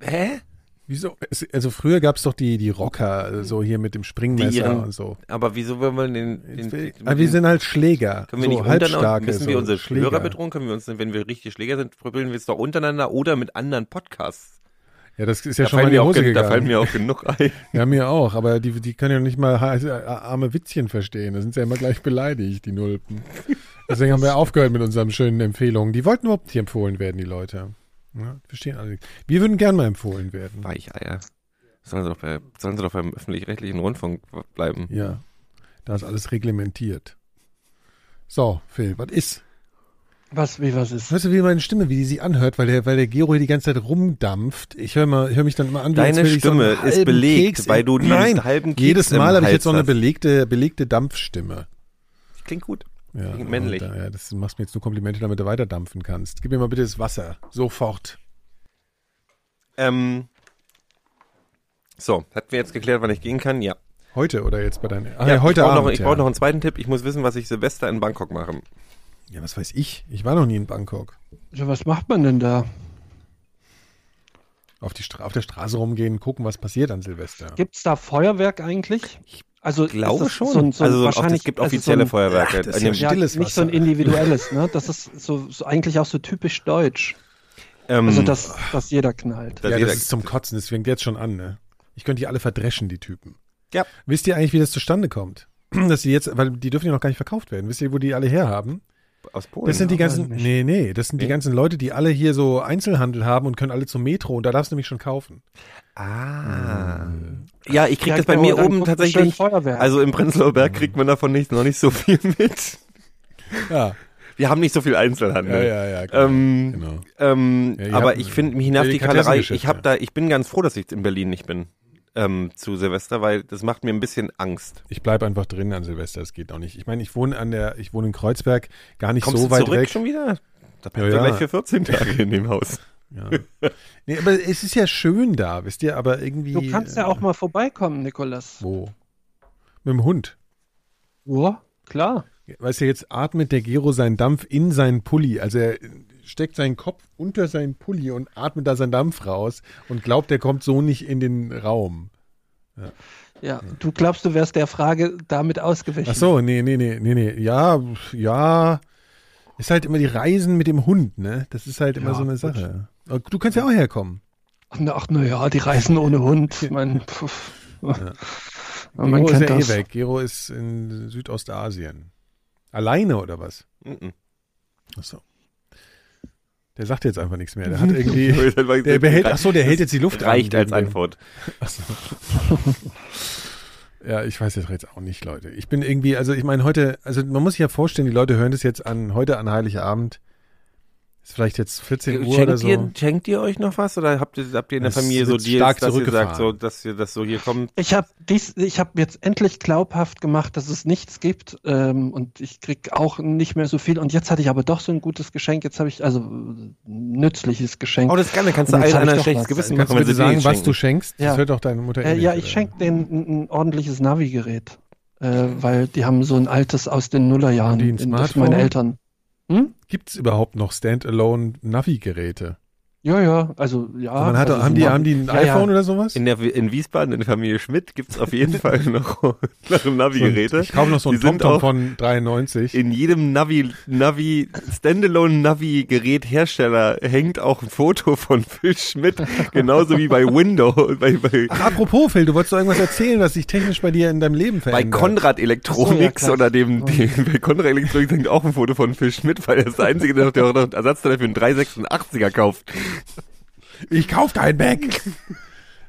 Speaker 3: Hä?
Speaker 2: wieso? Es, also früher gab es doch die, die Rocker, äh, so hier mit dem
Speaker 3: Die
Speaker 2: Springmesser
Speaker 3: ihren-
Speaker 2: und so.
Speaker 3: Aber wieso wollen wir den. den,
Speaker 2: Jetzt,
Speaker 3: den
Speaker 2: aber wir sind halt Schläger.
Speaker 3: können wir
Speaker 2: so
Speaker 3: nicht untereinander.
Speaker 2: halbstarke,
Speaker 3: Müssen wir
Speaker 2: so
Speaker 3: unsere
Speaker 2: Schläger.
Speaker 3: Hörer bedrohen? Können wir uns, wenn wir richtig Schläger sind, prügeln wir es doch untereinander oder mit anderen Podcasts?
Speaker 2: Ja, das ist ja
Speaker 3: da,
Speaker 2: schon mal
Speaker 3: fallen
Speaker 2: in die
Speaker 3: mir auch,
Speaker 2: Hose
Speaker 3: gen-
Speaker 2: gegangen.
Speaker 3: da fallen mir auch genug ein.
Speaker 2: Ja, mir auch, aber die, die können ja nicht mal ha- also, äh, arme Witzchen verstehen. Da sind sie ja immer gleich beleidigt, die Nulpen. Deswegen haben wir aufgehört mit unseren schönen Empfehlungen. Die wollten überhaupt nicht empfohlen werden, die Leute. Ja, verstehen alle nicht. Wir würden gern mal empfohlen werden.
Speaker 3: Weicheier. Sollen sie doch, bei, sollen sie doch beim öffentlich-rechtlichen Rundfunk bleiben?
Speaker 2: Ja, da ist alles reglementiert. So, Phil, was ist?
Speaker 1: Was, wie was ist?
Speaker 2: Hörst du, wie meine Stimme, wie die sich anhört, weil der, weil der Gero hier die ganze Zeit rumdampft? Ich höre mal, ich höre mich dann immer an, wie als
Speaker 3: Deine
Speaker 2: würde ich so einen
Speaker 3: Stimme ist
Speaker 2: halben
Speaker 3: belegt,
Speaker 2: Keks
Speaker 3: weil
Speaker 2: im-
Speaker 3: du diesen
Speaker 2: Nein,
Speaker 3: halben Keks
Speaker 2: jedes
Speaker 3: im
Speaker 2: Mal habe ich
Speaker 3: Hals
Speaker 2: jetzt so eine
Speaker 3: hast.
Speaker 2: belegte, belegte Dampfstimme.
Speaker 3: Klingt gut.
Speaker 2: Ja,
Speaker 3: Klingt männlich.
Speaker 2: und, äh, ja, das du machst mir jetzt nur Komplimente, damit du weiter dampfen kannst. Gib mir mal bitte das Wasser. Sofort.
Speaker 3: Ähm, so, hatten wir jetzt geklärt, wann ich gehen kann? Ja.
Speaker 2: Heute oder jetzt bei deinen.
Speaker 3: Ja,
Speaker 2: Ach, Ah ja, heute
Speaker 3: ich brauche
Speaker 2: Abend.
Speaker 3: noch, ich
Speaker 2: ja.
Speaker 3: brauch noch einen zweiten Tipp. Ich muss wissen, was ich Silvester in Bangkok mache.
Speaker 2: ja, was weiß ich? Ich war noch nie in Bangkok.
Speaker 1: Ja, was macht man denn da?
Speaker 2: Auf, die Stra auf der Straße rumgehen, gucken, was passiert an Silvester.
Speaker 1: Gibt es da Feuerwerk eigentlich? Also
Speaker 3: Ich glaube
Speaker 1: ist das
Speaker 3: schon.
Speaker 1: So ein, so ein
Speaker 3: also so ein-
Speaker 1: wahrscheinlich
Speaker 3: es gibt
Speaker 1: also
Speaker 3: offizielle
Speaker 1: so ein,
Speaker 3: Feuerwerke.
Speaker 2: Ach, das ist
Speaker 3: In dem-
Speaker 2: ja
Speaker 1: Ja,
Speaker 2: Stilles
Speaker 1: nicht so ein
Speaker 2: Wasser.
Speaker 1: individuelles, ne? Das ist so, so eigentlich auch so typisch deutsch.
Speaker 3: ähm,
Speaker 1: Also, dass, dass jeder knallt.
Speaker 3: da
Speaker 2: ja,
Speaker 3: jeder-
Speaker 2: Hm. das ist zum Kotzen, das fängt jetzt schon an, ne? Ich könnte die alle verdreschen, die Typen.
Speaker 3: Ja.
Speaker 2: Wisst ihr eigentlich, wie das zustande kommt? Dass die jetzt, weil die dürfen ja noch gar nicht verkauft werden. Wisst ihr, wo die alle herhaben?
Speaker 3: aus Polen.
Speaker 2: Das sind die
Speaker 1: aber
Speaker 2: ganzen,
Speaker 1: nicht.
Speaker 2: nee, nee, das sind die
Speaker 3: Nee.
Speaker 2: ganzen Leute, die alle hier so Einzelhandel haben und können alle zum Metro und da darfst du nämlich schon kaufen.
Speaker 3: ah. Ja, ich krieg
Speaker 1: Ja,
Speaker 3: das bei
Speaker 1: genau,
Speaker 3: mir
Speaker 1: dann
Speaker 3: oben
Speaker 1: guckt ihr schön
Speaker 3: tatsächlich.
Speaker 1: Feuerwerk.
Speaker 3: Also im Prenzlauer
Speaker 2: Mhm.
Speaker 3: Berg kriegt man davon nicht, noch nicht so viel mit.
Speaker 2: Ja,
Speaker 3: Wir haben nicht so viel Einzelhandel.
Speaker 2: ja, ja, ja. Genau.
Speaker 3: Ähm,
Speaker 2: genau.
Speaker 3: ähm,
Speaker 2: Ja, ihr
Speaker 3: aber
Speaker 2: habt-
Speaker 3: ich finde, mich nervt die Kalerei. Ich
Speaker 2: Delikatessengeschäfte.
Speaker 3: habe da, ich bin ganz froh, dass ich in Berlin nicht bin ähm, zu Silvester, weil das macht mir ein bisschen Angst.
Speaker 2: Ich bleibe einfach drin an Silvester, das geht auch nicht. Ich meine, ich wohne an der, ich wohne in Kreuzberg, gar nicht
Speaker 3: Kommst
Speaker 2: so
Speaker 3: du
Speaker 2: weit
Speaker 3: zurück
Speaker 2: weg.
Speaker 3: schon wieder? Da bleibt
Speaker 2: Ja,
Speaker 3: ja,
Speaker 2: ja.
Speaker 3: gleich für 14 Tage in dem Haus.
Speaker 2: Ja. Nee, aber es ist ja schön da, wisst ihr, aber irgendwie. äh,
Speaker 1: du kannst ja auch mal vorbeikommen, Nikolas.
Speaker 2: Wo? Mit dem Hund.
Speaker 1: Ja, klar.
Speaker 2: Weißt du, jetzt atmet der Gero seinen Dampf in seinen Pulli. Also er steckt seinen Kopf unter seinen Pulli und atmet da seinen Dampf raus und glaubt, der kommt so nicht in den Raum.
Speaker 1: Ja, du glaubst, du wärst der Frage damit ausgewichen.
Speaker 2: Ach so, nee, nee, nee, nee, nee. Ja, pf, ja. Ist halt immer die Reisen mit dem Hund, ne? Das ist halt immer
Speaker 1: Ja,
Speaker 2: so eine
Speaker 1: gut.
Speaker 2: Sache. Du kannst ja auch herkommen.
Speaker 1: Ach, na, ach, na ja, die reisen ohne Hund. Ich meine, pff. Ja, man
Speaker 2: Gero ist
Speaker 1: kennt
Speaker 2: ja eh
Speaker 1: das.
Speaker 2: weg. Gero ist in Südostasien. Alleine oder was?
Speaker 3: Mhm.
Speaker 2: Achso. Der sagt jetzt einfach nichts mehr. Der hat irgendwie. Der
Speaker 3: der
Speaker 2: behält, ach so, der hält jetzt die Luft
Speaker 3: reicht
Speaker 2: an.
Speaker 3: als Antwort.
Speaker 2: Ja, ich weiß das jetzt auch nicht, Leute. Ich bin irgendwie, also ich meine, heute, also man muss sich ja vorstellen, die Leute hören das jetzt an, heute an Heiligabend. Ist vielleicht jetzt 14 Uhr oder
Speaker 3: Äh, Schenkt
Speaker 2: so.
Speaker 3: ihr, schenkt ihr euch noch was oder habt ihr, habt ihr in der
Speaker 2: Das
Speaker 3: Familie so
Speaker 2: wird
Speaker 3: Deals,
Speaker 2: stark
Speaker 3: dass ihr sagt,
Speaker 2: zurückgefahren.
Speaker 3: so, dass ihr das so hier kommt?
Speaker 1: Ich habe dies, ich habe jetzt endlich glaubhaft gemacht, dass es nichts gibt ähm, und ich krieg auch nicht mehr so viel. Und jetzt hatte ich aber doch so ein gutes Geschenk. Jetzt habe ich also ein nützliches Geschenk. Äh,
Speaker 3: Oh, das kann, da kannst du
Speaker 1: Und jetzt
Speaker 3: allen
Speaker 1: hab
Speaker 3: anderen
Speaker 1: ich doch
Speaker 3: schlechtes
Speaker 1: was.
Speaker 3: Gewissen
Speaker 2: Kannst
Speaker 3: machen,
Speaker 2: du
Speaker 3: wenn
Speaker 2: bitte
Speaker 3: sie
Speaker 2: sagen,
Speaker 3: dir
Speaker 2: was du
Speaker 3: schenken.
Speaker 2: schenkst?
Speaker 1: Ja.
Speaker 2: Das hört auch deine Mutter eh
Speaker 1: äh, ja, ich
Speaker 2: nicht, oder?
Speaker 1: schenke denen ein, ein ordentliches Navi-Gerät, äh, weil die haben so ein altes aus den Nullerjahren.
Speaker 2: Die ein
Speaker 1: in- das
Speaker 2: Smartphone?
Speaker 1: meine Eltern. Hm?
Speaker 2: Gibt's überhaupt noch Standalone Navi-Geräte?
Speaker 1: Ja, ja, also ja.
Speaker 2: man hat,
Speaker 1: also
Speaker 2: haben,
Speaker 1: so
Speaker 2: die,
Speaker 1: machen-
Speaker 2: haben die ein
Speaker 1: Ja, ja.
Speaker 2: iPhone oder sowas?
Speaker 3: In, der, in Wiesbaden, in der Familie Schmidt, gibt's auf jeden Fall noch nach dem
Speaker 2: So ein-
Speaker 3: Navi-Geräte.
Speaker 2: Ich kaufe noch so ein
Speaker 3: Die sind
Speaker 2: TomTom
Speaker 3: auch-
Speaker 2: von 93.
Speaker 3: In jedem Navi, Navi, Standalone Navi-Gerät-Hersteller hängt auch ein Foto von Phil Schmidt, genauso wie bei Window, bei, bei,
Speaker 2: Ach, apropos, Phil, du wolltest doch irgendwas erzählen, was sich technisch bei dir in deinem Leben
Speaker 3: bei
Speaker 2: verändert.
Speaker 3: Konrad Electronics
Speaker 1: Ach so, ja,
Speaker 3: oder
Speaker 1: klar.
Speaker 2: Oh.
Speaker 3: dem, dem bei Konrad Electronics hängt auch ein Foto von Phil Schmidt, weil er ist der Einzige, der noch- der auch noch einen Ersatzteil für einen 386er kauft.
Speaker 2: ich kauf dein Bag.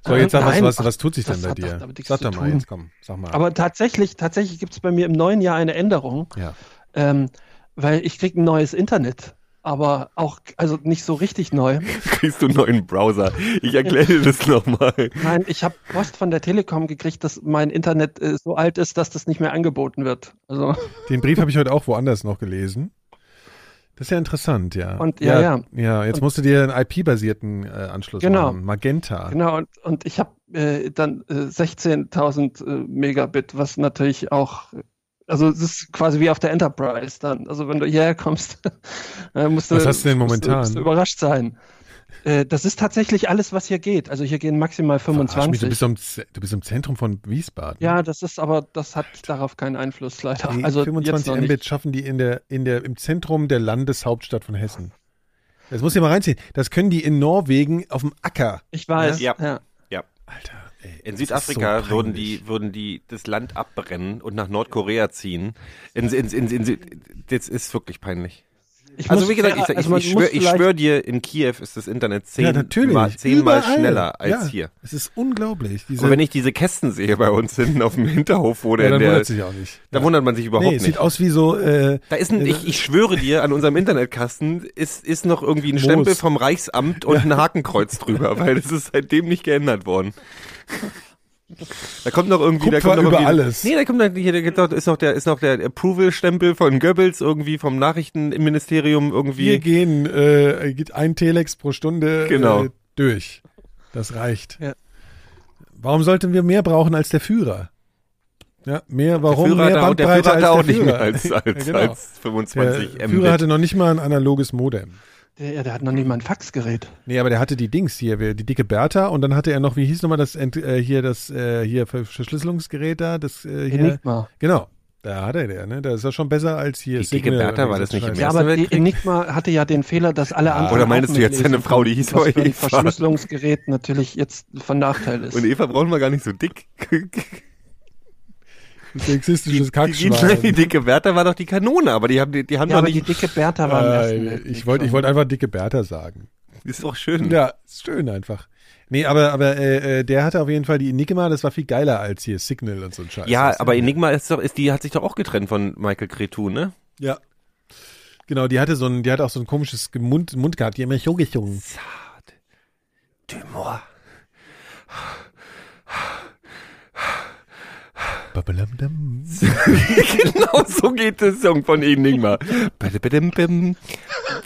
Speaker 2: So, jetzt sag was,
Speaker 1: Nein,
Speaker 2: was,
Speaker 1: ach,
Speaker 2: was tut sich denn
Speaker 1: das
Speaker 2: bei
Speaker 1: hat doch
Speaker 2: dir?
Speaker 1: damit nichts
Speaker 2: Sag
Speaker 1: zu
Speaker 2: doch mal,
Speaker 1: tun.
Speaker 2: jetzt komm, sag mal.
Speaker 1: Aber tatsächlich, tatsächlich gibt es bei mir im neuen Jahr eine Änderung.
Speaker 2: ja.
Speaker 1: Ähm, weil ich krieg ein neues Internet, aber auch, also nicht so richtig neu.
Speaker 3: Kriegst du einen neuen Browser. Ich erkläre dir das nochmal.
Speaker 1: Nein, ich habe Post von der Telekom gekriegt, dass mein Internet äh, so alt ist, dass das nicht mehr angeboten wird. Also,
Speaker 2: Den Brief habe ich heute auch woanders noch gelesen. Das ist ja interessant, ja.
Speaker 1: Und- ja,
Speaker 2: ja.
Speaker 1: ja.
Speaker 2: ja, jetzt musst du dir einen IP-basierten äh, Anschluss
Speaker 1: Genau.
Speaker 2: machen. Magenta.
Speaker 1: genau, und, und ich habe äh, dann äh, 16.000 äh, Megabit, was natürlich auch, also es ist quasi wie auf der Enterprise dann. Also wenn du hierher kommst, äh, musst du,
Speaker 2: Was hast du denn
Speaker 1: musst
Speaker 2: momentan?
Speaker 1: Musst du überrascht sein. Äh, das ist tatsächlich alles, was hier geht. Also hier gehen maximal
Speaker 2: Verarsch
Speaker 1: 25.
Speaker 2: Mich, du, bist am, Z- du bist im Zentrum von Wiesbaden.
Speaker 1: Ja, das ist aber, das hat darauf keinen Einfluss leider.
Speaker 2: Die
Speaker 1: Also
Speaker 2: 25
Speaker 1: jetzt noch
Speaker 2: Mbit
Speaker 1: nicht.
Speaker 2: schaffen die in der, in der, im Zentrum der Landeshauptstadt von Hessen. Das muss ich mal reinziehen. Das können die in Norwegen auf dem Acker.
Speaker 1: Ich weiß.
Speaker 3: Ja.
Speaker 1: Ja.
Speaker 2: Alter. Ey,
Speaker 3: In
Speaker 2: das
Speaker 3: Südafrika
Speaker 2: ist so
Speaker 3: würden,
Speaker 2: peinlich.
Speaker 3: die, würden die das Land abbrennen und nach Nordkorea ziehen. In, in, in, in, Süd- das ist wirklich peinlich.
Speaker 1: Ich
Speaker 3: Also
Speaker 1: muss-
Speaker 3: wie gesagt, ich, ich,
Speaker 1: also man
Speaker 3: ich schwöre
Speaker 1: muss vielleicht-
Speaker 3: schwör dir, in Kiew ist das Internet
Speaker 2: ja,
Speaker 3: zehn,
Speaker 2: natürlich.
Speaker 3: mal, zehnmal
Speaker 2: Überall.
Speaker 3: schneller als
Speaker 2: ja,
Speaker 3: hier.
Speaker 2: Es ist unglaublich. Diese,
Speaker 3: Und wenn ich diese Kästen sehe bei uns hinten auf dem Hinterhof oder
Speaker 2: ja, dann
Speaker 3: in der,
Speaker 2: wundert sich auch nicht.
Speaker 3: da
Speaker 2: ja.
Speaker 3: wundert man sich überhaupt
Speaker 2: nee, es
Speaker 3: nicht.
Speaker 2: sieht aus wie so, äh,
Speaker 3: Da ist ein, ich, ich schwöre dir, an unserem Internetkasten ist, ist noch irgendwie ein
Speaker 2: Moos.
Speaker 3: Stempel vom Reichsamt und ein Hakenkreuz drüber, weil das ist seitdem nicht geändert worden. Da kommt noch irgendwie, da
Speaker 2: Kupfer
Speaker 3: kommt noch
Speaker 2: über
Speaker 3: irgendwie,
Speaker 2: alles.
Speaker 3: Nee, da kommt dann hier, da gibt noch- ist noch der, ist noch der Approval-Stempel von Goebbels irgendwie vom Nachrichtenministerium
Speaker 2: wir
Speaker 3: irgendwie.
Speaker 2: gehen, äh, geht ein Telex pro Stunde
Speaker 3: Genau.
Speaker 2: äh, durch. Das reicht.
Speaker 1: Ja.
Speaker 2: Warum sollten wir mehr brauchen als der Führer? Ja, mehr, warum
Speaker 3: der Führer
Speaker 2: um mehr
Speaker 3: hat auch, der
Speaker 2: Bandbreite
Speaker 3: Führer hat auch
Speaker 2: als der
Speaker 3: nicht mehr
Speaker 2: Führer.
Speaker 3: als, als,
Speaker 2: Ja, genau.
Speaker 3: als 25
Speaker 2: der Führer
Speaker 3: Mbit.
Speaker 2: hatte noch nicht mal ein analoges Modem.
Speaker 1: Der, der hat noch nicht mal ein Faxgerät.
Speaker 2: Nee, aber der hatte die Dings hier, wer- die dicke Bertha und dann hatte er noch, wie hieß nochmal das, Ent- äh, hier das, äh, hier Ver- Verschlüsselungsgerät da, das, äh, hier.
Speaker 1: Enigma.
Speaker 2: Genau, da hat er der, ne? Da ist er schon besser als hier.
Speaker 3: Die dicke
Speaker 2: Signal
Speaker 3: Bertha
Speaker 2: oder
Speaker 3: war
Speaker 2: so
Speaker 3: das nicht
Speaker 2: Scheiß.
Speaker 3: im
Speaker 1: Ja,
Speaker 3: Ersten
Speaker 1: aber die
Speaker 3: Weltkrieg. Ah.
Speaker 1: Enigma hatte ja den Fehler, dass alle anderen.
Speaker 3: Oder meinst
Speaker 1: auch
Speaker 3: du jetzt
Speaker 1: mitlesen
Speaker 3: deine Frau, die hieß
Speaker 1: konnten, was
Speaker 3: auch
Speaker 1: für ein
Speaker 3: Eva?
Speaker 1: Verschlüsselungsgerät natürlich jetzt von Nachteil ist.
Speaker 3: Und Eva brauchen wir gar nicht so dick.
Speaker 2: Sexistisches
Speaker 3: die,
Speaker 2: Kackschwein.
Speaker 3: die dicke Bertha war doch die Kanone, aber die haben, die, die haben
Speaker 1: ja,
Speaker 3: doch
Speaker 1: aber die
Speaker 3: nicht.
Speaker 1: dicke Bertha war im Ersten
Speaker 2: Äh,
Speaker 1: Weltkrieg
Speaker 2: ich wollte ich
Speaker 1: schon.
Speaker 2: wollte einfach dicke Bertha sagen.
Speaker 3: Ist doch schön.
Speaker 2: Ja, ist schön einfach. Nee, aber, aber äh, äh, der hatte auf jeden Fall die Enigma, das war viel geiler als hier Signal und so ein Scheiß.
Speaker 3: Ja,
Speaker 2: Das-
Speaker 3: aber Enigma ist doch, ist, die hat sich doch auch getrennt von Michael Cretu, ne?
Speaker 2: Ja. Genau, die hatte so ein, die hatte auch so ein komisches Ge- Mund, Mund gehabt, die haben immer so gesungen.
Speaker 3: Zart. Dümmer.
Speaker 2: Babalamdam.
Speaker 3: genau so geht der Song von Enigma. Bim, bim, bim,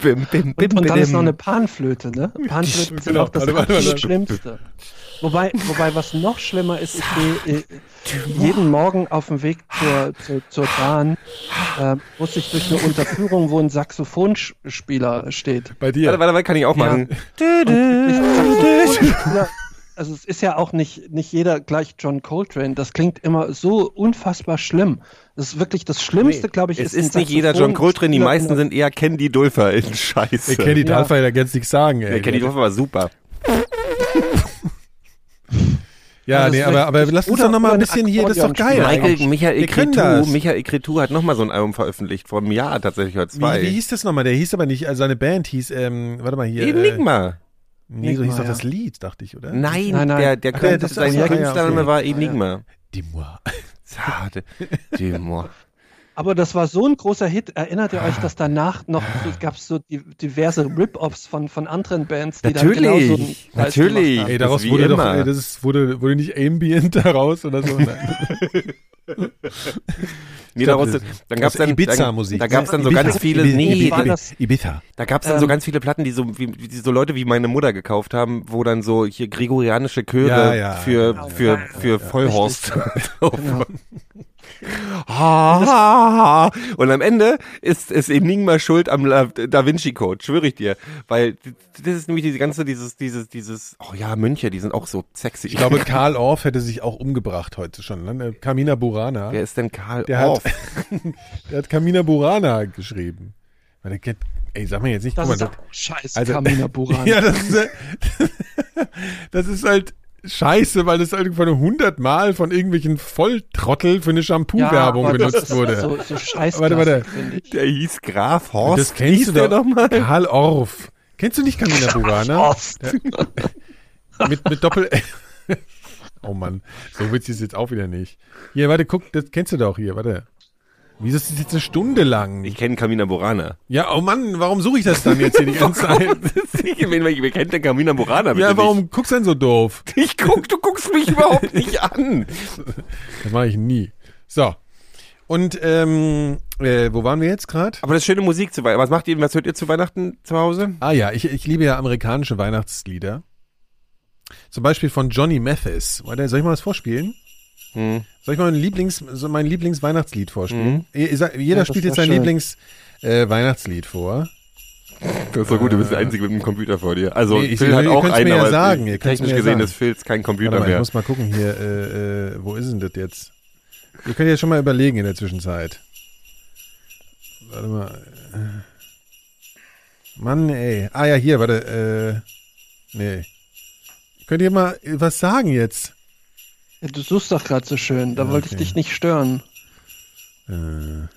Speaker 3: bim, bim, bim,
Speaker 1: Und dann ist noch eine
Speaker 3: bim.
Speaker 1: Panflöte, ne? Panflöten sind
Speaker 2: Genau,
Speaker 1: auch das
Speaker 2: warte, warte, warte.
Speaker 1: absolut Schlimmste. Wobei, wobei, was noch schlimmer ist, ich gehe äh, jeden Morgen auf dem Weg zur, zur, zur Bahn, äh, muss ich durch eine Unterführung, wo ein Saxophonspieler steht.
Speaker 2: Bei dir.
Speaker 3: Warte, warte, warte, kann ich auch
Speaker 1: Ja.
Speaker 3: machen.
Speaker 1: Und ich- Saxophonspieler- Also es ist ja auch nicht, nicht jeder gleich John Coltrane. Das klingt immer so unfassbar schlimm. Das ist wirklich das Schlimmste, glaube ich.
Speaker 3: Es
Speaker 1: ein
Speaker 3: ist nicht jeder John Coltrane, die
Speaker 1: Saxophonspieler in
Speaker 3: meisten
Speaker 1: der-
Speaker 3: sind eher Candy Dulfer in
Speaker 2: Ey,
Speaker 3: Scheiße.
Speaker 2: Candy
Speaker 1: Ja.
Speaker 2: Dalfer, da kannst du nichts sagen, ey.
Speaker 3: Ja, Candy Dulfer war super.
Speaker 2: Ja,
Speaker 1: Also
Speaker 2: nee,
Speaker 1: das
Speaker 2: aber,
Speaker 1: ist
Speaker 2: aber
Speaker 1: richtig-
Speaker 2: lass uns
Speaker 1: oder-
Speaker 2: doch nochmal ein
Speaker 1: oder
Speaker 2: bisschen hier, das ist doch geil.
Speaker 1: Akkordeon
Speaker 3: Michael,
Speaker 2: eigentlich.
Speaker 3: Michael
Speaker 2: Wir können
Speaker 3: Cretu,
Speaker 2: das.
Speaker 3: Michael Cretu hat nochmal so ein Album veröffentlicht, vor einem Jahr tatsächlich, oder zwei.
Speaker 2: Wie, wie hieß das nochmal? Der hieß aber nicht, also seine Band hieß, ähm, warte mal hier. Äh,
Speaker 3: Enigma.
Speaker 2: nee, so hieß
Speaker 1: Enigma,
Speaker 2: doch
Speaker 1: ja.
Speaker 2: das Lied, dachte ich, oder?
Speaker 3: Nein,
Speaker 1: Nein, nein.
Speaker 3: der, der,
Speaker 2: Ach,
Speaker 3: Künstler,
Speaker 2: das ist
Speaker 3: sein
Speaker 2: das- ah, ja,
Speaker 3: Künstlername
Speaker 2: okay.
Speaker 3: war Enigma.
Speaker 2: Dimwa.
Speaker 3: Zarte. Dümmer.
Speaker 1: Aber das war so ein großer Hit. Erinnert ihr euch, dass danach noch gab es so die, diverse Rip-Offs von, von anderen Bands, die dann genauso einen
Speaker 3: Natürlich,
Speaker 1: Scheiß
Speaker 3: natürlich.
Speaker 1: gemacht haben?
Speaker 2: Ey,
Speaker 3: Das
Speaker 2: daraus
Speaker 3: wie
Speaker 2: wurde doch,
Speaker 3: immer.
Speaker 2: ey, das ist, wurde, wurde nicht Ambient daraus oder so. Nein.
Speaker 3: Nee, daraus,
Speaker 2: das-
Speaker 3: dann gab's
Speaker 2: das
Speaker 3: dann,
Speaker 2: Ibiza-Musik. ne?
Speaker 3: Da, da gab's dann so
Speaker 2: Ibiza-
Speaker 3: ganz viele,
Speaker 2: Ibiza- Äh.
Speaker 3: nee,
Speaker 1: Ibiza-
Speaker 3: nee,
Speaker 1: das-
Speaker 2: Ibiza.
Speaker 3: da gab's dann so
Speaker 1: Ähm,
Speaker 3: ganz viele Platten, die so, wie, die so Leute wie meine Mutter gekauft haben, wo dann so hier gregorianische Chöre
Speaker 2: Ja, ja,
Speaker 3: für,
Speaker 2: genau.
Speaker 3: für, für Vollhorst. drauf
Speaker 1: Genau.
Speaker 3: waren. ha, ha, ha. Und am Ende ist, ist Enigma schuld am La Da Vinci Code, schwöre ich dir. Weil d- das ist nämlich diese ganze, dieses, dieses, dieses, oh ja, Mönche, die sind auch so sexy.
Speaker 2: Ich glaube, Karl Orff hätte sich auch umgebracht heute schon. Ne? Kamina Burana.
Speaker 3: Wer ist denn Karl
Speaker 2: Der hat,
Speaker 3: Orff?
Speaker 2: der hat Kamina Burana geschrieben. Weil der kennt, ey, sag mal jetzt nicht,
Speaker 1: Das
Speaker 2: guck
Speaker 1: ist
Speaker 2: mal,
Speaker 1: auch scheiß
Speaker 2: also-
Speaker 1: Kamina Buran.
Speaker 2: Ja, das ist, äh, das ist halt scheiße, weil das halt von 100 Mal von irgendwelchen Volltrottel für eine Shampoo-Werbung
Speaker 1: aber das
Speaker 2: benutzt
Speaker 1: ist
Speaker 2: wurde.
Speaker 1: So, so scheiß
Speaker 2: Warte, warte.
Speaker 1: finde ich.
Speaker 3: Der hieß Graf Horst.
Speaker 2: das kennst du doch nochmal. Karl Orff. Kennst du nicht Kamina Burana? Mit, mit Doppel. oh Mann, so witzig ist jetzt auch wieder nicht. Hier, warte, guck, das kennst du doch hier, warte. Wieso ist das jetzt eine Stunde lang?
Speaker 3: Ich kenne Kamina Burana.
Speaker 2: ja, oh Mann, warum suche ich das dann jetzt hier die ganze Zeit?
Speaker 3: ich meine, wer kennt denn Kamina Burana? bitte
Speaker 2: Ja, warum guckst du denn so doof?
Speaker 3: Nicht? Ich guck, du guckst mich überhaupt nicht an.
Speaker 2: Das mache ich nie. So. Und ähm, äh, wo waren wir jetzt gerade?
Speaker 3: Aber das ist schöne Musik zu Weihnachten. Was macht ihr, was hört ihr zu Weihnachten zu Hause?
Speaker 2: Ah ja, ich, ich liebe ja amerikanische Weihnachtslieder. Zum Beispiel von Johnny Mathis. Warte, soll ich mal was vorspielen?
Speaker 3: Hm.
Speaker 2: Soll ich mal mein Lieblings, so mein Lieblingsweihnachtslied vorspielen? Ihr- ihr sagt- Jeder
Speaker 1: Hm. Ja, das
Speaker 2: spielt
Speaker 1: wär
Speaker 2: jetzt sein
Speaker 1: schön.
Speaker 2: Lieblingsweihnachtslied äh, Weihnachtslied vor.
Speaker 3: Das ist doch gut, du bist der Einzige mit dem Computer vor dir. Also,
Speaker 2: Nee, ich-
Speaker 3: Phil
Speaker 2: ihr-
Speaker 3: hat
Speaker 2: ihr
Speaker 3: auch
Speaker 2: könnt's
Speaker 3: einen,
Speaker 2: mir ja
Speaker 3: aber
Speaker 2: sagen, ihr könnt's
Speaker 3: technisch
Speaker 2: mir ja
Speaker 3: gesehen
Speaker 2: sagen.
Speaker 3: ist Phils kein Computer
Speaker 2: Warte mal, ich
Speaker 3: mehr.
Speaker 2: muss mal gucken hier, äh, äh, wo ist denn das jetzt? Ihr könnt ja schon mal überlegen in der Zwischenzeit. Warte mal. äh. Mann, ey. Ah ja, hier, warte. Äh, nee. Könnt ihr mal äh, was sagen jetzt?
Speaker 1: Ja, Du suchst doch gerade so schön, da
Speaker 2: Ja,
Speaker 1: wollte
Speaker 2: okay.
Speaker 1: ich dich nicht stören.
Speaker 2: Äh,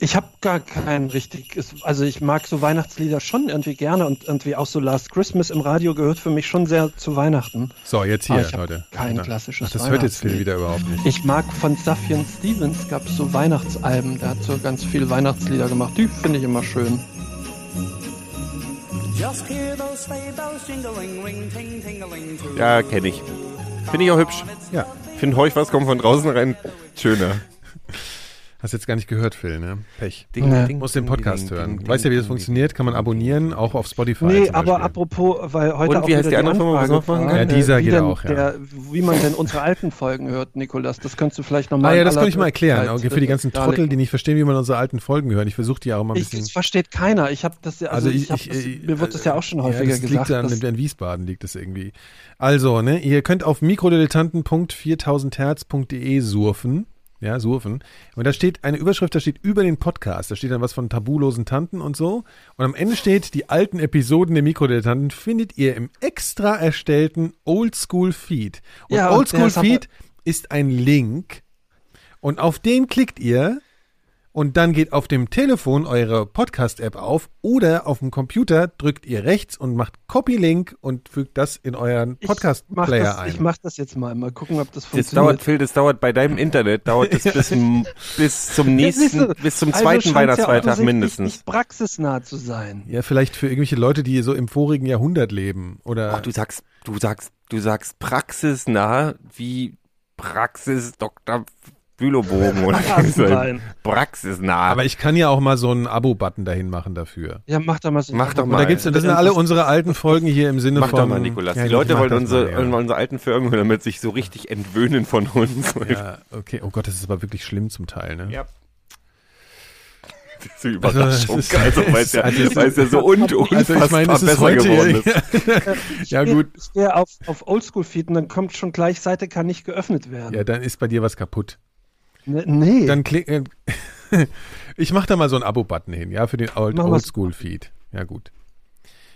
Speaker 1: Ich habe gar kein richtig, es- also ich mag so Weihnachtslieder schon irgendwie gerne und irgendwie auch so Last Christmas im Radio gehört für mich schon sehr zu Weihnachten.
Speaker 2: so, jetzt
Speaker 1: Ah,
Speaker 2: hier,
Speaker 1: ich hab
Speaker 2: Leute.
Speaker 1: kein
Speaker 2: Na,
Speaker 1: klassisches
Speaker 2: Ach, das hört jetzt Phil
Speaker 1: Weihnachtslied.
Speaker 2: wieder überhaupt nicht.
Speaker 1: Ich mag von Safian Stevens gab es so Weihnachtsalben, der hat so ganz viel Weihnachtslieder gemacht, die finde ich immer schön.
Speaker 8: Just hear those sleigh bells jingling, ring, ting, tingling. too.
Speaker 3: Ja, kenne ich. Finde ich auch hübsch.
Speaker 2: Ja.
Speaker 3: Ich finde Heuch was kommt von draußen rein schöner.
Speaker 2: Hast jetzt gar nicht gehört, Phil, ne? Pech.
Speaker 3: Ding,
Speaker 1: Ja.
Speaker 3: ding,
Speaker 2: Muss den
Speaker 3: ding, ding,
Speaker 2: Podcast hören.
Speaker 3: ding,
Speaker 2: weißt ja, wie
Speaker 3: ding,
Speaker 2: das
Speaker 3: ding,
Speaker 2: funktioniert?
Speaker 3: ding,
Speaker 2: Kann man
Speaker 3: ding,
Speaker 2: abonnieren,
Speaker 3: ding,
Speaker 2: auch auf Spotify.
Speaker 1: Nee,
Speaker 2: zum
Speaker 1: aber
Speaker 2: Beispiel.
Speaker 1: apropos, weil
Speaker 3: Und wie
Speaker 1: heute auch
Speaker 3: heißt
Speaker 1: wieder
Speaker 3: die andere Firma, was
Speaker 1: Anfrage
Speaker 3: wir noch machen
Speaker 1: kam, Äh,
Speaker 3: können?
Speaker 2: Ja, dieser
Speaker 1: wie
Speaker 2: geht
Speaker 1: denn
Speaker 2: auch, ja.
Speaker 1: Der, wie man denn unsere alten Folgen hört, Nikolas, das könntest du vielleicht nochmal.
Speaker 2: Ah ja, das kann ich mal erklären. Auch
Speaker 1: halt
Speaker 2: für die ganzen Trottel, die nicht verstehen, wie man unsere alten Folgen hört. Ich versuche die auch mal ein
Speaker 1: Ich,
Speaker 2: bisschen.
Speaker 1: das versteht keiner. Ich habe das ja, also, ich, hab das,
Speaker 2: ich-
Speaker 1: mir wurde das ja auch schon
Speaker 2: äh,
Speaker 1: häufiger
Speaker 2: das
Speaker 1: gesagt.
Speaker 2: Liegt
Speaker 1: dass-
Speaker 2: an, in Wiesbaden liegt das irgendwie. Also, ne, ihr könnt auf mikrodilettanten.4000herz.de surfen. Ja, surfen. Und da steht eine Überschrift, da steht über den Podcast. Da steht dann was von tabulosen Tanten und so. Und am Ende steht, die alten Episoden der Mikrodilettanten findet ihr im extra erstellten Oldschool-Feed. Und
Speaker 1: Ja, und der ist aber-
Speaker 2: Oldschool-Feed ist ein Link. Und auf den klickt ihr und dann geht auf dem Telefon eure Podcast-App auf oder auf dem Computer drückt ihr rechts und macht Copy-Link und fügt das in euren
Speaker 1: ich mach
Speaker 2: Podcast-Player
Speaker 1: das- Ich
Speaker 2: ein.
Speaker 1: mach das jetzt mal. Mal gucken, ob
Speaker 3: Das
Speaker 1: das funktioniert.
Speaker 3: dauert, Phil, das dauert bei deinem Internet, dauert das bis, m- bis zum
Speaker 1: Ja, siehst
Speaker 3: nächsten,
Speaker 1: du,
Speaker 3: bis zum
Speaker 1: also
Speaker 3: zweiten
Speaker 1: scheint's
Speaker 3: Weihnachtsfeiertag
Speaker 1: ja offensichtlich
Speaker 3: mindestens.
Speaker 1: Nicht praxisnah zu sein.
Speaker 2: Ja, vielleicht für irgendwelche Leute, die so im vorigen Jahrhundert leben. Oder
Speaker 3: Ach, du sagst, du sagst, du sagst praxisnah wie Praxis Dr. Bülowbogen oder wie so ein-
Speaker 1: Rasenbein.
Speaker 3: Praxisnah.
Speaker 2: aber ich kann ja auch mal so einen Abo-Button dahin machen dafür.
Speaker 1: Ja, mach doch mal so.
Speaker 3: Mach doch
Speaker 2: Und
Speaker 3: mal.
Speaker 2: da gibt's, das sind alle unsere alten Folgen hier im Sinne
Speaker 3: Mach
Speaker 2: von.
Speaker 3: doch mal, Nikolas.
Speaker 2: Ja,
Speaker 3: die
Speaker 2: ich
Speaker 3: Leute
Speaker 2: mach
Speaker 3: wollen
Speaker 2: das
Speaker 3: unsere,
Speaker 2: mal, ja.
Speaker 3: wollen unsere alten Firmen hören, damit sich so richtig entwöhnen von uns.
Speaker 2: Ja, okay. Oh Gott, das ist aber wirklich schlimm zum Teil, ne?
Speaker 3: Ja. Das ist eine
Speaker 2: Also, das
Speaker 3: Überraschung.
Speaker 2: ist-
Speaker 3: Also, weil es ja,
Speaker 2: also, es-
Speaker 3: weil es ja so und,
Speaker 2: Also
Speaker 3: unfassbar
Speaker 2: ich meine, es ist
Speaker 3: besser
Speaker 2: heute
Speaker 3: geworden ist.
Speaker 2: ja,
Speaker 1: Ich
Speaker 2: gut.
Speaker 1: geh- Ich gehe auf, auf Oldschool-Feed und dann kommt schon gleich, Seite kann nicht geöffnet werden.
Speaker 2: Ja, dann ist bei dir was kaputt.
Speaker 1: Ne- Nee.
Speaker 2: Dann klick. Äh, ich mach da mal so einen Abo-Button hin, ja, für den Old-
Speaker 1: Mach was.
Speaker 2: Oldschool-Feed. ja, gut.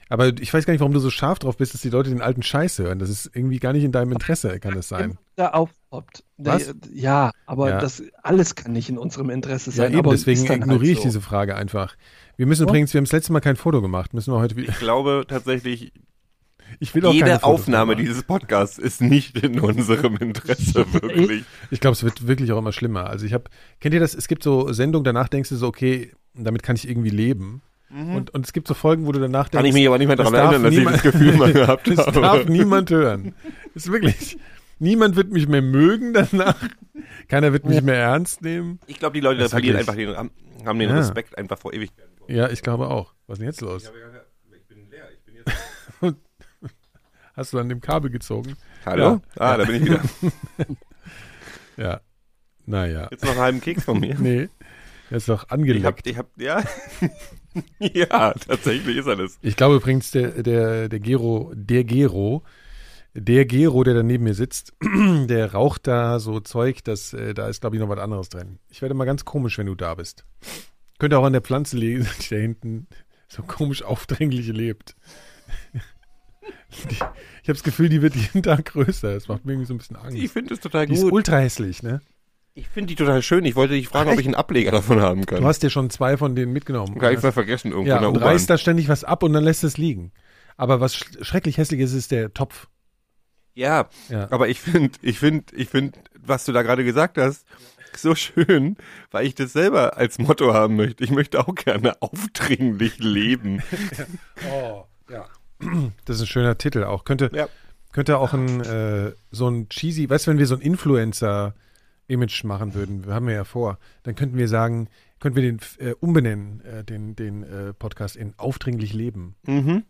Speaker 2: Aber ich weiß gar nicht, warum du so scharf drauf bist, dass die Leute den alten Scheiß hören. Das ist irgendwie gar nicht in deinem Interesse, kann das sein.
Speaker 1: da aufpoppt. Nee,
Speaker 2: Was?
Speaker 1: Ja, aber
Speaker 2: Ja.
Speaker 1: das alles kann nicht in unserem Interesse
Speaker 2: Ja,
Speaker 1: sein.
Speaker 2: eben,
Speaker 1: aber
Speaker 2: deswegen
Speaker 1: ist dann
Speaker 2: ignoriere
Speaker 1: halt
Speaker 2: ich
Speaker 1: so.
Speaker 2: diese Frage einfach. Wir müssen übrigens, wir haben das letzte Mal kein Foto gemacht, müssen wir heute wieder.
Speaker 3: Ich glaube tatsächlich,
Speaker 2: Ich will auch keine
Speaker 3: jede
Speaker 2: Fotos
Speaker 3: Aufnahme
Speaker 2: machen.
Speaker 3: dieses Podcasts ist nicht in unserem Interesse, wirklich.
Speaker 2: Ich glaube, es wird wirklich auch immer schlimmer. Also ich habe, kennt ihr das? Es gibt so Sendungen, danach denkst du so, okay, damit kann ich irgendwie leben. Und, und es gibt so Folgen, wo du danach denkst,
Speaker 3: Kann ich mich aber nicht mehr
Speaker 2: Das
Speaker 3: daran
Speaker 2: darf
Speaker 3: erinnern, dass ich
Speaker 2: niemand-
Speaker 3: das Gefühl mal gehabt
Speaker 2: Das darf
Speaker 3: habe.
Speaker 2: niemand hören. Ist wirklich. Niemand wird mich mehr mögen danach. Keiner wird mich mehr ernst nehmen.
Speaker 3: Ich glaube, die Leute
Speaker 2: Das
Speaker 3: verlieren
Speaker 2: sag
Speaker 3: einfach den, haben haben den
Speaker 2: Ja.
Speaker 3: Respekt einfach vor ewig.
Speaker 2: Ja, ich glaube auch. Was ist denn jetzt los? Hast du an dem Kabel gezogen?
Speaker 3: Hallo? Ah, da bin ich wieder.
Speaker 2: Ja. Naja.
Speaker 3: Jetzt noch einen halben Keks von mir.
Speaker 2: Nee. Das ist doch
Speaker 3: Ich hab,
Speaker 2: angeleckt.
Speaker 3: ich hab, ja. ja, tatsächlich ist er das.
Speaker 2: Ich glaube übrigens, der, der, der Gero, der Gero, der Gero, der da neben mir sitzt, der raucht da so Zeug, das, äh, da ist, glaube ich, noch was anderes drin. Ich werde mal ganz komisch, wenn du da bist. Könnte auch an der Pflanze liegen, die da hinten so komisch aufdringlich lebt. Die, ich habe das Gefühl, die wird jeden Tag größer. Das macht mir irgendwie so ein bisschen
Speaker 3: Ich
Speaker 2: Angst.
Speaker 3: finde es total
Speaker 2: Die ist
Speaker 3: gut.
Speaker 2: ultra hässlich, ne?
Speaker 3: Ich finde die total schön. Ich wollte dich fragen, ob ich einen Ableger davon haben kann.
Speaker 2: Du hast dir schon zwei von denen mitgenommen.
Speaker 3: Gar nichts mehr vergessen irgendwo
Speaker 2: ja,
Speaker 3: in der
Speaker 2: und
Speaker 3: U-Bahn.
Speaker 2: reißt da ständig was ab und dann lässt es liegen. Aber was sch schrecklich hässlich ist, ist der Topf.
Speaker 3: Ja,
Speaker 2: Ja.
Speaker 3: aber ich finde, ich finde, ich finde, was du da gerade gesagt hast, so schön, weil ich das selber als Motto haben möchte. Ich möchte auch gerne aufdringlich leben.
Speaker 2: Oh, ja. Das ist ein schöner Titel auch. Könnte,
Speaker 3: Ja.
Speaker 2: könnte auch ein äh, so ein cheesy, weißt du, wenn wir so ein Influencer-Image machen würden, wir haben wir ja vor, dann könnten wir sagen, könnten wir den äh, umbenennen, äh, den, den äh, Podcast in Aufdringlich Leben.
Speaker 3: Mhm.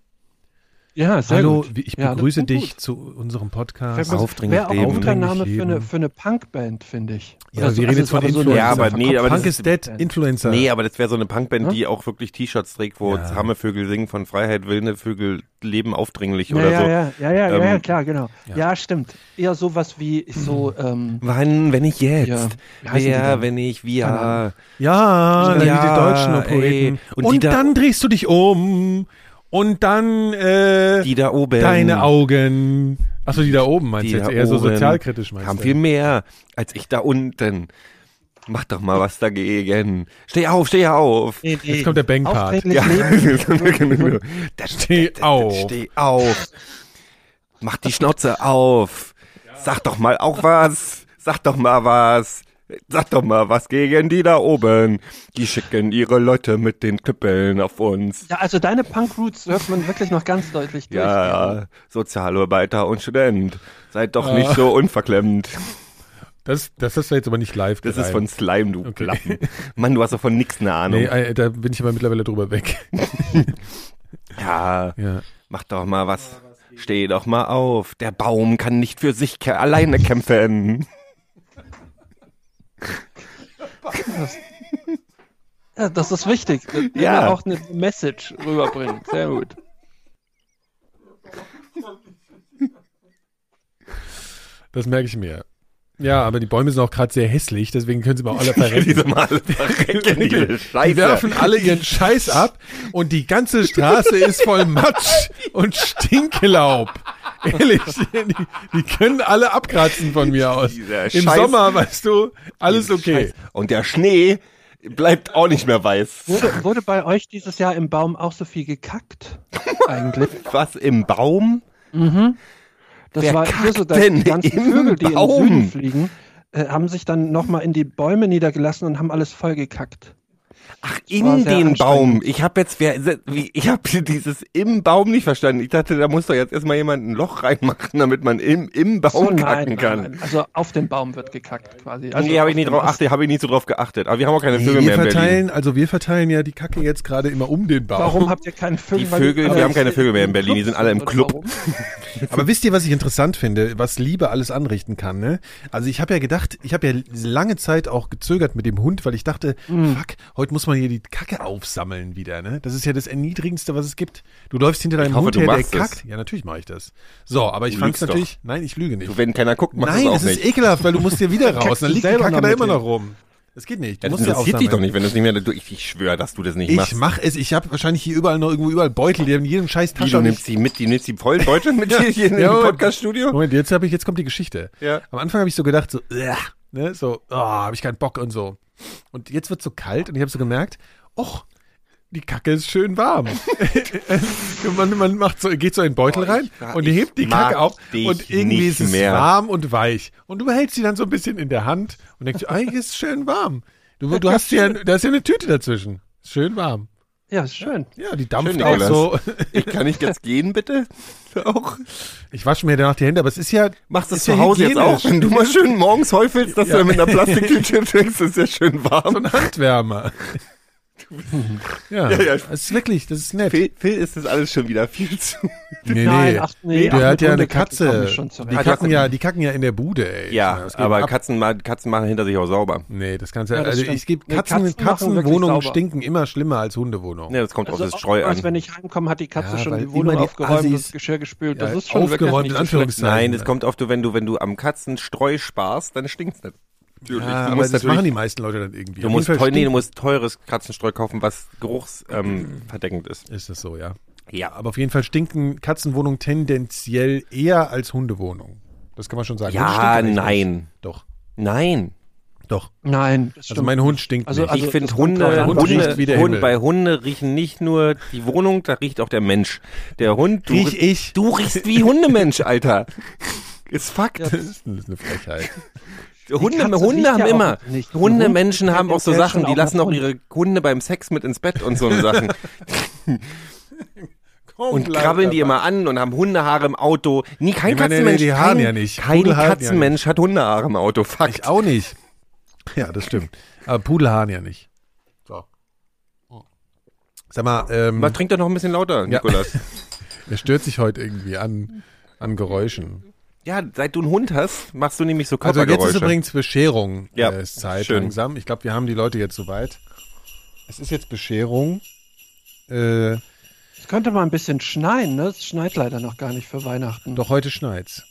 Speaker 1: Ja, sehr
Speaker 2: Hallo,
Speaker 1: gut.
Speaker 2: wie- ich
Speaker 1: Ja, das
Speaker 2: begrüße
Speaker 1: klingt
Speaker 2: dich
Speaker 1: gut.
Speaker 2: zu unserem
Speaker 1: Wäre
Speaker 2: Podcast.
Speaker 1: auch-
Speaker 3: Aufdringlich
Speaker 1: wäre auch
Speaker 3: leben.
Speaker 1: ein guter Name für
Speaker 2: Aufdringlich
Speaker 1: eine,
Speaker 2: leben.
Speaker 1: für eine Punkband, finde ich.
Speaker 2: ja,
Speaker 1: Oder so-
Speaker 2: wir reden
Speaker 1: also
Speaker 2: jetzt
Speaker 1: es
Speaker 2: von
Speaker 1: war aber
Speaker 2: Influencer.
Speaker 3: Ja, aber nee, aber
Speaker 2: Punk
Speaker 3: das
Speaker 2: ist dead, Influencer.
Speaker 3: Nee, aber das wäre so eine Punkband,
Speaker 1: Ja?
Speaker 3: die auch wirklich T-Shirts trägt, wo
Speaker 2: Ja.
Speaker 3: zahme Vögel singen von Freiheit, wilde Vögel leben aufdringlich
Speaker 1: Ja,
Speaker 3: oder
Speaker 1: ja,
Speaker 3: so.
Speaker 1: ja, ja, ja, ja, ja,
Speaker 3: Ähm,
Speaker 1: klar, genau.
Speaker 2: ja.
Speaker 1: Ja. stimmt. Eher sowas wie so,
Speaker 3: Mhm.
Speaker 1: ähm,
Speaker 3: Wann, wenn ich jetzt?
Speaker 1: Ja. Wie heißen die
Speaker 3: Wer,
Speaker 1: denn?
Speaker 3: wenn ich
Speaker 1: Keine
Speaker 3: wir?
Speaker 1: Ahnung.
Speaker 2: Ja,
Speaker 3: Ja,
Speaker 2: dann wie die deutschen
Speaker 3: ey.
Speaker 2: Poeten.
Speaker 3: Und
Speaker 2: Und,
Speaker 3: die da-
Speaker 2: dann drehst du dich um und dann äh,
Speaker 3: Die da oben.
Speaker 2: deine Augen. Achso, die da oben meinst
Speaker 3: Ähm, Die
Speaker 2: du jetzt
Speaker 3: da
Speaker 2: eher so
Speaker 3: oben
Speaker 2: sozialkritisch meinst
Speaker 3: haben
Speaker 2: du?
Speaker 3: viel mehr als ich da unten. Mach doch mal was dagegen. Steh auf, steh auf.
Speaker 1: nee, nee.
Speaker 2: Jetzt kommt der Bang-Part.
Speaker 1: Aufdringlich
Speaker 3: Ja.
Speaker 1: leben.
Speaker 3: Da
Speaker 2: Steh auf.
Speaker 3: Steh auf. Mach die Schnauze auf. Sag doch mal auch was. Sag doch mal was. Sag doch mal was gegen die da oben. Die schicken ihre Leute mit den Knüppeln auf uns.
Speaker 1: Ja, also deine Punk-Roots hört man wirklich noch ganz deutlich durch.
Speaker 2: Ah.
Speaker 3: Ja, Sozialarbeiter und Student. Seid doch nicht so unverklemmt.
Speaker 2: Das, das hast du jetzt aber nicht live
Speaker 3: Das ist
Speaker 2: gereimt.
Speaker 3: von Slime, du
Speaker 2: Okay.
Speaker 3: Plappen. Mann, du hast doch von nix eine Ahnung.
Speaker 2: Nee, äh, da bin ich aber mittlerweile drüber weg. äh,
Speaker 3: ja,
Speaker 2: Ja.
Speaker 3: mach doch mal was. Steh doch mal auf. Der Baum kann nicht für sich kä alleine kämpfen.
Speaker 1: Ja, das ist wichtig. Die
Speaker 3: Ja.
Speaker 1: ja. auch eine Message rüberbringen. Sehr gut.
Speaker 2: Das merke ich mir. Ja, aber die Bäume sind auch gerade sehr hässlich, deswegen können sie mal alle verrecken.
Speaker 3: Diese Male verrecken diese Scheiße.
Speaker 2: Die werfen alle ihren Scheiß ab und die ganze Straße ist voll Matsch und Stinkelaub. Ehrlich, die, die können alle abkratzen von mir aus.
Speaker 3: Dieser
Speaker 2: Im
Speaker 3: Scheiß-
Speaker 2: Sommer, weißt du, alles okay.
Speaker 3: Scheiße. Und der Schnee bleibt auch nicht mehr weiß.
Speaker 1: Wurde, wurde bei euch dieses Jahr im Baum auch so viel gekackt? Eigentlich.
Speaker 3: Was im Baum?
Speaker 1: Das
Speaker 3: Wer
Speaker 1: war
Speaker 3: kackt
Speaker 1: so,
Speaker 3: denn
Speaker 1: die ganzen
Speaker 3: im
Speaker 1: Vögel, die
Speaker 3: Baum?
Speaker 1: in den Süden fliegen, äh, haben sich dann nochmal in die Bäume niedergelassen und haben alles vollgekackt.
Speaker 3: Ach,
Speaker 1: war
Speaker 3: in
Speaker 1: sehr
Speaker 3: den
Speaker 1: anstrengend.
Speaker 3: Baum. Ich habe jetzt, wer, wie- ich habe dieses im Baum nicht verstanden. Ich dachte, da muss doch jetzt erstmal jemand ein Loch reinmachen, damit man im, im Baum
Speaker 1: nein,
Speaker 3: kacken
Speaker 1: nein,
Speaker 3: kann.
Speaker 1: nein. Also auf den Baum wird gekackt quasi.
Speaker 3: Also
Speaker 1: Also
Speaker 3: nee, habe ich,
Speaker 1: auf
Speaker 3: nicht
Speaker 1: den
Speaker 3: drauf-
Speaker 1: Ast-
Speaker 3: ach, hab ich nicht so drauf geachtet. Aber wir haben auch keine Vögel
Speaker 2: wir
Speaker 3: mehr in Berlin.
Speaker 2: verteilen, also wir verteilen ja die Kacke jetzt gerade immer um den Baum.
Speaker 1: Warum habt ihr keine Vögel?
Speaker 3: Die
Speaker 1: Weil die
Speaker 3: Vögel- wir
Speaker 1: alle
Speaker 3: haben keine Vögel mehr in Berlin, die sind alle im
Speaker 1: oder
Speaker 3: Club.
Speaker 1: warum?
Speaker 2: Aber wisst ihr, was ich interessant finde, was Liebe alles anrichten kann, ne? Also ich habe ja gedacht, ich habe ja lange Zeit auch gezögert mit dem Hund, weil ich dachte,
Speaker 1: Mhm.
Speaker 2: fuck, heute muss man hier die Kacke aufsammeln wieder, ne? Das ist ja das Erniedrigendste, was es gibt. Du läufst hinter deinem
Speaker 3: hoffe,
Speaker 2: Hund
Speaker 3: du
Speaker 2: her, der
Speaker 3: machst es.
Speaker 2: kackt. Ja, natürlich mache ich das. So, aber ich
Speaker 3: Du
Speaker 2: fand es
Speaker 3: lügst
Speaker 2: natürlich, nein, ich lüge nicht.
Speaker 3: Du, wenn keiner guckt, machst
Speaker 2: nein,
Speaker 3: du
Speaker 2: das
Speaker 3: es auch
Speaker 2: ist
Speaker 3: nicht.
Speaker 2: ekelhaft, weil du musst hier wieder raus. Dann liegt die
Speaker 1: selber
Speaker 2: Kacke
Speaker 1: noch
Speaker 2: da
Speaker 1: mit
Speaker 2: immer
Speaker 1: dir.
Speaker 2: noch rum. Das geht nicht. Du
Speaker 3: Ja, das
Speaker 2: musst ja
Speaker 3: interessiert dich
Speaker 2: aufsammeln.
Speaker 3: doch nicht, wenn du es nicht mehr. Du, ich, ich schwöre, dass du das nicht machst.
Speaker 2: Ich mach es, ich habe wahrscheinlich hier überall noch irgendwo überall Beutel, die haben jeden scheiß
Speaker 3: die,
Speaker 2: Tasche.
Speaker 3: du
Speaker 2: und ich-
Speaker 3: nimmst die mit, die nimmst die voll Deutsche mit
Speaker 2: Ja.
Speaker 3: dir hier in dem
Speaker 2: Ja, Moment.
Speaker 3: Podcaststudio.
Speaker 2: Moment, jetzt habe ich, jetzt kommt die Geschichte.
Speaker 3: Ja.
Speaker 2: Am Anfang habe ich so gedacht, so, "Uah", ne, so, oh, habe ich keinen Bock und so. Und jetzt wird so kalt und ich habe so gemerkt, och, die Kacke ist schön warm. man man macht so, geht so in den Beutel
Speaker 3: Oh, ich
Speaker 2: rein
Speaker 3: mag-
Speaker 2: und hebt die
Speaker 3: ich mag
Speaker 2: Kacke auf
Speaker 3: dich
Speaker 2: und irgendwie
Speaker 3: nicht
Speaker 2: ist es
Speaker 3: mehr.
Speaker 2: warm und weich. Und du hältst sie dann so ein bisschen in der Hand und denkst, eigentlich ist es schön warm. Du, du hast ja, da ist ja eine Tüte dazwischen. Ist Schön warm.
Speaker 1: Ja, ist schön.
Speaker 2: Ja, die dampft
Speaker 3: Schön,
Speaker 2: auch
Speaker 3: Nikolas.
Speaker 2: so.
Speaker 3: Ich kann nicht jetzt gehen, bitte? Auch.
Speaker 2: Ich wasche mir danach die Hände, aber es ist ja.
Speaker 3: Machst das
Speaker 2: ist
Speaker 3: zu
Speaker 2: ja
Speaker 3: Hause jetzt auch,
Speaker 2: hygienisch.
Speaker 3: wenn du mal schön morgens häufelst, dass
Speaker 2: Ja.
Speaker 3: du mit einer Plastiktüte trinkst, ist ja schön
Speaker 2: So
Speaker 3: warm.
Speaker 2: ein Handwärmer. ja,
Speaker 3: Ja, ja.
Speaker 2: das ist wirklich, das ist nett.
Speaker 3: Phil, Phil ist das alles schon wieder viel zu.
Speaker 2: nee,
Speaker 1: Nein, ach nee, ach,
Speaker 2: der hat
Speaker 1: mit
Speaker 2: ja eine
Speaker 1: Hundekacken komm
Speaker 2: Katze.
Speaker 1: ich schon zurecht.
Speaker 2: Die
Speaker 1: Ah,
Speaker 2: kacken, ja, die kacken ja in der Bude, ey.
Speaker 3: Ja,
Speaker 2: Das geht
Speaker 3: aber
Speaker 2: ab.
Speaker 3: Katzen, ma- Katzen machen hinter sich auch sauber.
Speaker 2: Nee, das kannst du ja.
Speaker 1: Ja, das
Speaker 2: also
Speaker 1: stimmt.
Speaker 2: ich gebe
Speaker 1: Nee,
Speaker 2: Katzen,
Speaker 1: Katzen machen
Speaker 2: Katzenwohnungen
Speaker 1: wirklich sauber.
Speaker 2: stinken immer schlimmer als Hundewohnungen.
Speaker 3: Ja, das kommt
Speaker 1: Also
Speaker 3: auf das Streu
Speaker 1: oftmals,
Speaker 3: an.
Speaker 1: Wenn ich heimkomme, hat die Katze
Speaker 2: Ja,
Speaker 1: schon
Speaker 2: weil
Speaker 1: die Wohnung
Speaker 2: immer die
Speaker 1: aufgeräumt,
Speaker 2: Assis-
Speaker 1: das Geschirr gespült.
Speaker 2: Ja,
Speaker 1: das ist schon
Speaker 2: aufgeräumt
Speaker 1: wirklich
Speaker 2: in
Speaker 1: nicht so schlecht.
Speaker 2: Anführungszeichen.
Speaker 3: Nein, das kommt oft, wenn du, wenn du am Katzenstreu sparst, dann stinkt's nicht. Natürlich.
Speaker 2: Ja,
Speaker 3: du
Speaker 2: Ah, aber
Speaker 3: musst
Speaker 2: das
Speaker 3: natürlich
Speaker 2: machen die meisten Leute dann irgendwie.
Speaker 3: Du
Speaker 2: Auf
Speaker 3: musst,
Speaker 2: jeden
Speaker 3: teu,
Speaker 2: Fall
Speaker 3: nee, du musst teures Katzenstreu kaufen, was geruchsverdeckend ähm, verdeckend ist.
Speaker 2: stinken- Ist das so, ja.
Speaker 3: Ja,
Speaker 2: Aber auf jeden Fall stinken Katzenwohnungen tendenziell eher als Hundewohnungen. Das kann man schon sagen.
Speaker 3: Ja,
Speaker 2: Hunde stinken eigentlich
Speaker 3: nein.
Speaker 2: nicht. Doch,
Speaker 3: Nein.
Speaker 2: doch.
Speaker 1: Nein, das
Speaker 2: Also
Speaker 1: stimmt.
Speaker 2: mein Hund stinkt
Speaker 1: Also-
Speaker 2: nicht.
Speaker 3: ich finde
Speaker 1: das kommt drauf
Speaker 3: Hunde,
Speaker 1: an,
Speaker 2: Hund riecht wie der
Speaker 3: Hunde, Hunde
Speaker 2: Himmel.
Speaker 3: bei Hunde riechen nicht nur die Wohnung, da riecht auch der Mensch. Der Hund, du,
Speaker 2: Riech
Speaker 3: ri-
Speaker 2: ich?
Speaker 3: du riechst wie Hundemensch, Alter. Ist Fakt.
Speaker 2: das ist eine Frechheit.
Speaker 3: Hunde,
Speaker 1: Katze
Speaker 3: Hunde
Speaker 1: riecht
Speaker 3: haben
Speaker 1: ja auch
Speaker 3: immer,
Speaker 1: nicht. Die
Speaker 3: Hundemenschen
Speaker 1: Hunde
Speaker 3: haben auch so
Speaker 1: tendenziell
Speaker 3: Sachen,
Speaker 1: schon
Speaker 3: die
Speaker 1: auch
Speaker 3: lassen
Speaker 1: nach
Speaker 3: auch ihre Hunde beim Sex mit ins Bett und so eine Sachen. Und krabbeln die immer an und haben Hundehaare im Auto. Nie kein
Speaker 2: Nee, nee, nee,
Speaker 3: Katzenmensch.
Speaker 2: die haben
Speaker 3: kein,
Speaker 2: ja nicht.
Speaker 3: Kein
Speaker 2: Pudel haben ja
Speaker 3: Katzenmensch hat Hundehaare im Auto. Fakt.
Speaker 2: Ich auch nicht. Ja, das stimmt. Aber Pudelhahn ja nicht. So. Sag mal, ähm,
Speaker 3: Man trinkt doch noch ein bisschen lauter, Nikolas.
Speaker 2: er stört sich heute irgendwie an, an Geräuschen.
Speaker 3: Ja, seit du einen Hund hast, machst du nämlich so
Speaker 2: Also
Speaker 3: Körpergeräusche.
Speaker 2: jetzt ist übrigens Bescherung
Speaker 3: Ja,
Speaker 2: äh, ist Zeit
Speaker 3: schön.
Speaker 2: langsam. Ich glaube, wir haben die Leute jetzt soweit. Es ist jetzt Bescherung. Äh,
Speaker 1: Es könnte mal ein bisschen schneien, ne? Es schneit leider noch gar nicht für Weihnachten.
Speaker 2: doch heute schneit's.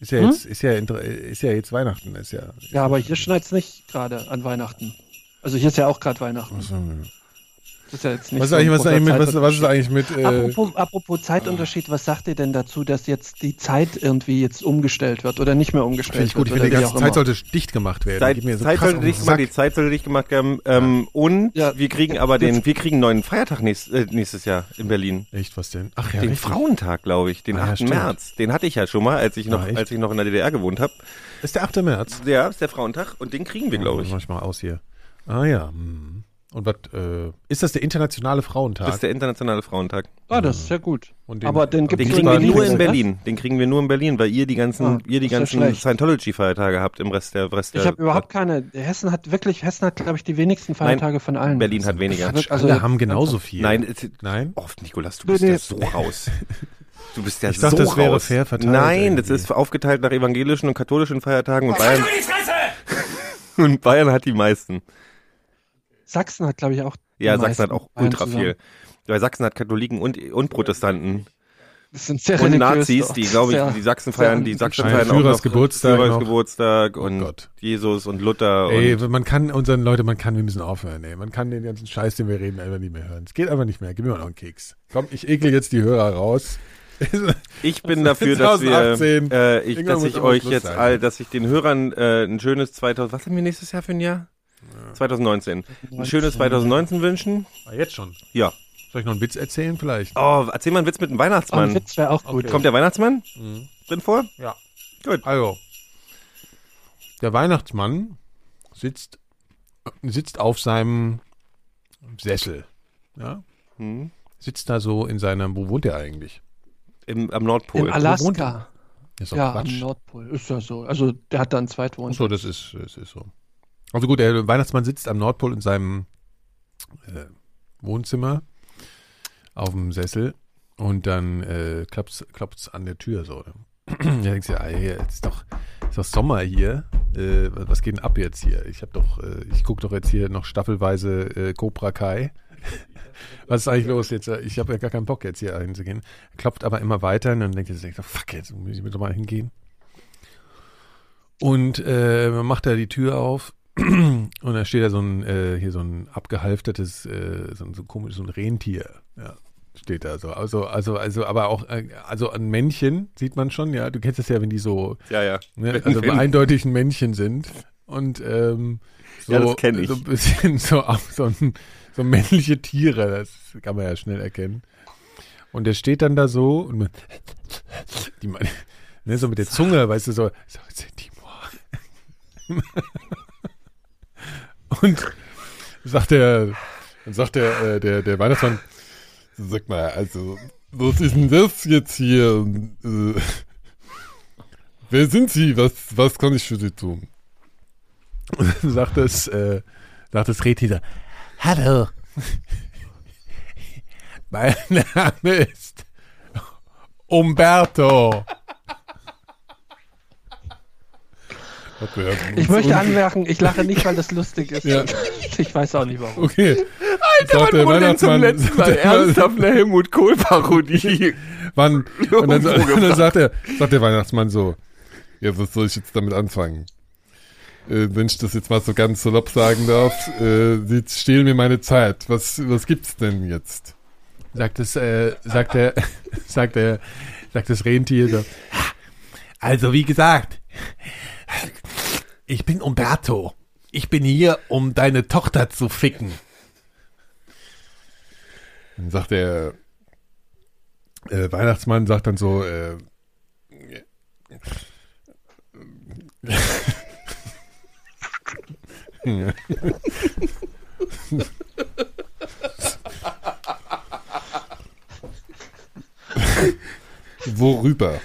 Speaker 2: Ist ja, jetzt, ist, ja, inter- ist ja jetzt Weihnachten, ist ja.
Speaker 1: Ja, aber hier schneit es nicht gerade an Weihnachten. Also hier ist ja auch gerade Weihnachten. Das ist ja jetzt nicht
Speaker 2: Was ist
Speaker 1: so
Speaker 2: eigentlich,
Speaker 1: ein
Speaker 2: was ist
Speaker 1: großer
Speaker 2: eigentlich mit, was,
Speaker 1: Zeitunterschied.
Speaker 2: was ist eigentlich mit äh,
Speaker 1: apropos, apropos Zeitunterschied, was sagt ihr denn dazu, dass jetzt die Zeit irgendwie jetzt umgestellt wird oder nicht mehr
Speaker 2: Finde
Speaker 1: umgestellt
Speaker 2: ich gut. Ich
Speaker 1: wird?
Speaker 2: finde, die
Speaker 1: oder wie
Speaker 2: ganze
Speaker 1: auch
Speaker 2: Zeit
Speaker 1: immer?
Speaker 2: sollte dicht gemacht werden.
Speaker 3: Zeit,
Speaker 2: Gib mir so
Speaker 3: Zeit
Speaker 2: krass
Speaker 3: sollte
Speaker 2: auf den
Speaker 3: dicht gemacht, die
Speaker 2: Sack.
Speaker 3: Zeit sollte dicht gemacht haben. Ähm, Und
Speaker 1: Ja.
Speaker 3: wir kriegen aber
Speaker 1: Jetzt-
Speaker 3: den, wir kriegen einen neuen Feiertag nächst, äh, nächstes Jahr in Berlin.
Speaker 2: Echt, was denn? Ach ja,
Speaker 3: Den
Speaker 2: richtig.
Speaker 3: Frauentag, glaube ich, den
Speaker 2: Ah, ja,
Speaker 3: 8.
Speaker 2: stimmt.
Speaker 3: März. Den hatte ich ja schon mal, als ich noch,
Speaker 2: Ah, echt?
Speaker 3: als ich noch in der DDR gewohnt habe.
Speaker 2: Ist der 8. März? Oh,
Speaker 3: Ja, ist der Frauentag und den kriegen wir, glaube ich.
Speaker 2: Mach ich mal aus hier. Ah ja. hm. Und was, äh, ist das der internationale Frauentag?
Speaker 3: Das ist der internationale Frauentag.
Speaker 6: Ah, das ist ja gut.
Speaker 2: Und
Speaker 6: Aber den
Speaker 3: Den
Speaker 6: gibt's
Speaker 3: kriegen wir
Speaker 6: in Berlin,
Speaker 3: nur in
Speaker 6: oder?
Speaker 3: Berlin. Den kriegen wir nur in Berlin, weil ihr die ganzen,
Speaker 6: Ah,
Speaker 3: ihr die
Speaker 6: ist ja
Speaker 3: ganzen
Speaker 6: schlecht.
Speaker 3: Scientology-Feiertage habt im Rest der Rest
Speaker 6: Ich
Speaker 3: der-
Speaker 6: habe überhaupt keine. Hessen hat wirklich, Hessen hat, glaube ich, die wenigsten
Speaker 3: Nein,
Speaker 6: Feiertage von allen.
Speaker 3: Berlin hat weniger.
Speaker 6: Quatsch.
Speaker 2: also,
Speaker 6: also-
Speaker 2: alle haben genauso viel.
Speaker 3: Nein, es-
Speaker 2: Nein?
Speaker 3: Oh, Nikolas, du bist
Speaker 6: Nee,
Speaker 3: ja
Speaker 6: nee.
Speaker 3: so raus. Du bist ja
Speaker 2: Ich dachte,
Speaker 3: so
Speaker 2: das wäre
Speaker 3: raus.
Speaker 2: fair verteilt
Speaker 3: Nein, das
Speaker 2: irgendwie.
Speaker 3: ist aufgeteilt nach evangelischen und katholischen Feiertagen und Bayern. Und Bayern hat die meisten.
Speaker 6: Sachsen hat, glaube ich, auch. die
Speaker 3: Ja, Sachsen hat
Speaker 6: meisten
Speaker 3: auch
Speaker 6: Bayern
Speaker 3: ultra
Speaker 6: zusammen.
Speaker 3: viel. Weil Sachsen hat Katholiken und, und Protestanten
Speaker 6: Das sind sehr
Speaker 3: und
Speaker 6: religiös
Speaker 3: Nazis,
Speaker 6: dort.
Speaker 3: die, glaube
Speaker 6: Sehr-
Speaker 3: ich, die Sachsen feiern, die
Speaker 6: sehr-
Speaker 3: Sachsen
Speaker 2: Schein-
Speaker 3: feiern auch
Speaker 2: Führers
Speaker 3: noch
Speaker 2: Geburtstag
Speaker 3: Führers
Speaker 2: noch.
Speaker 3: Geburtstag
Speaker 2: Oh
Speaker 3: und
Speaker 2: Gott.
Speaker 3: Jesus und Luther
Speaker 2: Ey,
Speaker 3: Oh, und
Speaker 2: man kann unseren Leute, man kann, wir müssen aufhören, ey. Man kann den ganzen Scheiß, den wir reden, einfach nicht mehr hören. Es geht einfach nicht mehr. Gib mir mal noch einen Keks. Komm, ich ekel jetzt die Hörer raus.
Speaker 3: Ich bin dafür, dass wir,
Speaker 2: 2018.
Speaker 3: äh, ich,
Speaker 2: Irgendwann
Speaker 3: dass
Speaker 2: muss
Speaker 3: ich
Speaker 2: aber
Speaker 3: euch
Speaker 2: Schluss
Speaker 3: jetzt
Speaker 2: sein.
Speaker 3: all, dass ich den Hörern äh, ein schönes 2000, was haben wir nächstes Jahr für ein Jahr? 2019. Ein schönes 2019 wünschen.
Speaker 2: Ah, jetzt schon.
Speaker 3: Ja.
Speaker 2: Soll ich noch einen Witz erzählen vielleicht?
Speaker 3: Oh, erzähl mal einen Witz mit dem
Speaker 6: Oh, ein
Speaker 3: Weihnachtsmann.
Speaker 6: Witz wäre auch gut.
Speaker 3: Kommt der Weihnachtsmann
Speaker 2: Mhm.
Speaker 3: drin vor?
Speaker 2: Ja.
Speaker 3: Gut.
Speaker 2: Also, der Weihnachtsmann sitzt, sitzt auf seinem Sessel. Ja?
Speaker 3: Hm.
Speaker 2: Sitzt da so in seinem, wo wohnt er eigentlich?
Speaker 3: Im, am
Speaker 6: In
Speaker 3: Nordpol.
Speaker 6: Alaska.
Speaker 2: Das ist doch
Speaker 6: Ja, am
Speaker 2: Quatsch.
Speaker 6: Nordpol. Ist ja so. Also, der hat da einen
Speaker 2: Ach
Speaker 6: Zweitwohnsitz.
Speaker 2: so, das ist, das ist so. Also gut, der Weihnachtsmann sitzt am Nordpol in seinem äh, Wohnzimmer auf dem Sessel und dann äh, klopft's, klopft's an der Tür so. Da denkst du, ja, hier ist doch, ist doch Sommer hier. Äh, was geht denn ab jetzt hier? Ich habe doch, äh, ich gucke doch jetzt hier noch staffelweise äh, Cobra Kai. Was ist eigentlich los jetzt? Ich habe ja gar keinen Bock jetzt hier hinzugehen. Klopft aber immer weiter ne? und dann denkt er sich, so, fuck, jetzt muss ich mir doch mal hingehen. Und äh, man macht da die Tür auf und da steht da so ein, äh, hier so ein abgehalftertes, äh, so ein so komisches, so ein Rentier. Ja, steht da so. Also, also, also, aber auch, äh, also ein Männchen sieht man schon, ja. Du kennst das ja, wenn die so,
Speaker 3: Ja, ja.
Speaker 2: ne,
Speaker 3: Wenn-
Speaker 2: also
Speaker 3: wenn-
Speaker 2: eindeutig ein Männchen sind. Und ähm, so,
Speaker 3: Ja, das kenn ich.
Speaker 2: so ein bisschen so, auch so, ein, so männliche Tiere, das kann man ja schnell erkennen. Und der steht dann da so und man, die, man- ne, so mit der Zunge, weißt du, so, so Timor. Und sagt der, dann sagt der, äh, der, der Weihnachtsmann, sag mal, also, was ist denn das jetzt hier? Äh, wer sind Sie? Was, was kann ich für Sie tun? Und dann sagt das, äh, sagt das Reti da, Hallo. Mein Name ist Umberto. Hat mir
Speaker 6: Ich möchte anmerken, ich lache nicht, weil das lustig ist.
Speaker 2: Ja.
Speaker 6: Ich weiß auch nicht warum.
Speaker 2: Okay. Alter, sagt der
Speaker 3: Wo denn zum
Speaker 2: Weihnachtsmann,
Speaker 3: letzten Mal
Speaker 2: sagt der-
Speaker 3: ernsthaft eine Helmut Kohl-Parodie.
Speaker 2: Wann? Und dann,
Speaker 3: Irgendwo
Speaker 2: und dann sagt, der, sagt der Weihnachtsmann so, ja, was soll ich jetzt damit anfangen? Äh, wenn ich das jetzt mal so ganz salopp sagen darf, äh, jetzt stehlen mir meine Zeit. Was, was gibt's denn jetzt? Sagt das, äh, sagt der, sagt der, sagt das Rentier so. Also wie gesagt, ich bin Umberto. Ich bin hier, um deine Tochter zu ficken. Dann sagt der äh, Weihnachtsmann sagt dann so, äh, worüber?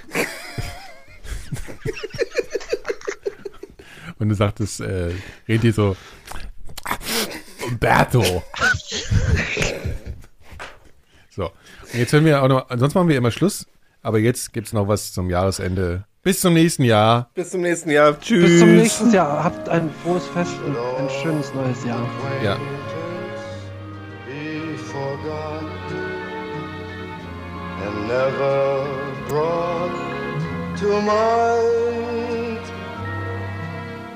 Speaker 2: Und du sagtest, äh, Redi so, Umberto. So, und jetzt hören wir auch noch, sonst machen wir immer Schluss, aber jetzt gibt's noch was zum Jahresende. Bis zum nächsten Jahr.
Speaker 3: Bis zum nächsten Jahr. Tschüss.
Speaker 6: Bis zum nächsten Jahr. Habt ein frohes Fest und ein schönes neues Jahr.
Speaker 2: Ja.
Speaker 4: Be forgot and never brought to mind.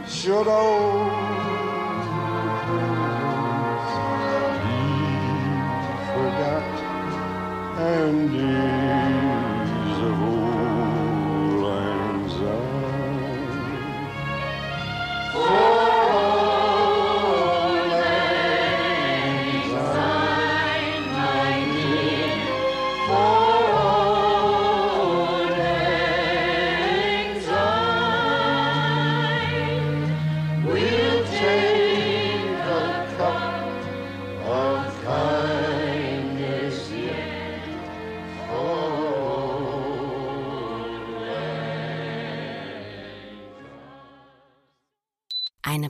Speaker 4: Should always be forgot and is of old lang syne.
Speaker 9: We'll Eine